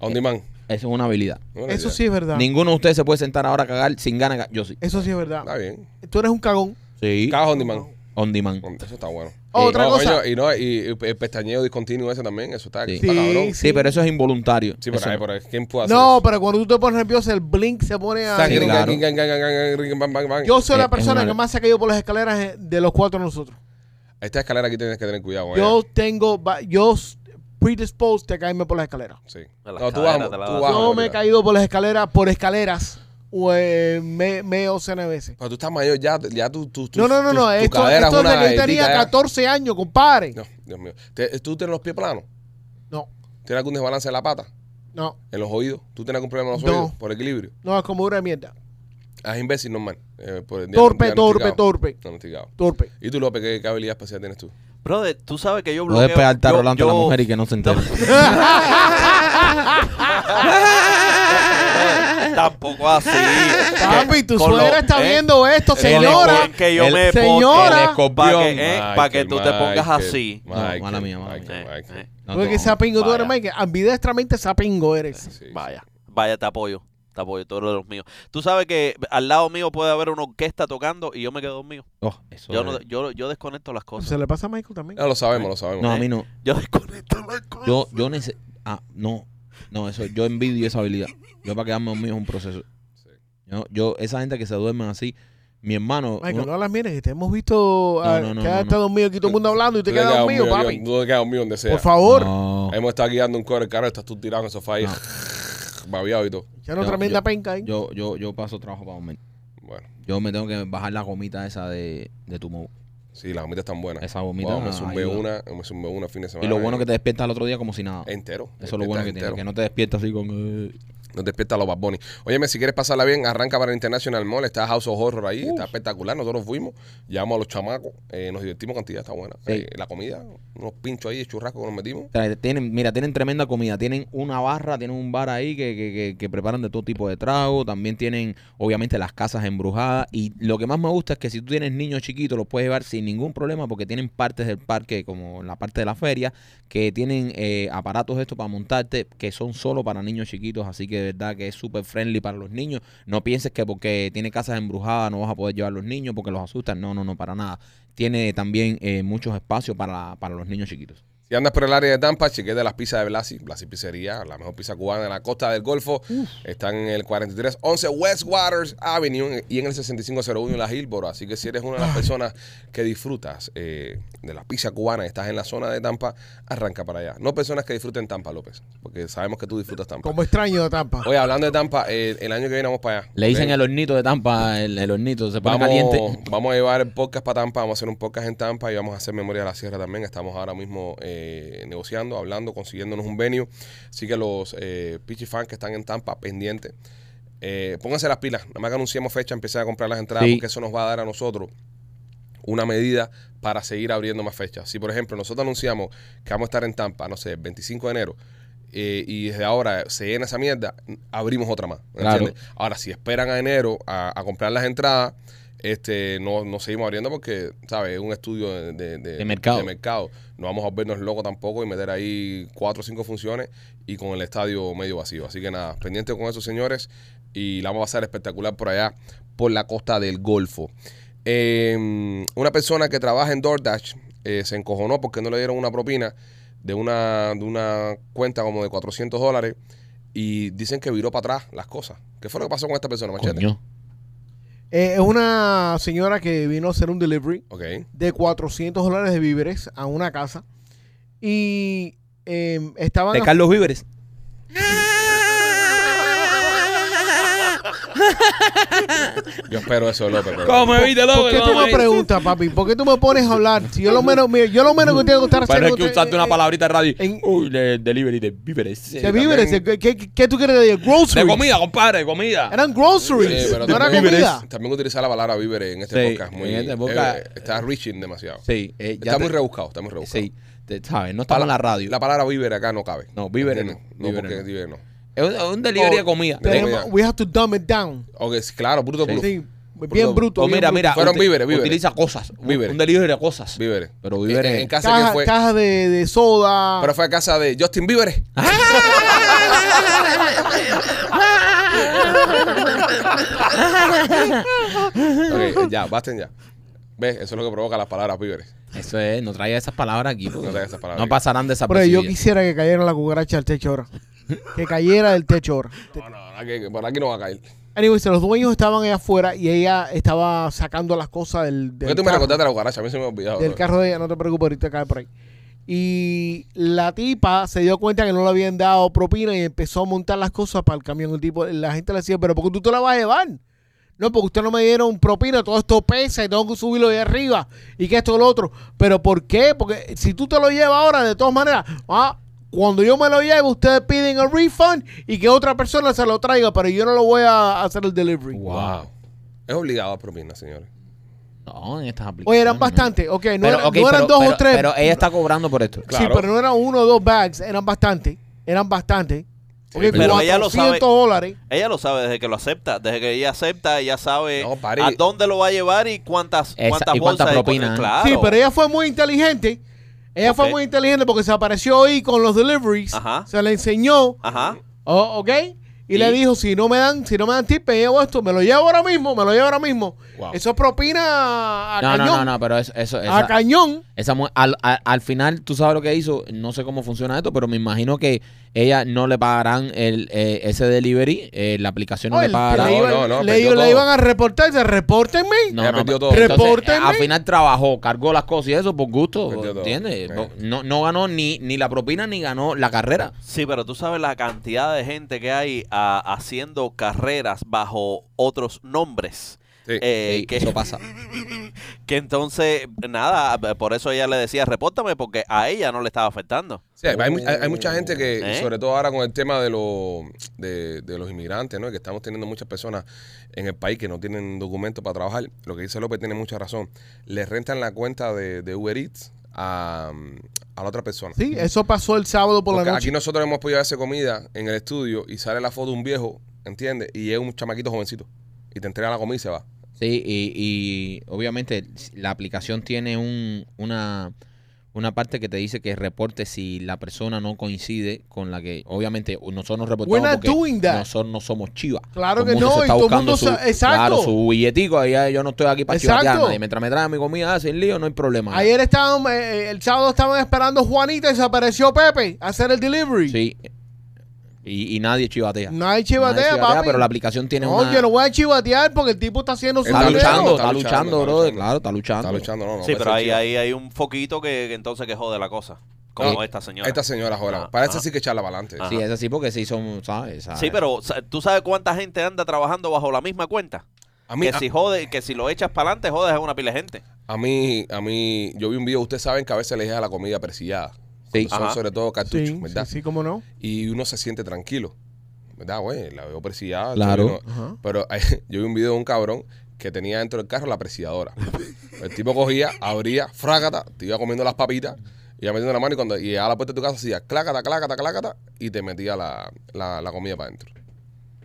[SPEAKER 1] On demand.
[SPEAKER 2] es una habilidad.
[SPEAKER 1] No,
[SPEAKER 4] Eso
[SPEAKER 1] ya.
[SPEAKER 4] sí es verdad.
[SPEAKER 2] Ninguno de ustedes se puede sentar ahora a cagar sin ganas. de ca- Yo sí.
[SPEAKER 4] Eso sí es verdad.
[SPEAKER 1] Está bien.
[SPEAKER 4] Tú eres un cagón.
[SPEAKER 2] Sí.
[SPEAKER 1] Cagas on demand.
[SPEAKER 2] On demand.
[SPEAKER 1] On- Eso está bueno.
[SPEAKER 4] Otra
[SPEAKER 1] No,
[SPEAKER 4] cosa.
[SPEAKER 1] coño, y no, y y el pestañeo discontinuo ese también, eso está,
[SPEAKER 2] Sí.
[SPEAKER 1] está cabrón.
[SPEAKER 4] Sí.
[SPEAKER 2] Sí, pero eso es involuntario.
[SPEAKER 1] Sí, pero,
[SPEAKER 2] Eso
[SPEAKER 1] ahí,
[SPEAKER 2] no.
[SPEAKER 1] pero ¿quién puede hacer
[SPEAKER 4] No,
[SPEAKER 1] eso?
[SPEAKER 4] pero cuando tú te pones nervioso, el blink se pone a.
[SPEAKER 1] Tan,
[SPEAKER 2] Sí,
[SPEAKER 1] grin,
[SPEAKER 2] claro.
[SPEAKER 1] grin, grin, grin, grin, grin, bang, bang, bang.
[SPEAKER 4] Yo soy
[SPEAKER 2] Es-
[SPEAKER 4] la
[SPEAKER 2] es
[SPEAKER 4] persona
[SPEAKER 2] una-
[SPEAKER 4] que más se ha caído por las escaleras eh, de los cuatro de nosotros.
[SPEAKER 1] Esta escalera aquí tienes que tener cuidado. ¿eh?
[SPEAKER 4] Yo tengo, va- yo s- predisposed a caerme por las escaleras.
[SPEAKER 1] Sí.
[SPEAKER 3] A las
[SPEAKER 1] No, tú
[SPEAKER 3] caderas
[SPEAKER 1] vas.
[SPEAKER 3] te la
[SPEAKER 1] Tú
[SPEAKER 3] das.
[SPEAKER 1] vas.
[SPEAKER 4] Yo me he
[SPEAKER 1] Manuela.
[SPEAKER 4] caído por las escaleras, por escaleras, o, eh, me, media docena de veces.
[SPEAKER 1] Pero tú estás mayor ya, ya tú, tú, tú-
[SPEAKER 4] No, no, no,
[SPEAKER 1] tu-
[SPEAKER 4] no.
[SPEAKER 1] tu
[SPEAKER 4] Esto,
[SPEAKER 1] cadera
[SPEAKER 4] esto es de
[SPEAKER 1] una eh,
[SPEAKER 4] que yo tenía
[SPEAKER 1] galletita ya.
[SPEAKER 4] 14 años, compadre.
[SPEAKER 1] No, Dios mío. Te- eh, ¿Tú tienes los pies planos?
[SPEAKER 4] No,
[SPEAKER 1] ¿Tienes algún desbalance en la pata?
[SPEAKER 4] no,
[SPEAKER 1] ¿En los oídos? ¿Tú tienes algún problema en los
[SPEAKER 4] No.
[SPEAKER 1] oídos? Por equilibrio.
[SPEAKER 4] no, es como una mierda.
[SPEAKER 1] Ah, Es imbécil normal. eh, por el dia-
[SPEAKER 4] Torpe, torpe,
[SPEAKER 1] diagnosticado.
[SPEAKER 4] torpe,
[SPEAKER 1] Diagnosticado.
[SPEAKER 4] torpe.
[SPEAKER 1] ¿Y tú, López, qué, qué habilidad especial tienes tú?
[SPEAKER 3] Brother, tú sabes que yo
[SPEAKER 2] No
[SPEAKER 3] bloqueo.
[SPEAKER 2] después altar
[SPEAKER 3] yo-
[SPEAKER 2] rolando a la
[SPEAKER 3] yo-
[SPEAKER 2] mujer y que no se entere.
[SPEAKER 3] (laughs) Tampoco así.
[SPEAKER 4] Papi, tu
[SPEAKER 3] Con lo-
[SPEAKER 4] suegra está
[SPEAKER 3] eh,
[SPEAKER 4] viendo esto,
[SPEAKER 3] el escorpión
[SPEAKER 4] señora.
[SPEAKER 3] Que yo
[SPEAKER 2] el-
[SPEAKER 3] me
[SPEAKER 4] señora.
[SPEAKER 2] el escorpión.
[SPEAKER 3] Para que, eh, pa' que tú te
[SPEAKER 1] Michael,
[SPEAKER 3] pongas
[SPEAKER 1] Michael,
[SPEAKER 3] así.
[SPEAKER 2] No,
[SPEAKER 1] Michael,
[SPEAKER 2] mala mía, mala
[SPEAKER 1] Michael,
[SPEAKER 3] Eh,
[SPEAKER 1] Michael.
[SPEAKER 3] eh,
[SPEAKER 2] No,
[SPEAKER 4] Porque
[SPEAKER 2] no.
[SPEAKER 4] sapingo tú eres,
[SPEAKER 3] Vaya.
[SPEAKER 4] Mike. Ambidiestramente sapingo eres.
[SPEAKER 1] Eh, Sí, sí.
[SPEAKER 3] Vaya, vaya, te apoyo. Te apoyo, tú eres de los míos. Tú sabes que al lado mío puede haber una orquesta tocando y yo me quedo dormido.
[SPEAKER 2] Oh, eso
[SPEAKER 3] Yo,
[SPEAKER 2] es-
[SPEAKER 3] no- yo, yo desconecto las
[SPEAKER 4] Pues Se
[SPEAKER 3] cosas.
[SPEAKER 4] le pasa a Michael también.
[SPEAKER 1] Ya lo sabemos, lo sabemos.
[SPEAKER 2] No, a mí no.
[SPEAKER 3] Yo desconecto las cosas.
[SPEAKER 2] Yo, yo necesito. Ah, no. No, eso, yo envidio esa habilidad. Yo para quedarme dormido es un proceso. Yo, yo, esa gente que se duermen así, mi hermano.
[SPEAKER 4] Michael,
[SPEAKER 2] uno-
[SPEAKER 4] no las mires, que te hemos visto ah,
[SPEAKER 2] no, no,
[SPEAKER 4] que has
[SPEAKER 2] no,
[SPEAKER 4] estado mío aquí todo el mundo hablando y te
[SPEAKER 1] Yo le he
[SPEAKER 4] quedas
[SPEAKER 1] quedado
[SPEAKER 4] mío,
[SPEAKER 1] mío,
[SPEAKER 4] papi.
[SPEAKER 1] Yo, yo le he quedado mío donde sea.
[SPEAKER 4] Por favor.
[SPEAKER 2] No.
[SPEAKER 1] Hemos estado guiando un cover el carro, estás tú tirado en el sofá ahí, (laughs) babiado y todo.
[SPEAKER 4] Ya no
[SPEAKER 2] Yo-
[SPEAKER 4] tremenda
[SPEAKER 2] yo-
[SPEAKER 4] penca ahí.
[SPEAKER 2] Yo, yo, yo paso trabajo para momento.
[SPEAKER 1] Bueno,
[SPEAKER 2] Yo me tengo que bajar la gomita esa de, de tu mo-
[SPEAKER 1] sí, las gomitas están buenas.
[SPEAKER 2] Esa gomita
[SPEAKER 1] Wow, me zumbé
[SPEAKER 2] ayuda.
[SPEAKER 1] una, me zumbé una fin de semana.
[SPEAKER 2] Y lo bueno que te despiertas al otro día como si nada.
[SPEAKER 1] Entero.
[SPEAKER 2] Eso es lo bueno que
[SPEAKER 1] Entero.
[SPEAKER 2] tiene, que no te despiertas así con... eh,
[SPEAKER 1] Nos despierta los Bad Bunny. Óyeme, si quieres pasarla bien, arranca para el International Mall. Está House of Horror ahí. Está espectacular. Nosotros fuimos, llevamos a los chamacos. eh, nos divertimos cantidad, está buena.
[SPEAKER 2] Sí.
[SPEAKER 1] Eh, la comida, unos pinchos ahí de churrasco que nos metimos.
[SPEAKER 2] Tra- Tienen, mira, tienen tremenda comida. Tienen una barra, tienen un bar ahí que, que- que- que preparan de todo tipo de trago. También tienen, obviamente, las casas embrujadas. Y lo que más me gusta es que si tú tienes niños chiquitos, los puedes llevar sin ningún problema porque tienen partes del parque, como la parte de la feria, que tienen eh, aparatos estos para montarte que son solo para niños chiquitos. Así que de verdad que es súper friendly para los niños. No pienses que porque tiene casas embrujadas no vas a poder llevar a los niños porque los asustan. No, no, no, para nada. Tiene también eh, muchos espacios para, para los niños chiquitos.
[SPEAKER 1] Si andas por el área de Tampa, chequete las pizzas de Blasi. Blasi Pizzería, la mejor pizza cubana de la costa del Golfo. Están en el 4311 West Waters Avenue y en el 6501 en la Hillboro. Así que si eres una de las personas que disfrutas eh, de la pizza cubana y estás en la zona de Tampa, arranca para allá. No personas que disfruten Tampa, López, porque sabemos que tú disfrutas Tampa.
[SPEAKER 4] Como extraño de Tampa.
[SPEAKER 1] Oye, hablando de Tampa, eh, el, el año que viene vamos para allá.
[SPEAKER 2] Le dicen
[SPEAKER 1] ¿ok?
[SPEAKER 2] el hornito de Tampa, el, el hornito, se pone
[SPEAKER 1] Vamos,
[SPEAKER 2] caliente.
[SPEAKER 1] vamos a llevar el podcast para Tampa, vamos a hacer un podcast en Tampa y vamos a hacer Memoria de la Sierra también. Estamos ahora mismo eh, negociando, hablando, consiguiéndonos un venue. Así que los eh, Pichi fans que están en Tampa, pendientes. Eh, pónganse las pilas, nada más que anunciemos fecha, empiecen a comprar las entradas
[SPEAKER 2] Sí.
[SPEAKER 1] porque eso nos va a dar a nosotros una medida para seguir abriendo más fechas. Si, por ejemplo, nosotros anunciamos que vamos a estar en Tampa, no sé, el 25 de enero, eh, y desde ahora se llena esa mierda, abrimos otra más.
[SPEAKER 2] Claro.
[SPEAKER 1] ¿entiendes? Ahora, si esperan a enero a, a comprar las entradas, este, no, no seguimos abriendo porque, ¿sabes? Es un estudio de, de- de-
[SPEAKER 2] De mercado.
[SPEAKER 1] de mercado. No vamos a volvernos locos tampoco y meter ahí cuatro o cinco funciones y con el estadio medio vacío. Así que nada, pendiente con esos señores y la vamos a pasar espectacular por allá, por la costa del Golfo. Eh, una persona que trabaja en DoorDash eh, se encojonó porque no le dieron una propina de una, de una cuenta como de 400 dólares y dicen que viró para atrás las cosas. ¿Qué fue lo que pasó con esta persona, Machete?
[SPEAKER 2] Coño.
[SPEAKER 4] Eh, es una señora que vino a hacer un delivery
[SPEAKER 1] Ok,
[SPEAKER 4] de 400 dólares de víveres a una casa y eh, estaban...
[SPEAKER 2] De Carlos Víveres.
[SPEAKER 1] yo espero eso de López. pero-
[SPEAKER 2] evite,
[SPEAKER 4] ¿Por qué tú me preguntas, papi? ¿Por qué tú me pones a hablar? Si yo lo menos, mira, yo lo menos que tengo que estar
[SPEAKER 2] Pero es que
[SPEAKER 4] con usted-
[SPEAKER 2] usaste una palabrita de radio.
[SPEAKER 4] en-
[SPEAKER 2] Uy, de- delivery de víveres.
[SPEAKER 4] de
[SPEAKER 1] Sí,
[SPEAKER 4] víveres.
[SPEAKER 1] también.
[SPEAKER 4] ¿Qué, qué- qué tú quieres decir? Groceries.
[SPEAKER 2] De comida, compadre, de comida.
[SPEAKER 4] Eran
[SPEAKER 1] Sí,
[SPEAKER 4] groceries.
[SPEAKER 1] pero
[SPEAKER 4] no era
[SPEAKER 1] también-
[SPEAKER 4] comida.
[SPEAKER 1] También utilizar la palabra víveres en este
[SPEAKER 2] Sí,
[SPEAKER 1] podcast. Muy,
[SPEAKER 2] en este podcast-
[SPEAKER 1] eh, está reaching demasiado.
[SPEAKER 2] Sí, eh, ya
[SPEAKER 1] está
[SPEAKER 2] te-
[SPEAKER 1] muy rebuscado, está muy rebuscado.
[SPEAKER 2] Sí, te- sabes, no estaba en la radio.
[SPEAKER 1] La palabra víver acá no cabe.
[SPEAKER 2] No, víveres no,
[SPEAKER 1] ¿Entiendes?
[SPEAKER 2] víveres
[SPEAKER 1] porque
[SPEAKER 2] no.
[SPEAKER 1] víveres no.
[SPEAKER 2] Es un, un delivery
[SPEAKER 4] Oh,
[SPEAKER 2] de comida.
[SPEAKER 1] de-
[SPEAKER 2] Eh,
[SPEAKER 4] Tenemos- we have to dumb it down.
[SPEAKER 1] Ok, sí, claro, bruto, bruto.
[SPEAKER 4] Sí, bien bruto.
[SPEAKER 2] o Oh,
[SPEAKER 4] bien
[SPEAKER 2] mira,
[SPEAKER 4] bruto.
[SPEAKER 2] mira.
[SPEAKER 1] Oh, Fueron
[SPEAKER 2] uti-
[SPEAKER 1] víveres, víveres.
[SPEAKER 2] Utiliza cosas. Un-
[SPEAKER 1] Víveres.
[SPEAKER 2] Un delivery de cosas.
[SPEAKER 1] Víveres.
[SPEAKER 2] Pero víveres-
[SPEAKER 1] En, en casa
[SPEAKER 4] Caja,
[SPEAKER 1] que fue.
[SPEAKER 4] caja de, de soda.
[SPEAKER 1] Pero fue a casa de Justin
[SPEAKER 2] (laughs)
[SPEAKER 1] Bieber. Ok, ya, basten ya. ¿Ves? Eso es lo que provoca las palabras víveres.
[SPEAKER 2] Eso es, no traiga esas palabras aquí. porque
[SPEAKER 1] traiga esas palabras
[SPEAKER 2] No
[SPEAKER 1] aquí.
[SPEAKER 2] pasarán
[SPEAKER 4] Pero
[SPEAKER 2] desapercibidas.
[SPEAKER 4] yo quisiera que cayera la cucaracha del techo ahora. Que cayera del techo ahora.
[SPEAKER 1] No, no, no, aquí- por aquí no va a caer.
[SPEAKER 4] Anyways, los dueños estaban allá afuera y ella estaba sacando las cosas del,
[SPEAKER 1] ¿Por
[SPEAKER 4] del
[SPEAKER 1] qué tú me
[SPEAKER 4] carro,
[SPEAKER 1] recordaste la cucaracha? A mí se me ha olvidado.
[SPEAKER 4] del
[SPEAKER 1] bro.
[SPEAKER 4] carro de ella. No te preocupes, ahorita cae por ahí. Y la tipa se dio cuenta que no le habían dado propina y empezó a montar las cosas para el camión. El tipo, la gente le decía, pero ¿por qué tú te la vas a llevar? No, porque usted no me dieron propina, todo esto pesa y tengo que subirlo de arriba y que esto y lo otro. Pero ¿por qué? Porque si tú te lo llevas ahora, de todas maneras, ah, cuando yo me lo llevo, ustedes piden el refund y que otra persona se lo traiga, pero yo no lo voy a hacer el delivery.
[SPEAKER 1] Wow. Es obligado a propina, señores.
[SPEAKER 2] No, en estas aplicaciones.
[SPEAKER 4] Oye, eran
[SPEAKER 2] no.
[SPEAKER 4] bastantes, ok, no,
[SPEAKER 2] Pero,
[SPEAKER 4] era-
[SPEAKER 2] ok,
[SPEAKER 4] no eran
[SPEAKER 2] pero-
[SPEAKER 4] dos
[SPEAKER 2] pero-
[SPEAKER 4] o tres.
[SPEAKER 2] Pero ella está cobrando por esto.
[SPEAKER 1] Claro.
[SPEAKER 4] Sí, pero no eran uno o dos bags, eran bastantes, eran bastantes. Ok,
[SPEAKER 3] pero ella lo
[SPEAKER 4] 400
[SPEAKER 3] sabe.
[SPEAKER 4] dólares.
[SPEAKER 3] Ella lo sabe desde que lo acepta, desde que ella acepta, ella sabe
[SPEAKER 1] No, pari.
[SPEAKER 3] a dónde lo va a llevar y cuántas,
[SPEAKER 2] Esa-
[SPEAKER 3] cuántas
[SPEAKER 2] y cuánta
[SPEAKER 3] bolsas de-
[SPEAKER 2] propina.
[SPEAKER 3] claro.
[SPEAKER 4] Sí, pero ella fue muy inteligente. Ella fue
[SPEAKER 3] Ok.
[SPEAKER 4] muy inteligente porque se apareció ahí con los deliveries.
[SPEAKER 3] Ajá.
[SPEAKER 4] Se le enseñó.
[SPEAKER 3] Ajá.
[SPEAKER 4] Oh, ok. Y, le dijo, si no me dan, si no me dan tip, me llevo esto, me lo llevo ahora mismo, me lo llevo ahora mismo.
[SPEAKER 1] Wow.
[SPEAKER 4] Eso es propina a, a
[SPEAKER 2] No, no,
[SPEAKER 4] cañón.
[SPEAKER 2] no, no, pero eso, eso esa-
[SPEAKER 4] A cañón.
[SPEAKER 2] Esa mu- al, al- al final, tú sabes lo que hizo. No sé cómo funciona esto, pero me imagino que ella no le pagarán el, eh, ese delivery. eh, la aplicación no
[SPEAKER 4] Oye,
[SPEAKER 2] le pagará.
[SPEAKER 4] le,
[SPEAKER 1] No,
[SPEAKER 4] iban,
[SPEAKER 1] no, no,
[SPEAKER 4] le
[SPEAKER 1] perdió
[SPEAKER 4] iban- le
[SPEAKER 1] todo.
[SPEAKER 4] iban a reportar, se repórtenme.
[SPEAKER 2] No,
[SPEAKER 1] Ella
[SPEAKER 2] no,
[SPEAKER 1] perdió
[SPEAKER 2] pero-
[SPEAKER 1] todo.
[SPEAKER 2] entonces, eh,
[SPEAKER 4] Repórtenme.
[SPEAKER 2] al final trabajó, cargó las cosas y eso por gusto.
[SPEAKER 1] Perdió todo.
[SPEAKER 2] ¿Entiendes?
[SPEAKER 1] Sí.
[SPEAKER 2] No, no ganó ni, ni la propina ni ganó la carrera.
[SPEAKER 3] Sí, pero tú sabes la cantidad de gente que hay ah, haciendo carreras bajo otros nombres.
[SPEAKER 1] Sí.
[SPEAKER 3] Eh,
[SPEAKER 2] Sí,
[SPEAKER 3] que,
[SPEAKER 2] Eso pasa.
[SPEAKER 3] (laughs) que entonces, nada, por eso ella le decía, repórtame, porque a ella no le estaba afectando.
[SPEAKER 1] Sí, hay, mu- hay- hay mucha gente que,
[SPEAKER 3] ¿Eh?
[SPEAKER 1] sobre todo ahora con el tema de, los de, de los inmigrantes, ¿no? que estamos teniendo muchas personas en el país que no tienen documentos para trabajar, lo que dice López tiene mucha razón, le rentan la cuenta de, de Uber Eats a, a la otra persona.
[SPEAKER 4] Sí, eso pasó el sábado por
[SPEAKER 1] Porque
[SPEAKER 4] la
[SPEAKER 1] aquí
[SPEAKER 4] noche.
[SPEAKER 1] nosotros hemos podido hacer comida en el estudio y sale la foto de un viejo, ¿entiendes? Y es un chamaquito jovencito y te entrega la comida y se va.
[SPEAKER 2] Sí, y, y obviamente la aplicación tiene un, una, una parte que te dice que reporte si la persona no coincide con la que, obviamente, nosotros nos reportamos
[SPEAKER 4] We're not
[SPEAKER 2] porque
[SPEAKER 4] doing that.
[SPEAKER 2] nosotros no somos chivas.
[SPEAKER 4] Claro
[SPEAKER 2] Todo el
[SPEAKER 4] que
[SPEAKER 2] mundo
[SPEAKER 4] no,
[SPEAKER 2] se
[SPEAKER 4] y
[SPEAKER 2] está
[SPEAKER 4] todo el
[SPEAKER 2] buscando
[SPEAKER 4] mundo
[SPEAKER 2] su,
[SPEAKER 4] sa- exacto.
[SPEAKER 2] Claro, su billetico, ahí, ahí yo no estoy aquí para
[SPEAKER 4] Exacto.
[SPEAKER 2] chivatear a nadie. Mientras me traen mi comida ah, sin lío, no hay problema.
[SPEAKER 4] Ayer estaban, eh, el sábado estaban esperando a Juanita y desapareció Pepe a hacer el delivery.
[SPEAKER 2] Sí. Y, y nadie chivatea.
[SPEAKER 4] No hay
[SPEAKER 2] Nadie
[SPEAKER 4] chivatea, papi.
[SPEAKER 2] pero la aplicación tiene
[SPEAKER 4] no,
[SPEAKER 2] una...
[SPEAKER 4] yo no voy a chivatear porque el tipo está haciendo su
[SPEAKER 2] Está
[SPEAKER 1] Está
[SPEAKER 4] video.
[SPEAKER 2] luchando,
[SPEAKER 1] luchando, está
[SPEAKER 2] está
[SPEAKER 1] luchando,
[SPEAKER 2] luchando, brother.
[SPEAKER 1] está
[SPEAKER 2] Claro, está luchando.
[SPEAKER 1] Está luchando, no, no.
[SPEAKER 3] sí,
[SPEAKER 2] pues
[SPEAKER 1] puede
[SPEAKER 3] pero
[SPEAKER 1] ser
[SPEAKER 3] ahí,
[SPEAKER 1] chido.
[SPEAKER 3] ahí hay un foquito que, que entonces que jode la cosa. Como
[SPEAKER 1] No,
[SPEAKER 3] esta señora.
[SPEAKER 1] Esta señora, joder,
[SPEAKER 3] Ah,
[SPEAKER 1] parece
[SPEAKER 3] ah.
[SPEAKER 1] sí que echarla para adelante.
[SPEAKER 3] Ah.
[SPEAKER 2] Sí, es así porque sí son, ¿sabes? ¿sabes?
[SPEAKER 3] Sí, pero sa- ¿tú sabes cuánta gente anda trabajando bajo la misma cuenta?
[SPEAKER 1] A mí,
[SPEAKER 3] que si jode, que si lo echas para adelante, jodes a una pila de gente.
[SPEAKER 1] A mí, a mí, yo vi un video, ustedes saben que a veces les deja la comida persillada.
[SPEAKER 2] Sí.
[SPEAKER 1] Cuando Son
[SPEAKER 3] Ajá.
[SPEAKER 1] sobre todo cartuchos,
[SPEAKER 4] Sí,
[SPEAKER 1] ¿verdad?
[SPEAKER 4] sí, sí, cómo no.
[SPEAKER 1] Y uno se siente tranquilo, ¿verdad, güey? La veo persillada.
[SPEAKER 2] Claro.
[SPEAKER 1] yo no- Pero (laughs) yo vi un video de un cabrón que tenía dentro del carro la persilladora.
[SPEAKER 4] (laughs)
[SPEAKER 1] El tipo cogía, abría, frágata, te iba comiendo las papitas, iba metiendo la mano y cuando llegaba a la puerta de tu casa hacía clácata, clácata, clácata y te metía la, la- la comida para adentro.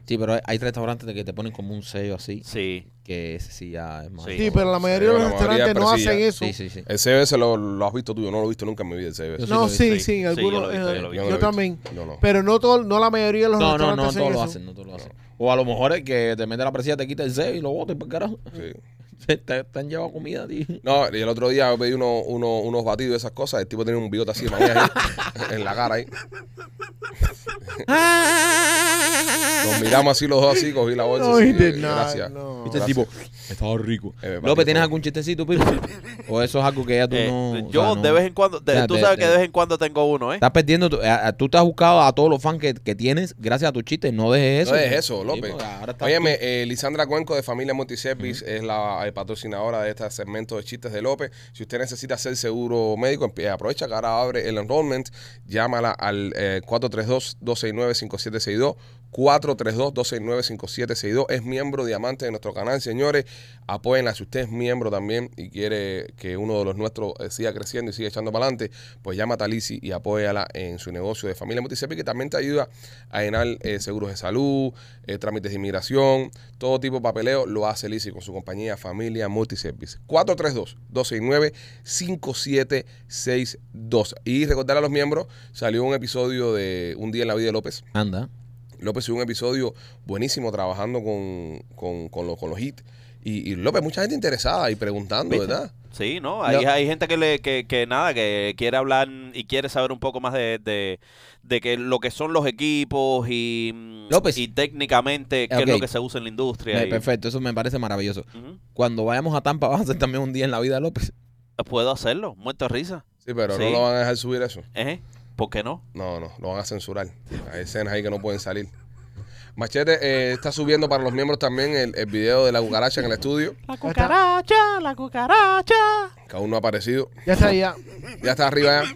[SPEAKER 2] Sí, pero hay- hay restaurantes de que te ponen como un sello así,
[SPEAKER 3] Sí.
[SPEAKER 2] que ese sí ya es más.
[SPEAKER 3] Sí.
[SPEAKER 4] Sí, pero la mayoría de
[SPEAKER 1] la
[SPEAKER 4] los
[SPEAKER 1] mayoría
[SPEAKER 4] restaurantes no
[SPEAKER 1] persilla.
[SPEAKER 4] hacen eso.
[SPEAKER 2] Sí, sí, sí.
[SPEAKER 1] El CBS lo, lo has visto tú, yo no lo he visto nunca en mi vida, el CBS.
[SPEAKER 2] Yo sí
[SPEAKER 4] No,
[SPEAKER 2] lo vi,
[SPEAKER 4] sí,
[SPEAKER 3] sí. Sí,
[SPEAKER 4] sí,
[SPEAKER 3] yo lo
[SPEAKER 4] algunos.
[SPEAKER 3] vi, yo
[SPEAKER 4] eh,
[SPEAKER 3] lo vi.
[SPEAKER 4] Yo,
[SPEAKER 1] no lo he
[SPEAKER 4] también.
[SPEAKER 1] visto. Yo no.
[SPEAKER 4] Pero no todo, no la mayoría de los
[SPEAKER 2] No, no,
[SPEAKER 4] restaurantes
[SPEAKER 2] no,
[SPEAKER 4] hacen
[SPEAKER 2] todos lo
[SPEAKER 4] eso.
[SPEAKER 2] hacen, no todos lo hacen. O a lo mejor el que te mete la presilla te quita el sello y lo botas por carajo. (laughs)
[SPEAKER 1] Sí.
[SPEAKER 2] Te, te- te han llevado comida, tío.
[SPEAKER 1] No, y el otro día yo pedí uno, uno- unos batidos de esas cosas. El tipo tenía un bigote así, mamá, ahí, (laughs) en la cara
[SPEAKER 4] (laughs)
[SPEAKER 1] ahí. Nos miramos así los dos así, cogí la bolsa.
[SPEAKER 4] No,
[SPEAKER 1] así,
[SPEAKER 4] viste,
[SPEAKER 1] eh,
[SPEAKER 4] no,
[SPEAKER 1] gracias.
[SPEAKER 4] no.
[SPEAKER 1] Gracias.
[SPEAKER 2] estaba rico.
[SPEAKER 1] Eh, papi,
[SPEAKER 2] López, ¿tienes
[SPEAKER 1] no.
[SPEAKER 2] algún chistecito, Pipo? ¿O eso es algo que ya tú
[SPEAKER 3] Eh,
[SPEAKER 2] no. o
[SPEAKER 3] yo
[SPEAKER 2] sea, no-
[SPEAKER 3] de vez en cuando, de-
[SPEAKER 2] Ya,
[SPEAKER 3] tú
[SPEAKER 2] de-
[SPEAKER 3] sabes que
[SPEAKER 2] de-
[SPEAKER 3] de vez en cuando tengo uno, ¿eh?
[SPEAKER 2] Estás perdiendo. tu- a- a- tú te has buscado a todos los fans que, que tienes gracias a tu chiste. No dejes eso.
[SPEAKER 1] No es
[SPEAKER 2] tío.
[SPEAKER 1] eso, López.
[SPEAKER 2] Sí, pues, ahora estás
[SPEAKER 1] Óyeme, eh, Lisandra Cuenco de Familia Multiservice es la eh, patrocinadora de este segmento de chistes de López. Si usted necesita hacer seguro médico, empie- aprovecha que ahora abre el enrollment. Llámala al eh, 432-269-5762. 432-269-5762. Es miembro diamante de nuestro canal, señores. Apóyenla si usted es miembro también y quiere que uno de los nuestros eh, siga creciendo y siga echando para adelante, pues llama a Talisi y apóyala en su negocio de familia multiservice que también te ayuda a llenar eh, seguros de salud, eh, trámites de inmigración, todo tipo de papeleo lo hace Lisi con su compañía Familia Multiservice. 432-269-5762. Y recordar a los miembros, salió un episodio de Un día en la vida de López.
[SPEAKER 2] Anda.
[SPEAKER 1] López hizo un episodio buenísimo trabajando con, con, con los, con los hits. Y, y López, mucha gente interesada y preguntando,
[SPEAKER 3] ¿Viste?
[SPEAKER 1] ¿verdad?
[SPEAKER 3] Sí, no, hay,
[SPEAKER 2] Lo-
[SPEAKER 3] hay gente que, le, que, que nada, que quiere hablar y quiere saber un poco más de, de, de que lo que son los equipos y, mm,
[SPEAKER 2] López.
[SPEAKER 3] y técnicamente qué
[SPEAKER 2] Ok.
[SPEAKER 3] es lo que se usa en la industria.
[SPEAKER 2] Eh,
[SPEAKER 3] y-
[SPEAKER 2] perfecto, eso me parece maravilloso.
[SPEAKER 3] Ujú.
[SPEAKER 2] Cuando vayamos a Tampa, (laughs) vas a hacer también un día en la vida de López.
[SPEAKER 3] Puedo hacerlo, muerto de risa.
[SPEAKER 1] Sí, pero no
[SPEAKER 3] Sí.
[SPEAKER 1] lo van a dejar subir eso.
[SPEAKER 3] ¿Eh? ¿Por qué no?
[SPEAKER 1] No, no, lo van a censurar. Hay escenas ahí que no pueden salir. Machete eh, está subiendo para los miembros también el, el video de la cucaracha en el estudio,
[SPEAKER 6] La cucaracha, la cucaracha.
[SPEAKER 1] que aún no ha aparecido.
[SPEAKER 4] Ya está
[SPEAKER 2] (laughs)
[SPEAKER 4] ya.
[SPEAKER 1] Ya está arriba ya.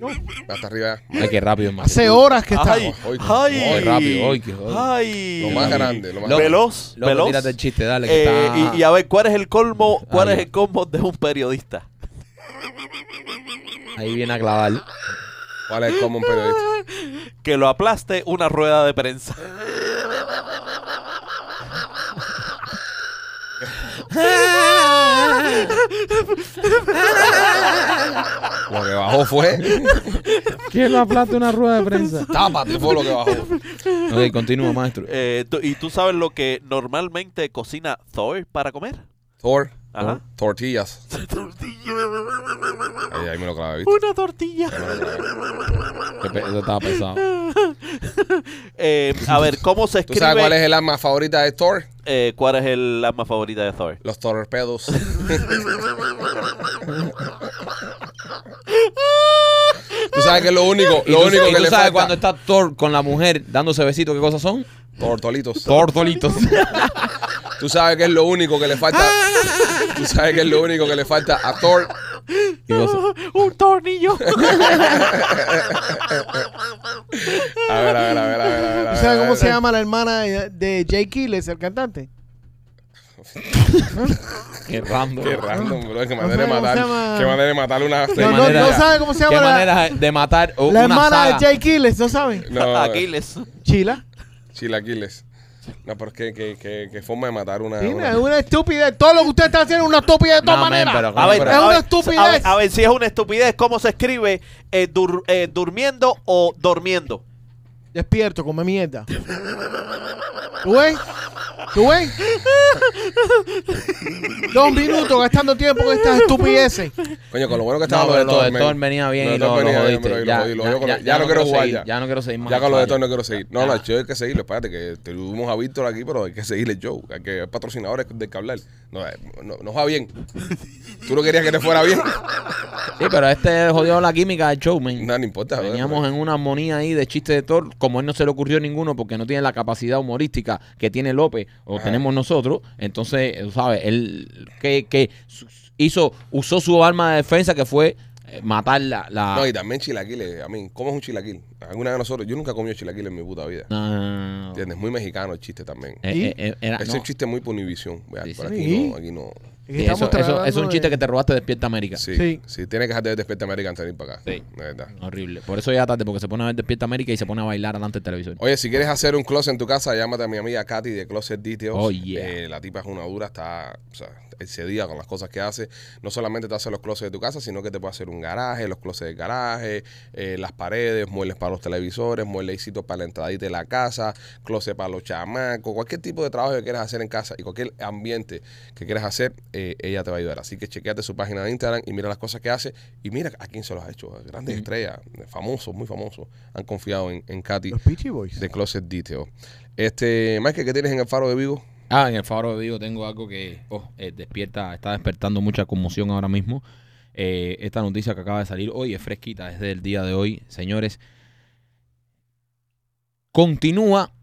[SPEAKER 1] Ya está arriba ya.
[SPEAKER 2] Ay, qué (laughs) rápido, hermano.
[SPEAKER 4] Hace horas que está.
[SPEAKER 3] ¡Ay!
[SPEAKER 1] Hoy-
[SPEAKER 3] ¡Ay!
[SPEAKER 1] hoy
[SPEAKER 2] rápido, hoy, que hoy.
[SPEAKER 3] ¡Ay!
[SPEAKER 1] Lo más grande, lo más
[SPEAKER 2] Lo-
[SPEAKER 1] grande.
[SPEAKER 3] Veloz,
[SPEAKER 2] Loco,
[SPEAKER 3] veloz.
[SPEAKER 2] tírate el chiste, dale. Que
[SPEAKER 3] Eh,
[SPEAKER 2] está...
[SPEAKER 3] y, y a ver, ¿cuál es el colmo,
[SPEAKER 2] (laughs)
[SPEAKER 3] cuál
[SPEAKER 2] Ahí.
[SPEAKER 3] es el colmo de un periodista?
[SPEAKER 2] Ahí viene a clavar.
[SPEAKER 1] ¿Cuál es como un periodista?
[SPEAKER 3] Que lo aplaste una rueda de prensa.
[SPEAKER 1] Lo que bajó fue.
[SPEAKER 7] ¿Quién lo aplasta una rueda de prensa?
[SPEAKER 1] Tápate, fue lo que bajó.
[SPEAKER 2] Ok, continúa,
[SPEAKER 3] (laughs)
[SPEAKER 2] maestro.
[SPEAKER 3] Eh, tú- ¿Y tú sabes lo que normalmente cocina Thor para comer?
[SPEAKER 1] Thor.
[SPEAKER 3] Ajá.
[SPEAKER 1] Tortillas. Ahí, ahí me lo clavé, ¿viste?
[SPEAKER 6] Una tortilla.
[SPEAKER 1] Ahí me lo clavé.
[SPEAKER 2] Qué pe- Eso estaba pesado.
[SPEAKER 3] Eh, a ver, ¿cómo
[SPEAKER 1] (laughs)
[SPEAKER 3] se
[SPEAKER 1] ¿Tú
[SPEAKER 3] escribe?
[SPEAKER 1] sabes cuál es el arma favorita de Thor?
[SPEAKER 3] eh, cuál es el arma favorita de Thor?
[SPEAKER 1] Los
[SPEAKER 2] (laughs)
[SPEAKER 1] torpedos. Tú sabes que es lo único,
[SPEAKER 2] Y
[SPEAKER 1] lo
[SPEAKER 2] tú-
[SPEAKER 1] único
[SPEAKER 2] y
[SPEAKER 1] que
[SPEAKER 2] tú
[SPEAKER 1] le
[SPEAKER 2] sabes
[SPEAKER 1] falta.
[SPEAKER 2] cuando está Thor con la mujer dándose besitos, ¿qué cosas son?
[SPEAKER 1] Tortolitos.
[SPEAKER 2] Tortolitos.
[SPEAKER 1] Tú sabes que es lo único que le falta.
[SPEAKER 2] (laughs)
[SPEAKER 1] Tú sabes que es lo único que le falta a Thor.
[SPEAKER 2] Y cosas.
[SPEAKER 6] (laughs) Un
[SPEAKER 2] (laughs)
[SPEAKER 6] tornillo.
[SPEAKER 1] A ver, a ver, a ver, a ver, a ver. a
[SPEAKER 4] ¿Tú
[SPEAKER 1] ver,
[SPEAKER 4] sabes
[SPEAKER 1] a
[SPEAKER 4] cómo
[SPEAKER 1] ver.
[SPEAKER 4] se llama la hermana de- de Jay Kiles, el cantante?
[SPEAKER 2] (laughs) Qué random.
[SPEAKER 1] Qué random, bro. Qué manera de
[SPEAKER 4] ¿Cómo se
[SPEAKER 1] matar.
[SPEAKER 4] llama?
[SPEAKER 1] Qué manera de matar una.
[SPEAKER 4] No, no, no sabe cómo se llama
[SPEAKER 2] Qué
[SPEAKER 4] la-
[SPEAKER 2] manera de matar o-
[SPEAKER 4] La
[SPEAKER 2] una
[SPEAKER 4] hermana
[SPEAKER 2] saga.
[SPEAKER 4] de Jay Kiles, ¿no saben?
[SPEAKER 3] (laughs)
[SPEAKER 1] No,
[SPEAKER 3] Aquiles.
[SPEAKER 4] Chila.
[SPEAKER 1] Chilaquiles. No, pero es que, que, que, que forma de matar una.
[SPEAKER 4] Sí,
[SPEAKER 1] una-
[SPEAKER 4] es una estupidez. Todo lo que usted está haciendo es una estupidez de todas
[SPEAKER 2] Ah, No, man,
[SPEAKER 4] maneras.
[SPEAKER 2] pero-
[SPEAKER 3] A ver,
[SPEAKER 2] pero-
[SPEAKER 4] es
[SPEAKER 3] a
[SPEAKER 4] una
[SPEAKER 3] ver,
[SPEAKER 4] estupidez.
[SPEAKER 3] A ver, a ver, si es una estupidez, ¿cómo se escribe eh, dur- eh, durmiendo o durmiendo?
[SPEAKER 4] Despierto, come mierda. ¿Tú ves? ¿Tú ves? Dos minutos gastando tiempo con estas estupideces.
[SPEAKER 1] Coño, con lo bueno que estaba
[SPEAKER 2] Mm. No,
[SPEAKER 1] lo de
[SPEAKER 2] pero lo de
[SPEAKER 1] man.
[SPEAKER 2] Thor venía bien
[SPEAKER 1] Thor
[SPEAKER 2] y lo, lo
[SPEAKER 1] venía bien,
[SPEAKER 2] jodiste.
[SPEAKER 1] bro, y lo
[SPEAKER 2] Ya,
[SPEAKER 1] jodí, lo
[SPEAKER 2] ya,
[SPEAKER 1] jodí con-
[SPEAKER 2] ya,
[SPEAKER 1] ya no quiero jugar
[SPEAKER 2] seguir,
[SPEAKER 1] ya.
[SPEAKER 2] no quiero seguir más.
[SPEAKER 1] Ya con lo de Thor
[SPEAKER 2] actuales.
[SPEAKER 1] no quiero seguir. No,
[SPEAKER 2] Ya.
[SPEAKER 1] la show hay que seguirlo. Espérate, que tuvimos a Víctor aquí, pero hay que seguirle el show. Hay que hay patrocinadores de que hablar. No, eh, no, no va bien. Tú no querías que te fuera bien. (laughs)
[SPEAKER 2] Sí, pero este jodió la química del show, man.
[SPEAKER 1] No, no importa. bro.
[SPEAKER 2] Veníamos en una armonía ahí de chistes de Thor. Como a él no se le ocurrió ninguno porque no tiene la capacidad humorística que tiene López o
[SPEAKER 1] Ajá.
[SPEAKER 2] tenemos nosotros, entonces, tú ¿sabes? Él que, que su- hizo, usó su arma de defensa que fue eh, matar la. la-
[SPEAKER 1] No, y también chilaquiles. A mí, ¿cómo es un chilaquil? Alguna de nosotros, yo nunca he comido chilaquiles en mi puta vida.
[SPEAKER 2] No, no, no, no.
[SPEAKER 1] ¿Entiendes? Muy mexicano el chiste también.
[SPEAKER 2] Eh,
[SPEAKER 4] ¿Y?
[SPEAKER 2] eh, eh, era-
[SPEAKER 1] Ese es
[SPEAKER 2] no.
[SPEAKER 1] un chiste muy punivisión. vea,
[SPEAKER 2] Sí,
[SPEAKER 1] pero
[SPEAKER 4] sí.
[SPEAKER 1] aquí no, aquí no.
[SPEAKER 2] Sí, eso, eso- es un chiste que te robaste de Despierta América.
[SPEAKER 1] Sí, sí.
[SPEAKER 4] Sí.
[SPEAKER 1] tienes que dejar de despertar América antes de ir para acá.
[SPEAKER 2] Sí.
[SPEAKER 1] De verdad.
[SPEAKER 2] Horrible. Por eso ya tarde, porque se pone a ver Despierta América y se pone a bailar delante del televisor.
[SPEAKER 1] Oye, si quieres hacer un closet en tu casa, llámate a mi amiga Katy de Closet Details.
[SPEAKER 2] Oh, yeah.
[SPEAKER 1] Eh, la tipa es una dura, está o sea, excedida con las cosas que hace. No solamente te hace los closets de tu casa, sino que te puede hacer un garaje, los closets del garaje, eh, las paredes, muebles para los televisores, mueblecitos para la entradita de la casa, closet para los chamacos, cualquier tipo de trabajo que quieras hacer en casa y cualquier ambiente que quieras hacer, eh, ella te va a ayudar. Así que chequeate su página de Instagram y mira las cosas que hace y mira a quién se los ha hecho. Grandes estrellas, famosos, muy famosos, han confiado en, en Katy
[SPEAKER 4] Los Peachy Boys.
[SPEAKER 1] de Closet Detail. Este, Michael, ¿qué tienes en el faro de Vigo?
[SPEAKER 2] Ah, en el faro de Vigo tengo algo que oh, eh, despierta, está despertando mucha conmoción ahora mismo. Eh, esta noticia que acaba de salir hoy es fresquita, es del día de hoy, señores. Continúa,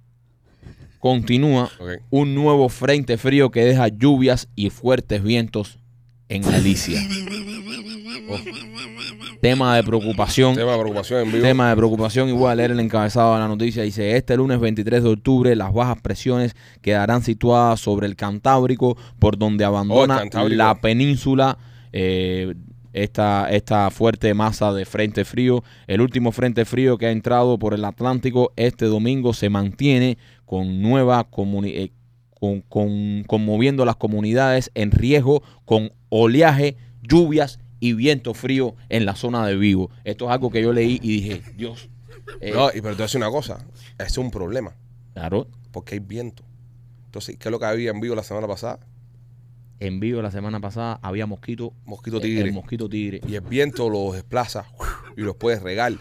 [SPEAKER 2] continúa
[SPEAKER 1] Ok.
[SPEAKER 2] un nuevo frente frío que deja lluvias y fuertes vientos en Galicia. Oh. Tema de preocupación.
[SPEAKER 1] Tema de preocupación en Vigo.
[SPEAKER 2] Tema de preocupación, y voy a leer el encabezado de la noticia. Dice, este lunes 23 de octubre las bajas presiones quedarán situadas sobre el Cantábrico, por donde abandona
[SPEAKER 1] Oh, Cantábrico.
[SPEAKER 2] la península. eh, esta, esta fuerte masa de frente frío, el último frente frío que ha entrado por el Atlántico este domingo se mantiene con nueva comuni- eh, con, con- conmoviendo las comunidades en riesgo con oleaje, lluvias y viento frío en la zona de Vigo. Esto es algo que yo leí y dije, Dios, eh,
[SPEAKER 1] No, y pero te voy a decir una cosa. Es un problema,
[SPEAKER 2] claro,
[SPEAKER 1] porque hay viento. Entonces, ¿qué es lo que había en Vigo la semana pasada?
[SPEAKER 2] en Vigo la semana pasada había mosquito,
[SPEAKER 1] Mosquito
[SPEAKER 2] eh,
[SPEAKER 1] tigre.
[SPEAKER 2] el mosquito tigre.
[SPEAKER 1] y el viento los desplaza y los puede regar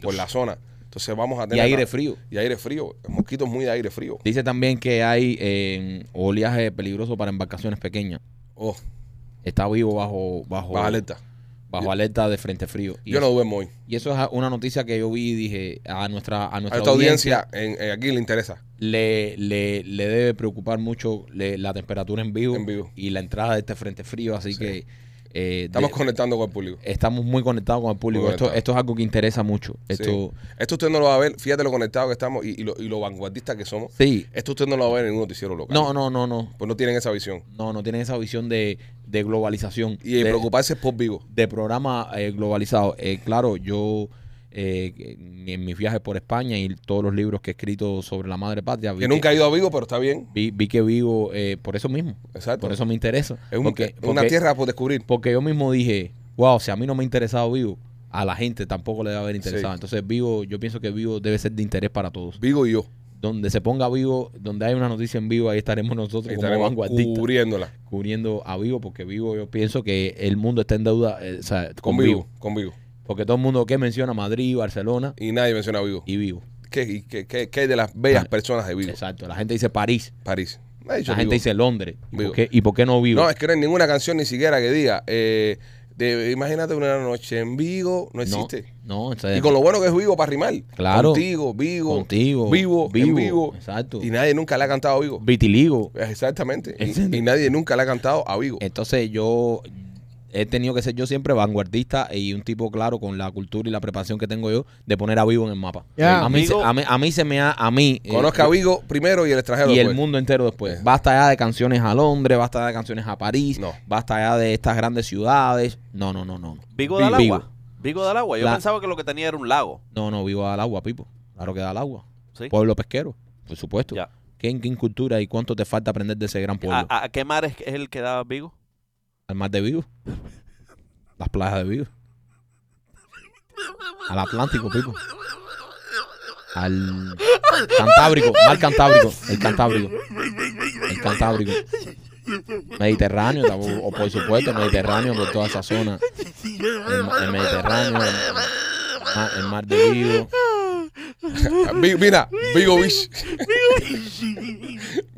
[SPEAKER 1] por la zona. Entonces vamos a
[SPEAKER 2] Y
[SPEAKER 1] tener...
[SPEAKER 2] aire frío.
[SPEAKER 1] Y aire frío. El mosquito es muy de aire frío.
[SPEAKER 2] Dice también que hay eh, oleaje peligroso para embarcaciones pequeñas.
[SPEAKER 1] Oh,
[SPEAKER 2] Está vivo bajo bajo
[SPEAKER 1] baja alerta.
[SPEAKER 2] bajo
[SPEAKER 1] Yo-
[SPEAKER 2] alerta de frente frío. Oh. Y,
[SPEAKER 1] Yo no
[SPEAKER 2] eso,
[SPEAKER 1] duermo hoy.
[SPEAKER 2] y eso es una noticia que yo vi y dije a nuestra a
[SPEAKER 1] A
[SPEAKER 2] nuestra
[SPEAKER 1] esta
[SPEAKER 2] audiencia
[SPEAKER 1] audiencia en- en aquí le interesa.
[SPEAKER 2] le, le, le debe preocupar mucho le- la temperatura en vivo,
[SPEAKER 1] En vivo.
[SPEAKER 2] y la entrada de este frente frío, así
[SPEAKER 1] Sí.
[SPEAKER 2] que eh,
[SPEAKER 1] Estamos
[SPEAKER 2] de-
[SPEAKER 1] conectando con el público.
[SPEAKER 2] estamos muy conectados con el público.
[SPEAKER 1] Muy
[SPEAKER 2] Esto,
[SPEAKER 1] conectados.
[SPEAKER 2] esto es algo que interesa mucho. Esto
[SPEAKER 1] Sí. Esto usted no lo va a ver. Fíjate lo conectados que estamos y, y lo, y lo vanguardistas que somos.
[SPEAKER 2] sí.
[SPEAKER 1] Esto usted no lo va a ver en ningún noticiero local.
[SPEAKER 2] No, no, no, no.
[SPEAKER 1] Pues no tienen esa visión.
[SPEAKER 2] No, no tienen esa visión de, de globalización.
[SPEAKER 1] Y eh,
[SPEAKER 2] de,
[SPEAKER 1] preocuparse es por vivo.
[SPEAKER 2] de programa eh, globalizado. Eh, claro, yo eh, en mis viajes por España y todos los libros que he escrito sobre la madre patria, vi
[SPEAKER 1] Que nunca ha ido a Vigo, pero está bien.
[SPEAKER 2] vi, vi que vivo eh, por eso mismo.
[SPEAKER 1] Exacto.
[SPEAKER 2] Por eso me interesa.
[SPEAKER 1] es un-
[SPEAKER 2] porque,
[SPEAKER 1] es una
[SPEAKER 2] porque-
[SPEAKER 1] tierra por descubrir.
[SPEAKER 2] Porque yo mismo dije, wow, si a mí no me ha interesado vivo, a la gente tampoco le va a haber
[SPEAKER 1] Sí.
[SPEAKER 2] interesado. Entonces, vivo, yo pienso que vivo debe ser de interés para todos.
[SPEAKER 1] Vigo y yo.
[SPEAKER 2] Donde se ponga vivo, donde hay una noticia en vivo, ahí estaremos nosotros como
[SPEAKER 1] Estaremos
[SPEAKER 2] vanguardistas
[SPEAKER 1] cubriéndola.
[SPEAKER 2] cubriendo a vivo, porque vivo yo pienso que el mundo está en deuda eh, o sea, con
[SPEAKER 1] Con
[SPEAKER 2] vivo.
[SPEAKER 1] Vigo. Con Vigo.
[SPEAKER 2] Porque todo el mundo que menciona Madrid, Barcelona
[SPEAKER 1] Y nadie menciona a Vigo.
[SPEAKER 2] y vivo.
[SPEAKER 1] ¿Qué, y qué, qué- qué hay de las bellas
[SPEAKER 2] Ah,
[SPEAKER 1] personas de Vigo?
[SPEAKER 2] Exacto. La gente dice París,
[SPEAKER 1] París. No ha dicho
[SPEAKER 2] la gente
[SPEAKER 1] Vigo.
[SPEAKER 2] dice Londres. ¿Y
[SPEAKER 1] Vivo.
[SPEAKER 2] por, qué, y por qué no vivo?
[SPEAKER 1] No, es que no hay ninguna canción ni siquiera que diga. eh, de- imagínate una noche en Vigo. No existe.
[SPEAKER 2] No, no, o sea,
[SPEAKER 1] Y con lo bueno que es Vigo para rimar.
[SPEAKER 2] Claro.
[SPEAKER 1] Contigo, Vigo.
[SPEAKER 2] Contigo,
[SPEAKER 1] Vivo, en
[SPEAKER 2] Vivo,
[SPEAKER 1] Vigo.
[SPEAKER 2] exacto.
[SPEAKER 1] Y nadie nunca le ha cantado a Vigo.
[SPEAKER 2] vitiligo.
[SPEAKER 1] Exactamente. Y,
[SPEAKER 2] Exacto.
[SPEAKER 1] y nadie nunca le ha cantado a Vigo.
[SPEAKER 2] Entonces yo he tenido que ser yo siempre vanguardista y un tipo claro con la cultura y la preparación que tengo yo de poner a vivo en el mapa.
[SPEAKER 4] Ya.
[SPEAKER 2] A, mí, se-
[SPEAKER 3] Vigo-
[SPEAKER 2] a, mí, a mí se me ha... A mí, eh,
[SPEAKER 1] Conozca a Vigo primero y el
[SPEAKER 2] Y
[SPEAKER 1] extranjero
[SPEAKER 2] el
[SPEAKER 1] después.
[SPEAKER 2] mundo entero después. Basta ya de canciones a Londres, basta ya de canciones a París,
[SPEAKER 1] No.
[SPEAKER 2] basta ya de estas grandes ciudades. No, no, no, no.
[SPEAKER 3] Vigo da al
[SPEAKER 2] Vigo.
[SPEAKER 3] agua. Vigo da al agua. Yo
[SPEAKER 2] La-
[SPEAKER 3] pensaba que lo que tenía era un lago.
[SPEAKER 2] No, no, vivo al agua, Pipo. Claro que da al agua.
[SPEAKER 3] ¿sí?
[SPEAKER 2] Pueblo pesquero, por supuesto.
[SPEAKER 3] Ya.
[SPEAKER 2] ¿Qué, ¿Qué cultura y cuánto te falta aprender de ese gran pueblo?
[SPEAKER 3] ¿A, a- a qué mar es, es el que da Vigo?
[SPEAKER 2] Al mar de Vigo. Las playas de Vigo. Al Atlántico, Pipo. Al Cantábrico, mar Cantábrico, el Cantábrico. El Cantábrico. Mediterráneo, tam- o por supuesto, Mediterráneo por toda esa zona. El, ma- el Mediterráneo, el, ma- el mar de Vigo.
[SPEAKER 1] (laughs) Vigo- mira, Vigo
[SPEAKER 4] (laughs)
[SPEAKER 1] Beach.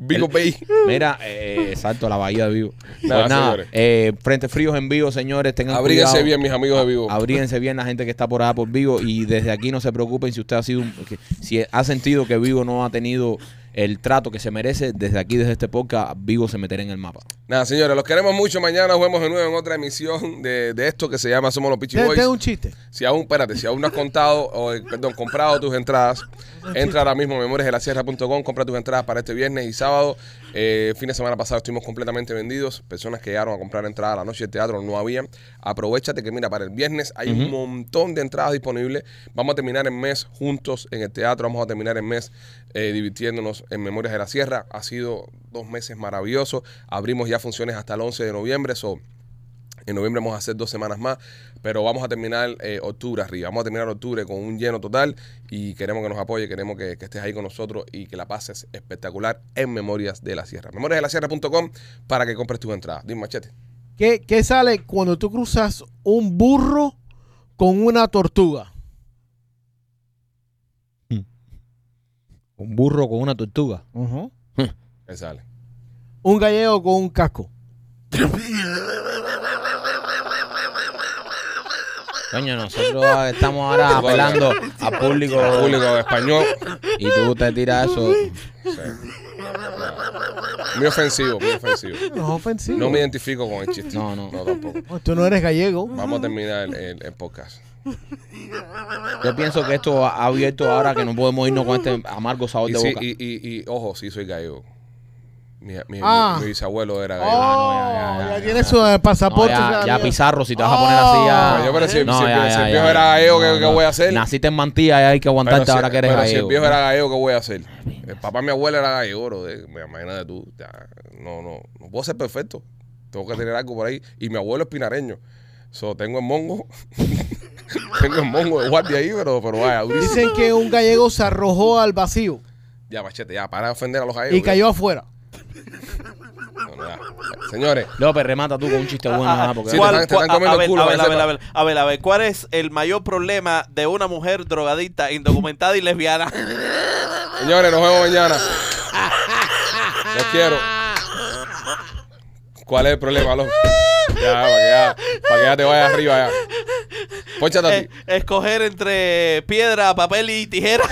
[SPEAKER 1] Vigo Bay.
[SPEAKER 2] Mira, eh, exacto, la bahía de Vigo. Pues
[SPEAKER 1] Nada,
[SPEAKER 2] nada,
[SPEAKER 1] señores.
[SPEAKER 2] eh, frente fríos en Vigo, señores, tengan
[SPEAKER 1] Abríguense
[SPEAKER 2] cuidado.
[SPEAKER 1] bien, mis amigos de Vigo.
[SPEAKER 2] Abríense bien la gente que está por allá por Vigo y desde aquí no se preocupen si usted ha sido un- que- si ha sentido que Vigo no ha tenido el trato que se merece desde aquí desde este podcast Vigo se meterá en el mapa.
[SPEAKER 1] Nada, señores, los queremos mucho. Mañana nos vemos de nuevo en otra emisión de, de esto que se llama Somos los Pichi
[SPEAKER 4] Te-
[SPEAKER 1] Boys.
[SPEAKER 4] Tengo un chiste.
[SPEAKER 1] Si aún, espérate, si aún no has contado, o, eh, perdón, comprado tus entradas, entra ahora mismo a memoriasdelasierra.com, compra tus entradas para este viernes y sábado. Eh, fin de semana pasado estuvimos completamente vendidos. Personas que llegaron a comprar entradas a la noche de teatro no había. Aprovechate que, mira, para el viernes hay un montón de entradas disponibles. Vamos a terminar el mes juntos en el teatro. Vamos a terminar el mes eh, divirtiéndonos en Memorias de la Sierra. Ha sido dos meses maravillosos. Abrimos ya funciones hasta el 11 de noviembre. So, en noviembre vamos a hacer dos semanas más, pero vamos a terminar eh, octubre arriba. Vamos a terminar octubre con un lleno total y queremos que nos apoye, queremos que, que estés ahí con nosotros y que la pases espectacular en Memorias de la Sierra. Memoriasdelasierra.com para que compres tus entradas. Dime, machete.
[SPEAKER 4] ¿Qué, ¿Qué sale cuando tú cruzas un burro con una tortuga?
[SPEAKER 2] Un burro con una tortuga.
[SPEAKER 1] Él sale.
[SPEAKER 4] Un gallego con un casco.
[SPEAKER 2] Coño, nosotros estamos ahora apelando a público
[SPEAKER 1] Público español.
[SPEAKER 2] y tú te tiras eso.
[SPEAKER 1] sí. Muy ofensivo, muy ofensivo.
[SPEAKER 4] No es ofensivo.
[SPEAKER 1] No me identifico con el chiste.
[SPEAKER 2] No, no.
[SPEAKER 1] No, tampoco.
[SPEAKER 4] Tú no eres gallego.
[SPEAKER 1] Vamos a terminar el, el- el podcast.
[SPEAKER 2] Yo pienso que esto ha abierto ahora que no podemos irnos con este amargo sabor
[SPEAKER 1] Y,
[SPEAKER 2] de
[SPEAKER 1] sí,
[SPEAKER 2] boca.
[SPEAKER 1] y, y- y, ojo, sí soy gallego. Mi, mi-
[SPEAKER 4] Ah.
[SPEAKER 1] mi bisabuelo era
[SPEAKER 4] Oh,
[SPEAKER 1] gallego.
[SPEAKER 2] Ah, no, ya, ya,
[SPEAKER 4] ya,
[SPEAKER 2] ya, ya.
[SPEAKER 4] tiene su eh,
[SPEAKER 2] No,
[SPEAKER 4] pasaporte.
[SPEAKER 2] ya, ya
[SPEAKER 4] ciudadanía.
[SPEAKER 2] Pizarro, si te vas a poner así ya.
[SPEAKER 4] Ah,
[SPEAKER 1] yo, pero si- si- si el viejo
[SPEAKER 2] ya,
[SPEAKER 1] era
[SPEAKER 2] ya.
[SPEAKER 1] gallego, ¿qué- qué voy a hacer?
[SPEAKER 2] Naciste en mantilla, ya hay que
[SPEAKER 1] Pero
[SPEAKER 2] aguantarte
[SPEAKER 1] si-
[SPEAKER 2] ahora que eres
[SPEAKER 1] pero Si
[SPEAKER 2] gallego.
[SPEAKER 1] el viejo era gallego, ¿qué voy a hacer? El papá de mi abuela era gallego, bro. de- me- Imagínate tú. ya, no, no, no puedo ser perfecto. Tengo que tener algo por ahí. Y mi abuelo es pinareño. So, tengo el mongo. (laughs) tengo el mongo de guardia ahí, pero, pero vaya, durísimo.
[SPEAKER 4] Dicen que un gallego se arrojó al vacío
[SPEAKER 1] Ya, machete, ya, para de ofender a los gallegos.
[SPEAKER 4] y cayó afuera.
[SPEAKER 1] No, no, ya. Señores,
[SPEAKER 2] López, remata tú con un chiste bueno.
[SPEAKER 3] Ah,
[SPEAKER 2] nada,
[SPEAKER 3] ah,
[SPEAKER 2] porque
[SPEAKER 1] Sí,
[SPEAKER 3] ¿cuál-
[SPEAKER 1] te están- te están
[SPEAKER 3] cua- a-
[SPEAKER 1] comiendo
[SPEAKER 3] a
[SPEAKER 1] el
[SPEAKER 3] ver,
[SPEAKER 1] culo,
[SPEAKER 3] a ver,
[SPEAKER 1] para que
[SPEAKER 3] a ver, a ver, a ver, a ver, ¿cuál es el mayor problema de una mujer drogadicta, indocumentada
[SPEAKER 1] (laughs)
[SPEAKER 3] y lesbiana?
[SPEAKER 1] señores, nos vemos mañana. Los quiero. ¿Cuál es el problema, loco? Ya, para que ya, para que ya te vayas arriba ya. Pónchate a ti.
[SPEAKER 3] Eh, escoger entre piedra, papel y tijera.